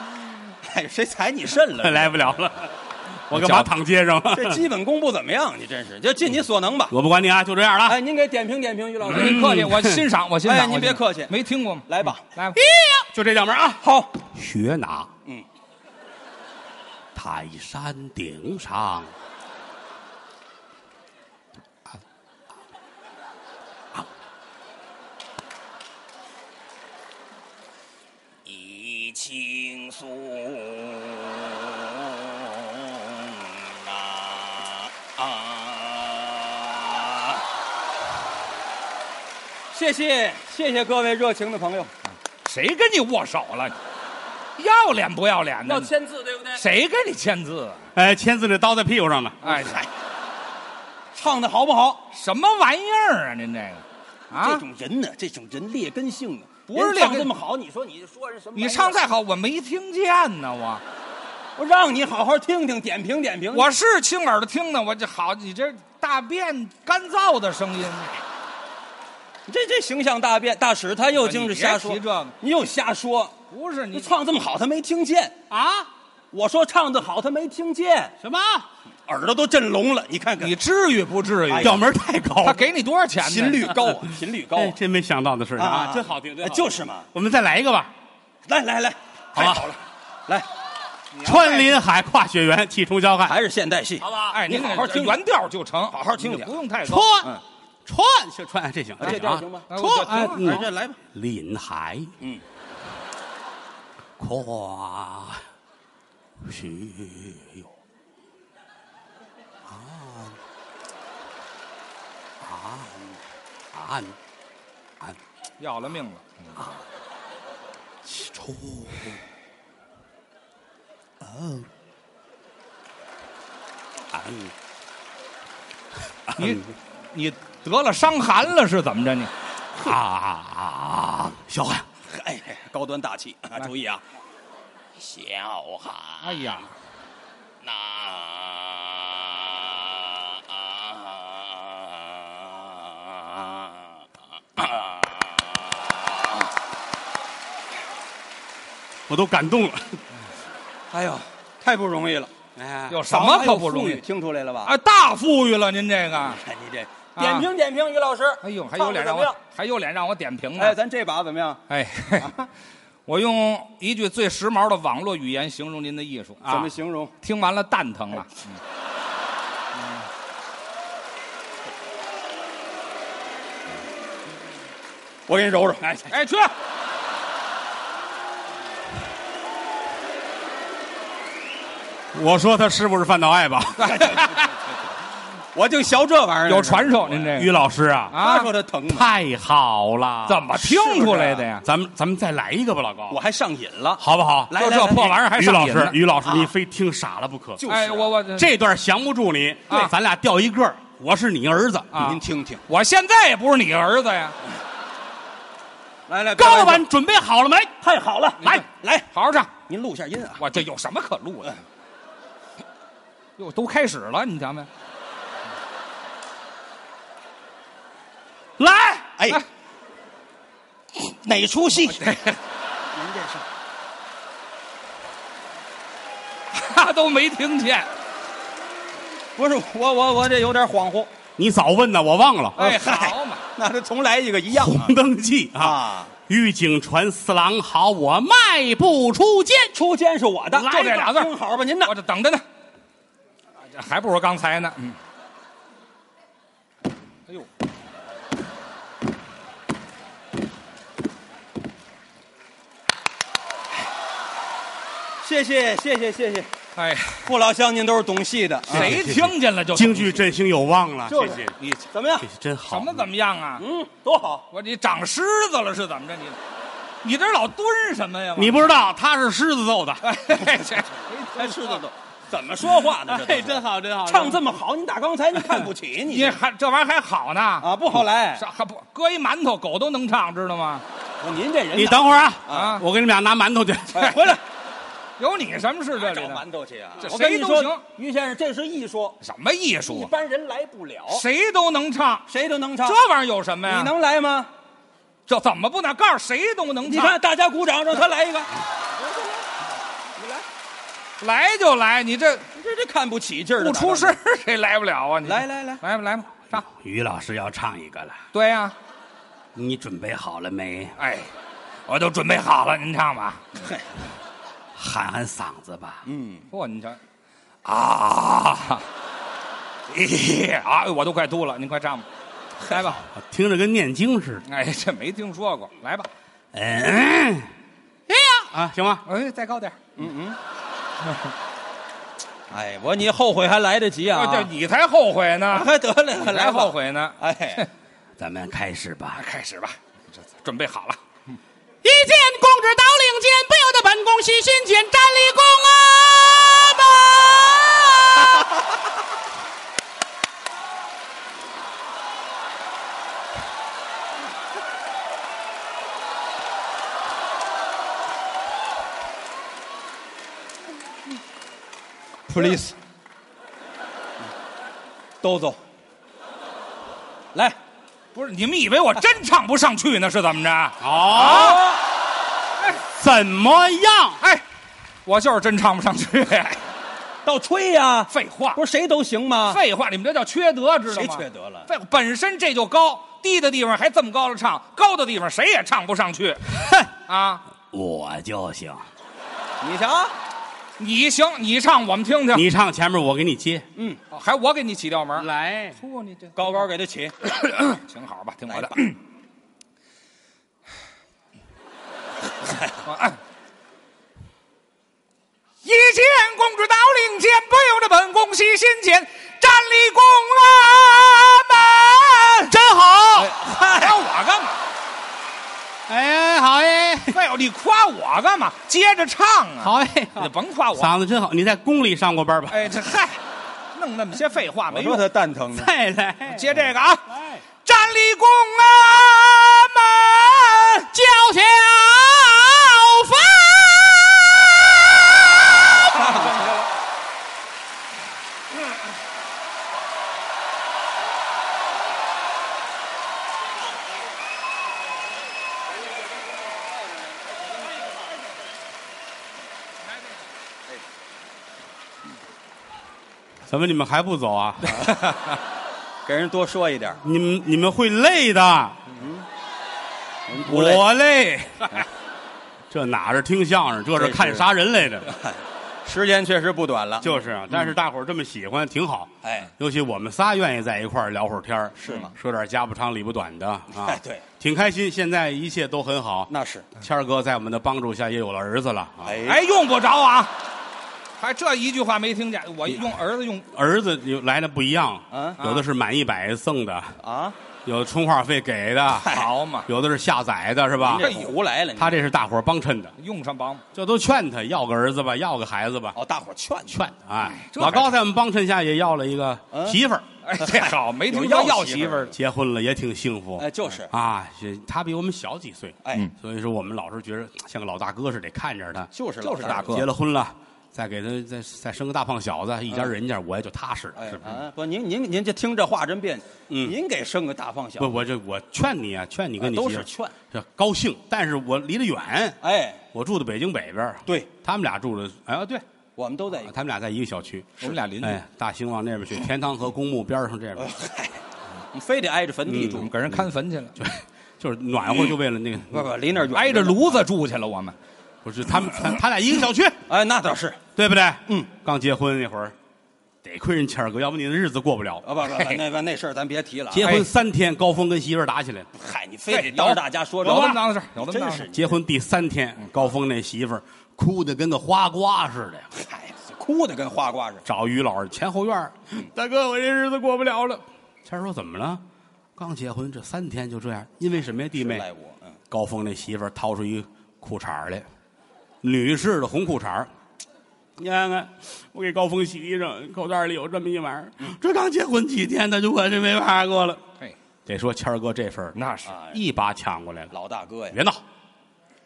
[SPEAKER 5] 哎，谁踩你肾 了？
[SPEAKER 2] 来不了了， 我干嘛躺街上？
[SPEAKER 5] 这基本功不怎么样，你真是就尽你所能吧。
[SPEAKER 2] 我不管你啊，就这样了啊。
[SPEAKER 5] 哎，您给点评点评于老
[SPEAKER 3] 您
[SPEAKER 5] 师，
[SPEAKER 3] 客气，我欣赏，我欣赏。我欣
[SPEAKER 5] 哎
[SPEAKER 3] 赏
[SPEAKER 5] 您别客气
[SPEAKER 3] 没听过吗？
[SPEAKER 5] 来吧。
[SPEAKER 3] 来吧，
[SPEAKER 2] 就这两门啊。
[SPEAKER 5] 好，
[SPEAKER 2] 学哪？
[SPEAKER 5] 嗯，
[SPEAKER 2] 泰山顶上。
[SPEAKER 5] 一轻松啊啊！谢谢谢谢各位热情的朋友，
[SPEAKER 3] 谁跟你握手了？你要脸不要脸的？
[SPEAKER 5] 签字对不对
[SPEAKER 3] 谁给你签字？啊？
[SPEAKER 2] 哎，签字那刀在屁股上呢。
[SPEAKER 3] 哎，
[SPEAKER 5] 唱的好不好？
[SPEAKER 3] 什么玩意儿啊？您这个
[SPEAKER 5] 这
[SPEAKER 3] 啊，
[SPEAKER 5] 种人呢，这种人劣根性的，
[SPEAKER 3] 不是
[SPEAKER 5] 人
[SPEAKER 3] 劣根
[SPEAKER 5] 唱这么好，你说你说是什么玩意
[SPEAKER 3] 你
[SPEAKER 5] 儿？
[SPEAKER 3] 唱再好，我没听见呢。我
[SPEAKER 5] 我让你好好听听，点评点评。
[SPEAKER 3] 我是亲耳朵听的，我这好，你这大便干燥的声音，
[SPEAKER 5] 这这形象大变，大使他又净是瞎说，
[SPEAKER 3] 你别提这个
[SPEAKER 5] 啊你又瞎说。
[SPEAKER 3] 不是
[SPEAKER 5] 你
[SPEAKER 3] 你
[SPEAKER 5] 唱这么好，他没听见。
[SPEAKER 2] 啊？
[SPEAKER 5] 我说唱的好，他没听见，
[SPEAKER 2] 什么？
[SPEAKER 5] 耳朵都震聋了。你看看
[SPEAKER 3] 你，至于不至于？
[SPEAKER 5] 哎呀
[SPEAKER 2] 调门太高
[SPEAKER 3] 他
[SPEAKER 2] 了。
[SPEAKER 3] 给你多少钱呢？
[SPEAKER 5] 频率 高 啊，哎频率高
[SPEAKER 2] 哎
[SPEAKER 5] 啊，
[SPEAKER 2] 真没想到的事情啊，真好听，真好听
[SPEAKER 5] 就是嘛。
[SPEAKER 2] 我们再来一个吧。
[SPEAKER 5] 来来来，
[SPEAKER 2] 好吧
[SPEAKER 5] 太好了，来，
[SPEAKER 2] 穿林海，跨雪原，气冲霄汉。
[SPEAKER 5] 还是现代戏，
[SPEAKER 2] 好吧
[SPEAKER 3] 哎，您
[SPEAKER 5] 你好好
[SPEAKER 3] 这
[SPEAKER 5] 听
[SPEAKER 3] 原调就成，好
[SPEAKER 5] 好听听
[SPEAKER 3] 不用太高。
[SPEAKER 2] 穿
[SPEAKER 5] 嗯
[SPEAKER 2] 穿就穿，这行，
[SPEAKER 5] 啊这调行吧
[SPEAKER 2] 啊
[SPEAKER 3] 哎
[SPEAKER 2] 穿
[SPEAKER 3] 我
[SPEAKER 2] 哎
[SPEAKER 3] 听
[SPEAKER 5] 哎
[SPEAKER 2] 嗯
[SPEAKER 5] 这来吧，
[SPEAKER 2] 林海，
[SPEAKER 5] 嗯，
[SPEAKER 2] 跨雪 岸，岸岸
[SPEAKER 3] 要了命了。
[SPEAKER 5] 臭。
[SPEAKER 3] 你你得了伤寒了是怎么着你？
[SPEAKER 5] 啊，小汉，哎，高端大气，注意啊！小汉，
[SPEAKER 2] 哎呀，
[SPEAKER 5] 那
[SPEAKER 2] 我都感动了。
[SPEAKER 5] 哎呦，太不容易了！ 哎，
[SPEAKER 3] 有什么可不容易
[SPEAKER 5] 还有富裕听出来了吧？
[SPEAKER 3] 啊，大富裕了您这个。
[SPEAKER 5] 哎，你这点评点评，于老师，
[SPEAKER 3] 哎呦，还有脸让
[SPEAKER 5] 唱得怎么
[SPEAKER 3] 我
[SPEAKER 5] 样？
[SPEAKER 3] 还有脸让我点评
[SPEAKER 5] 哎，
[SPEAKER 3] 呢？
[SPEAKER 5] 咱这把怎么样？
[SPEAKER 3] 哎， 嘿我用一句最时髦的网络语言形容您的艺术
[SPEAKER 5] 怎
[SPEAKER 3] 啊
[SPEAKER 5] 么，形容？
[SPEAKER 3] 听完了蛋疼啊！
[SPEAKER 5] 我给你揉揉。哎，
[SPEAKER 3] 哎，去。
[SPEAKER 2] 我说他是不是犯脑爱吧？
[SPEAKER 5] 我就学这玩意儿，
[SPEAKER 3] 有传授您
[SPEAKER 5] 哎
[SPEAKER 3] 这
[SPEAKER 2] 于
[SPEAKER 3] 个
[SPEAKER 2] 老师啊，
[SPEAKER 5] 他
[SPEAKER 3] 啊？
[SPEAKER 5] 说他疼呢，
[SPEAKER 2] 太好了！
[SPEAKER 3] 怎么听出来的呀？
[SPEAKER 2] 咱们咱们再来一个吧，老高
[SPEAKER 5] 我，还上瘾了。
[SPEAKER 2] 好不好？
[SPEAKER 5] 来
[SPEAKER 3] 就
[SPEAKER 5] 来
[SPEAKER 3] 这
[SPEAKER 5] 来
[SPEAKER 3] 破玩意儿还
[SPEAKER 2] 于
[SPEAKER 3] 上
[SPEAKER 2] 老
[SPEAKER 3] 瘾
[SPEAKER 2] 师
[SPEAKER 3] 呢，
[SPEAKER 2] 于老师
[SPEAKER 5] 啊，
[SPEAKER 2] 你非听傻了不可。
[SPEAKER 5] 就是啊
[SPEAKER 3] 哎，我我
[SPEAKER 2] 这段降不住你
[SPEAKER 3] 对，
[SPEAKER 2] 咱俩掉一个儿，我是你儿子。
[SPEAKER 3] 啊
[SPEAKER 5] 您听听，
[SPEAKER 3] 我现在也不是你儿子呀，
[SPEAKER 5] 来来，
[SPEAKER 2] 高
[SPEAKER 5] 别
[SPEAKER 2] 老
[SPEAKER 5] 玩
[SPEAKER 2] 板准备好了没？
[SPEAKER 5] 太好了，
[SPEAKER 3] 来
[SPEAKER 5] 来，啊
[SPEAKER 3] 好好唱。
[SPEAKER 5] 您录一下音啊。嗯
[SPEAKER 3] 我这有什么可录的？哟，都开始了，你瞧没？
[SPEAKER 2] 来，
[SPEAKER 5] 哎
[SPEAKER 3] 哎，
[SPEAKER 5] 哪出戏？
[SPEAKER 3] 他都没听见。
[SPEAKER 5] 不是我，我我这有点恍惚。
[SPEAKER 2] 你早问呢，我忘了。
[SPEAKER 3] 哎，
[SPEAKER 5] 嗨
[SPEAKER 3] 好嘛，
[SPEAKER 5] 那就重来一个一样
[SPEAKER 2] 红灯记
[SPEAKER 5] 啊
[SPEAKER 2] 啊，
[SPEAKER 5] 啊！
[SPEAKER 2] 狱警传四郎好，我迈步出监。
[SPEAKER 5] 出监是我的，
[SPEAKER 3] 来
[SPEAKER 5] 就
[SPEAKER 3] 吧
[SPEAKER 5] 这俩字儿，
[SPEAKER 3] 听
[SPEAKER 5] 好吧，您呢
[SPEAKER 3] 我？这等着呢。啊这还不如刚才呢。嗯。哎呦，
[SPEAKER 5] 谢谢谢谢谢谢，
[SPEAKER 3] 哎，
[SPEAKER 5] 父老乡亲都是懂戏的。啊
[SPEAKER 3] 谁听见了就
[SPEAKER 2] 京剧振兴有望了，
[SPEAKER 5] 就
[SPEAKER 2] 谢
[SPEAKER 5] 是
[SPEAKER 2] 谢，
[SPEAKER 5] 你怎么样
[SPEAKER 2] 这？是真好。
[SPEAKER 3] 什么怎么样啊？
[SPEAKER 5] 嗯，多好！
[SPEAKER 3] 我你长虱子了是怎么着？你你这老蹲什么呀？
[SPEAKER 2] 你不知道他是狮子揍的，
[SPEAKER 3] 哎，这
[SPEAKER 5] 哎，是的，都怎么说话呢？这
[SPEAKER 2] 哎，真好，真好，
[SPEAKER 5] 唱这么好，你打刚才你看不起你
[SPEAKER 3] 你还这玩意儿还好呢啊
[SPEAKER 5] 啊？不好来，
[SPEAKER 3] 上还不搁一馒头，狗都能唱，知道吗？
[SPEAKER 5] 不您这人
[SPEAKER 2] 你等会儿啊，
[SPEAKER 3] 啊，
[SPEAKER 2] 我给你们俩拿馒头去。
[SPEAKER 5] 哎回来
[SPEAKER 3] 有你什么事？这
[SPEAKER 5] 找
[SPEAKER 3] 里的
[SPEAKER 5] 馒头去啊！
[SPEAKER 3] 这
[SPEAKER 5] 我跟
[SPEAKER 3] 谁
[SPEAKER 5] 你
[SPEAKER 3] 都
[SPEAKER 5] 说
[SPEAKER 3] 行，
[SPEAKER 5] 于先生，这是艺术，
[SPEAKER 3] 什么艺
[SPEAKER 5] 一
[SPEAKER 3] 术啊？
[SPEAKER 5] 般人来不了，
[SPEAKER 3] 谁都能唱，
[SPEAKER 5] 谁都能唱
[SPEAKER 3] 这。玩意儿有什么呀？
[SPEAKER 5] 你能来吗？
[SPEAKER 3] 这怎么不能？告诉谁都能唱，
[SPEAKER 5] 你看大家鼓掌，让他来一个。
[SPEAKER 3] 来就来，你这
[SPEAKER 5] 你这这看不起劲儿的，
[SPEAKER 3] 不出声儿谁来不了啊？你
[SPEAKER 5] 来来来，
[SPEAKER 3] 来吧来吧，唱。
[SPEAKER 2] 于老师要唱一个了，
[SPEAKER 3] 对呀、
[SPEAKER 2] 你准备好了没？
[SPEAKER 3] 哎，我都准备好了，您唱吧。
[SPEAKER 2] 喊喊嗓子吧。
[SPEAKER 5] 嗯，
[SPEAKER 3] 嚯、你瞧，啊，咦 啊，我都快吐了，您快唱吧，来吧。
[SPEAKER 2] 我听着跟念经似的。
[SPEAKER 3] 哎，这没听说过，来吧。
[SPEAKER 2] 嗯，哎呀啊，行吗？
[SPEAKER 3] 哎，再高点儿。
[SPEAKER 5] 哎，我你后悔还来得及
[SPEAKER 3] 啊，这
[SPEAKER 5] 啊！
[SPEAKER 3] 你才后悔呢，
[SPEAKER 5] 还得了，
[SPEAKER 3] 你才
[SPEAKER 5] 来吧
[SPEAKER 3] 后。悔呢。
[SPEAKER 5] 哎，
[SPEAKER 2] 咱们开始吧。
[SPEAKER 3] 啊开始吧，这准备好了。
[SPEAKER 2] 一见公主到领间，不由得本宫喜心间，站立宫啊吧。
[SPEAKER 5] please，都走。来，
[SPEAKER 3] 不是，你们以为我真唱不上去呢，是怎么着？
[SPEAKER 2] 哦，怎么样？
[SPEAKER 3] 哎，我就是真唱不上去。
[SPEAKER 5] 倒吹呀！
[SPEAKER 3] 废话，
[SPEAKER 5] 不是谁都行吗？
[SPEAKER 3] 废话，你们这叫缺德，知道
[SPEAKER 5] 啊谁
[SPEAKER 3] 吗？
[SPEAKER 5] 缺德了？
[SPEAKER 3] 废话，本身这就高，低的地方还这么高了唱，高的地方谁也唱不上去。哼啊，
[SPEAKER 2] 我就行。
[SPEAKER 5] 你瞧，啊
[SPEAKER 3] 你行，你唱我们听听。
[SPEAKER 2] 你唱前面，我给你接。
[SPEAKER 3] 哦还我给你起调门儿。
[SPEAKER 2] 来，
[SPEAKER 3] 嚯，你这
[SPEAKER 5] 高高给他起。
[SPEAKER 3] 请好吧，听我的。 一见公主到令间，不由得本宫喜心间，站立宫啊门。
[SPEAKER 2] 哎
[SPEAKER 3] 哎
[SPEAKER 2] 真好。
[SPEAKER 3] 喊我干嘛？
[SPEAKER 2] 哎
[SPEAKER 3] 哎你夸我干嘛？接着唱啊！
[SPEAKER 2] 好哎，
[SPEAKER 3] 你甭夸我。
[SPEAKER 2] 嗓子真好。你在宫里上过班吧？
[SPEAKER 3] 哎，这嗨，弄那么些废话没
[SPEAKER 5] 我
[SPEAKER 3] 用
[SPEAKER 5] 说。他哎蛋疼呢。
[SPEAKER 2] 太太，
[SPEAKER 3] 接这个啊，
[SPEAKER 2] 来
[SPEAKER 3] 站立公安门，
[SPEAKER 2] 叫小芳。 怎么你们还不走啊？
[SPEAKER 5] 给人多说一点儿，
[SPEAKER 2] 你们你们会累的，
[SPEAKER 5] 我们不累
[SPEAKER 2] 我累。 这哪是听相声，这
[SPEAKER 5] 这
[SPEAKER 2] 是
[SPEAKER 5] 是
[SPEAKER 2] 看杀人来的。
[SPEAKER 5] 时间确实不短了。
[SPEAKER 2] 就是啊，但是大伙儿这么喜欢挺好，
[SPEAKER 5] 哎，
[SPEAKER 2] 尤其我们仨愿意在一块儿聊会儿天儿，
[SPEAKER 5] 是吗
[SPEAKER 2] 说点家不长理不短的啊
[SPEAKER 5] 哎，对，
[SPEAKER 2] 挺开心。现在一切都很好，
[SPEAKER 5] 那是。
[SPEAKER 2] 谦儿哥在我们的帮助下也有了儿子了啊。
[SPEAKER 5] 哎，
[SPEAKER 3] 哎，用不着啊。还这一句话没听见，我用儿子用
[SPEAKER 2] 儿子有来的不一样
[SPEAKER 5] 嗯，
[SPEAKER 2] 有的是满一百送的，
[SPEAKER 5] 啊，
[SPEAKER 2] 有的充话费给的，
[SPEAKER 5] 哎
[SPEAKER 3] 好嘛，
[SPEAKER 2] 有的是下载的，是吧
[SPEAKER 5] 您？这胡来了，您
[SPEAKER 2] 他这是大伙儿帮衬的，
[SPEAKER 3] 用上帮。
[SPEAKER 2] 这都劝他要个儿子吧，要个孩子吧，
[SPEAKER 5] 哦，大伙儿劝劝，
[SPEAKER 2] 劝哎。
[SPEAKER 3] 这还
[SPEAKER 2] 老高在我们帮衬下也要了一个
[SPEAKER 5] 嗯
[SPEAKER 2] 媳妇儿，
[SPEAKER 3] 哎，这好，没听
[SPEAKER 5] 有
[SPEAKER 3] 说
[SPEAKER 5] 要
[SPEAKER 3] 要
[SPEAKER 5] 媳
[SPEAKER 3] 媳妇
[SPEAKER 5] 妇儿
[SPEAKER 3] 儿的。
[SPEAKER 2] 结婚了也挺幸福
[SPEAKER 5] 哎，就是，
[SPEAKER 2] 啊。是他比我们小几岁，
[SPEAKER 5] 哎，
[SPEAKER 3] 嗯
[SPEAKER 2] 所以说我们老是觉得像个老大哥似的看着他。
[SPEAKER 5] 就是
[SPEAKER 3] 就是
[SPEAKER 5] 老大
[SPEAKER 3] 大哥
[SPEAKER 2] 结了婚了，再给他再再生个大胖小子，一家人家我也就踏实了，
[SPEAKER 5] 嗯哎
[SPEAKER 2] 是不是？
[SPEAKER 5] 啊，不，您您您这听这话真别扭，
[SPEAKER 2] 嗯
[SPEAKER 5] 您给生个大胖小
[SPEAKER 2] 不，，我这我劝你啊，劝你跟你
[SPEAKER 5] 啊都
[SPEAKER 2] 媳妇儿
[SPEAKER 5] 是劝，
[SPEAKER 2] 这高兴，但是我离得远，
[SPEAKER 5] 哎，
[SPEAKER 2] 我住的北京北边儿啊
[SPEAKER 5] 对哎
[SPEAKER 2] 他们俩住的哎对，
[SPEAKER 5] 我们都在一块
[SPEAKER 2] 他们俩在一个小区，
[SPEAKER 3] 我们俩邻居，
[SPEAKER 2] 哎，大兴往那 边去，天堂河公墓边上这边
[SPEAKER 5] 儿，，嗨，你非得挨着坟地
[SPEAKER 2] 嗯
[SPEAKER 5] 住
[SPEAKER 3] 我，们给人看坟去了，
[SPEAKER 5] 哎
[SPEAKER 2] 就是暖和，就为了那个，
[SPEAKER 5] 不不，离那儿远，
[SPEAKER 3] 挨着
[SPEAKER 5] 路，
[SPEAKER 3] 炉子住去了。我们
[SPEAKER 2] 不是他们他他俩一个小区，
[SPEAKER 5] 哎，那倒是，
[SPEAKER 2] 对不对？
[SPEAKER 5] 嗯，
[SPEAKER 2] 刚结婚那会儿，得亏人谦儿哥，要不你的日子过不了。
[SPEAKER 5] 啊不不不，那不那事儿咱别提了啊，
[SPEAKER 2] 哦结婚三天，高峰跟媳妇儿打起来了。
[SPEAKER 5] 嗨，你非得当着大家说
[SPEAKER 3] 有
[SPEAKER 5] 这
[SPEAKER 3] 这么
[SPEAKER 5] 话，
[SPEAKER 3] 档子事儿，有这么
[SPEAKER 5] 真
[SPEAKER 3] 档子事
[SPEAKER 5] 是
[SPEAKER 3] 儿。，
[SPEAKER 2] 结婚第三天，高峰那媳妇儿哭的跟个花瓜似的呀，
[SPEAKER 5] 嗨，哭的跟花瓜似的，
[SPEAKER 2] 找于老师前后院儿大哥，我这日子过不了了。谦儿说怎么了？刚结婚这三天就这样，因为什么呀，弟妹？
[SPEAKER 5] 赖我，嗯，
[SPEAKER 2] 高峰那媳妇儿掏出一裤衩儿来，女士的红裤衩儿你看看，我给高峰洗衣裳，口袋里有这么一玩意儿。这刚结婚几天，他就我就没法过了。
[SPEAKER 3] 哎，
[SPEAKER 2] 得说谦儿哥这份儿
[SPEAKER 3] 那是
[SPEAKER 5] 哎
[SPEAKER 2] 一把抢过来了。
[SPEAKER 5] 老大哥呀，
[SPEAKER 2] 别闹，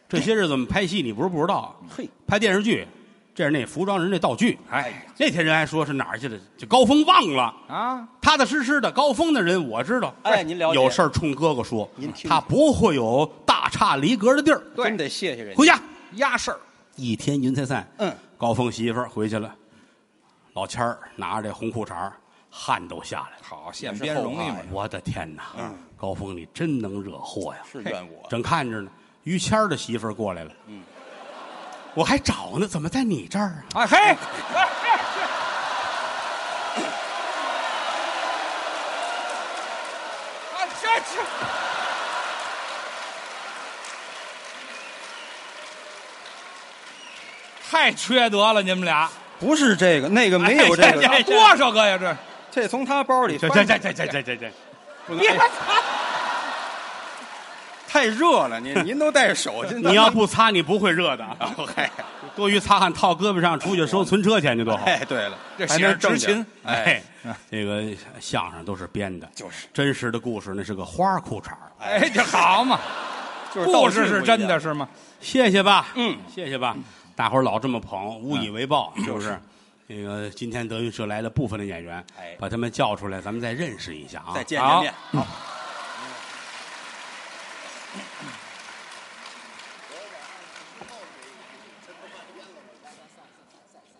[SPEAKER 2] 这些日子我们拍戏，你不是不知道啊，
[SPEAKER 5] 嘿，
[SPEAKER 2] 拍电视剧，这是那服装人那道具。
[SPEAKER 3] 哎
[SPEAKER 2] 那天人还说是哪儿去的，这高峰忘了。
[SPEAKER 3] 啊，
[SPEAKER 2] 踏踏实实的高峰的人，我知道。
[SPEAKER 5] 哎您了解
[SPEAKER 2] 有事儿冲哥哥说
[SPEAKER 5] 您，听
[SPEAKER 2] 他不会有大差离格的地儿。
[SPEAKER 5] 真得谢谢人家
[SPEAKER 2] 回，家
[SPEAKER 3] 压事儿，
[SPEAKER 2] 一天云彩散。
[SPEAKER 5] 嗯，
[SPEAKER 2] 高峰媳妇儿回去了，老谦儿拿着这红裤衩儿汗都下来了。
[SPEAKER 3] 好，现编容易嘛
[SPEAKER 2] 哎。我的天哪！高峰，你真能惹祸呀！
[SPEAKER 5] 嗯是怨我，
[SPEAKER 2] 正看着呢，于谦儿的媳妇儿过来了。嗯，我还找呢，怎么在你这儿啊？
[SPEAKER 3] 哎嘿，啊太缺德了，你们俩
[SPEAKER 5] 不是这个，那个没有这
[SPEAKER 3] 哎
[SPEAKER 5] 个，
[SPEAKER 3] 呀多少个呀？这
[SPEAKER 5] 这从他包里
[SPEAKER 2] 这
[SPEAKER 5] 翻
[SPEAKER 2] 这
[SPEAKER 5] 出
[SPEAKER 2] 这
[SPEAKER 5] 来
[SPEAKER 2] 这这这这这，
[SPEAKER 5] 不能哎太热了，您您都戴手巾，
[SPEAKER 2] 你要不擦你不会 热的啊。
[SPEAKER 5] 嗨，
[SPEAKER 2] 多余擦汗套胳膊上，出去收存车钱去多好。
[SPEAKER 5] 哎，对了，
[SPEAKER 3] 这
[SPEAKER 5] 还
[SPEAKER 3] 写着
[SPEAKER 5] 能挣
[SPEAKER 3] 执勤
[SPEAKER 5] 点哎，，
[SPEAKER 2] 这个相声都是编的，
[SPEAKER 5] 就是
[SPEAKER 2] 真实的故事，那是个花裤衩儿
[SPEAKER 3] 哎，这好嘛，
[SPEAKER 5] 就是
[SPEAKER 3] 故事是真的
[SPEAKER 5] 是
[SPEAKER 3] 是吗？
[SPEAKER 2] 谢谢吧，嗯，谢谢吧，大伙儿老这么捧，无以为报，
[SPEAKER 5] 嗯
[SPEAKER 2] 是不是？那个今天德云社来了部分的演员
[SPEAKER 5] 哎，
[SPEAKER 2] 把他们叫出来，咱们再认识一下啊。
[SPEAKER 5] 再见见面，好，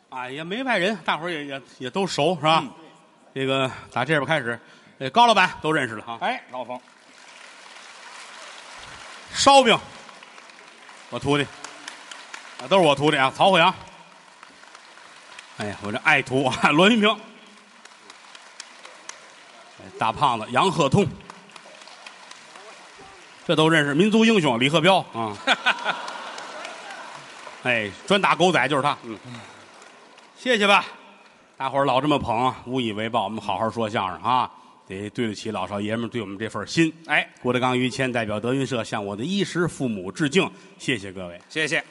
[SPEAKER 2] 啊，也没外人，大伙儿也也也都熟是
[SPEAKER 5] 嗯
[SPEAKER 2] 吧？这个打这边开始，呃，高老板都认识了哈。
[SPEAKER 3] 哎，老冯，
[SPEAKER 2] 烧饼，我徒弟，啊，都是我徒弟啊，曹慧阳。哎呀，我这爱徒 啊，罗云平，哎大胖子杨鹤通，这都认识，民族英雄李鹤彪啊。哎，专打狗仔就是他。嗯，谢谢吧，大伙儿老这么捧，无以为报，我们好好说相声啊。得对得起老少爷们儿对我们这份心。
[SPEAKER 3] 哎，
[SPEAKER 2] 郭德纲、于谦代表德云社向我的衣食父母致敬，谢谢各位。
[SPEAKER 3] 谢谢。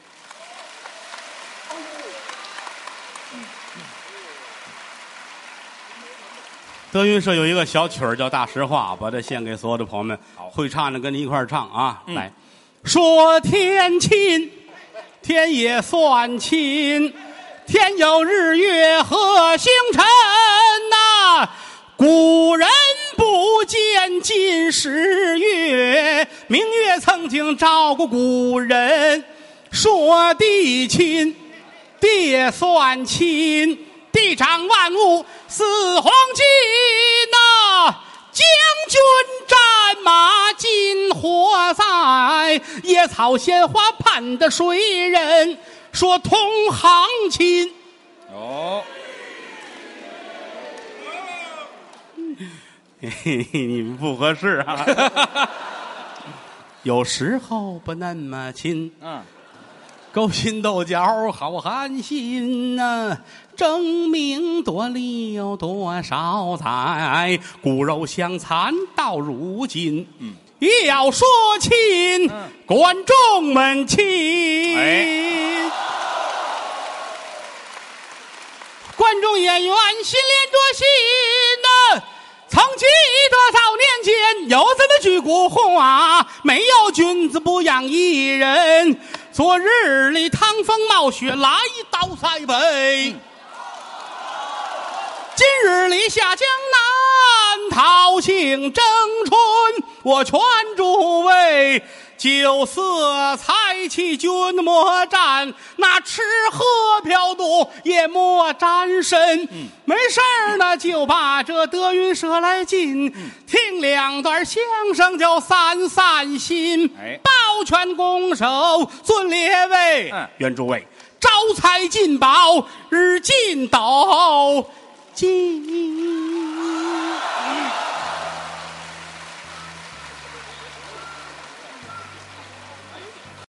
[SPEAKER 2] 德云社有一个小曲儿叫《大实话》，把它献给所有的朋友们
[SPEAKER 3] 好，
[SPEAKER 2] 会唱的跟着一块儿唱啊！来，说天亲，天也算亲，天有日月和星辰呐、古人不见近时月，明月曾经照过古人。说地亲，地也算亲，地长万物似黄金呐、将军战马金火在，野草鲜花盼的谁人？说同行亲，
[SPEAKER 3] 哦，
[SPEAKER 2] 你们不合适啊。 有时候不那么亲，
[SPEAKER 3] 嗯，
[SPEAKER 2] 勾心斗角好寒心呐、争名夺利有多少载？骨肉相残到如今，嗯，要说亲，
[SPEAKER 3] 嗯
[SPEAKER 2] 观众们亲。
[SPEAKER 3] 哎
[SPEAKER 2] 观众演员心连着心呐、曾记得早年间有这么句古话：没有君子不养艺人。昨日里趟风冒雪来到塞北，今日里下江南讨杏争春。我劝诸位。酒色财气均莫沾，那吃喝嫖赌也莫沾身。
[SPEAKER 3] 嗯
[SPEAKER 2] 没事儿呢，就把这德云社来进，
[SPEAKER 3] 嗯
[SPEAKER 2] 听两段相声就散散心。
[SPEAKER 3] 哎
[SPEAKER 2] 抱拳拱手，尊列位，
[SPEAKER 3] 嗯
[SPEAKER 2] 愿诸位招财进宝，日进斗金。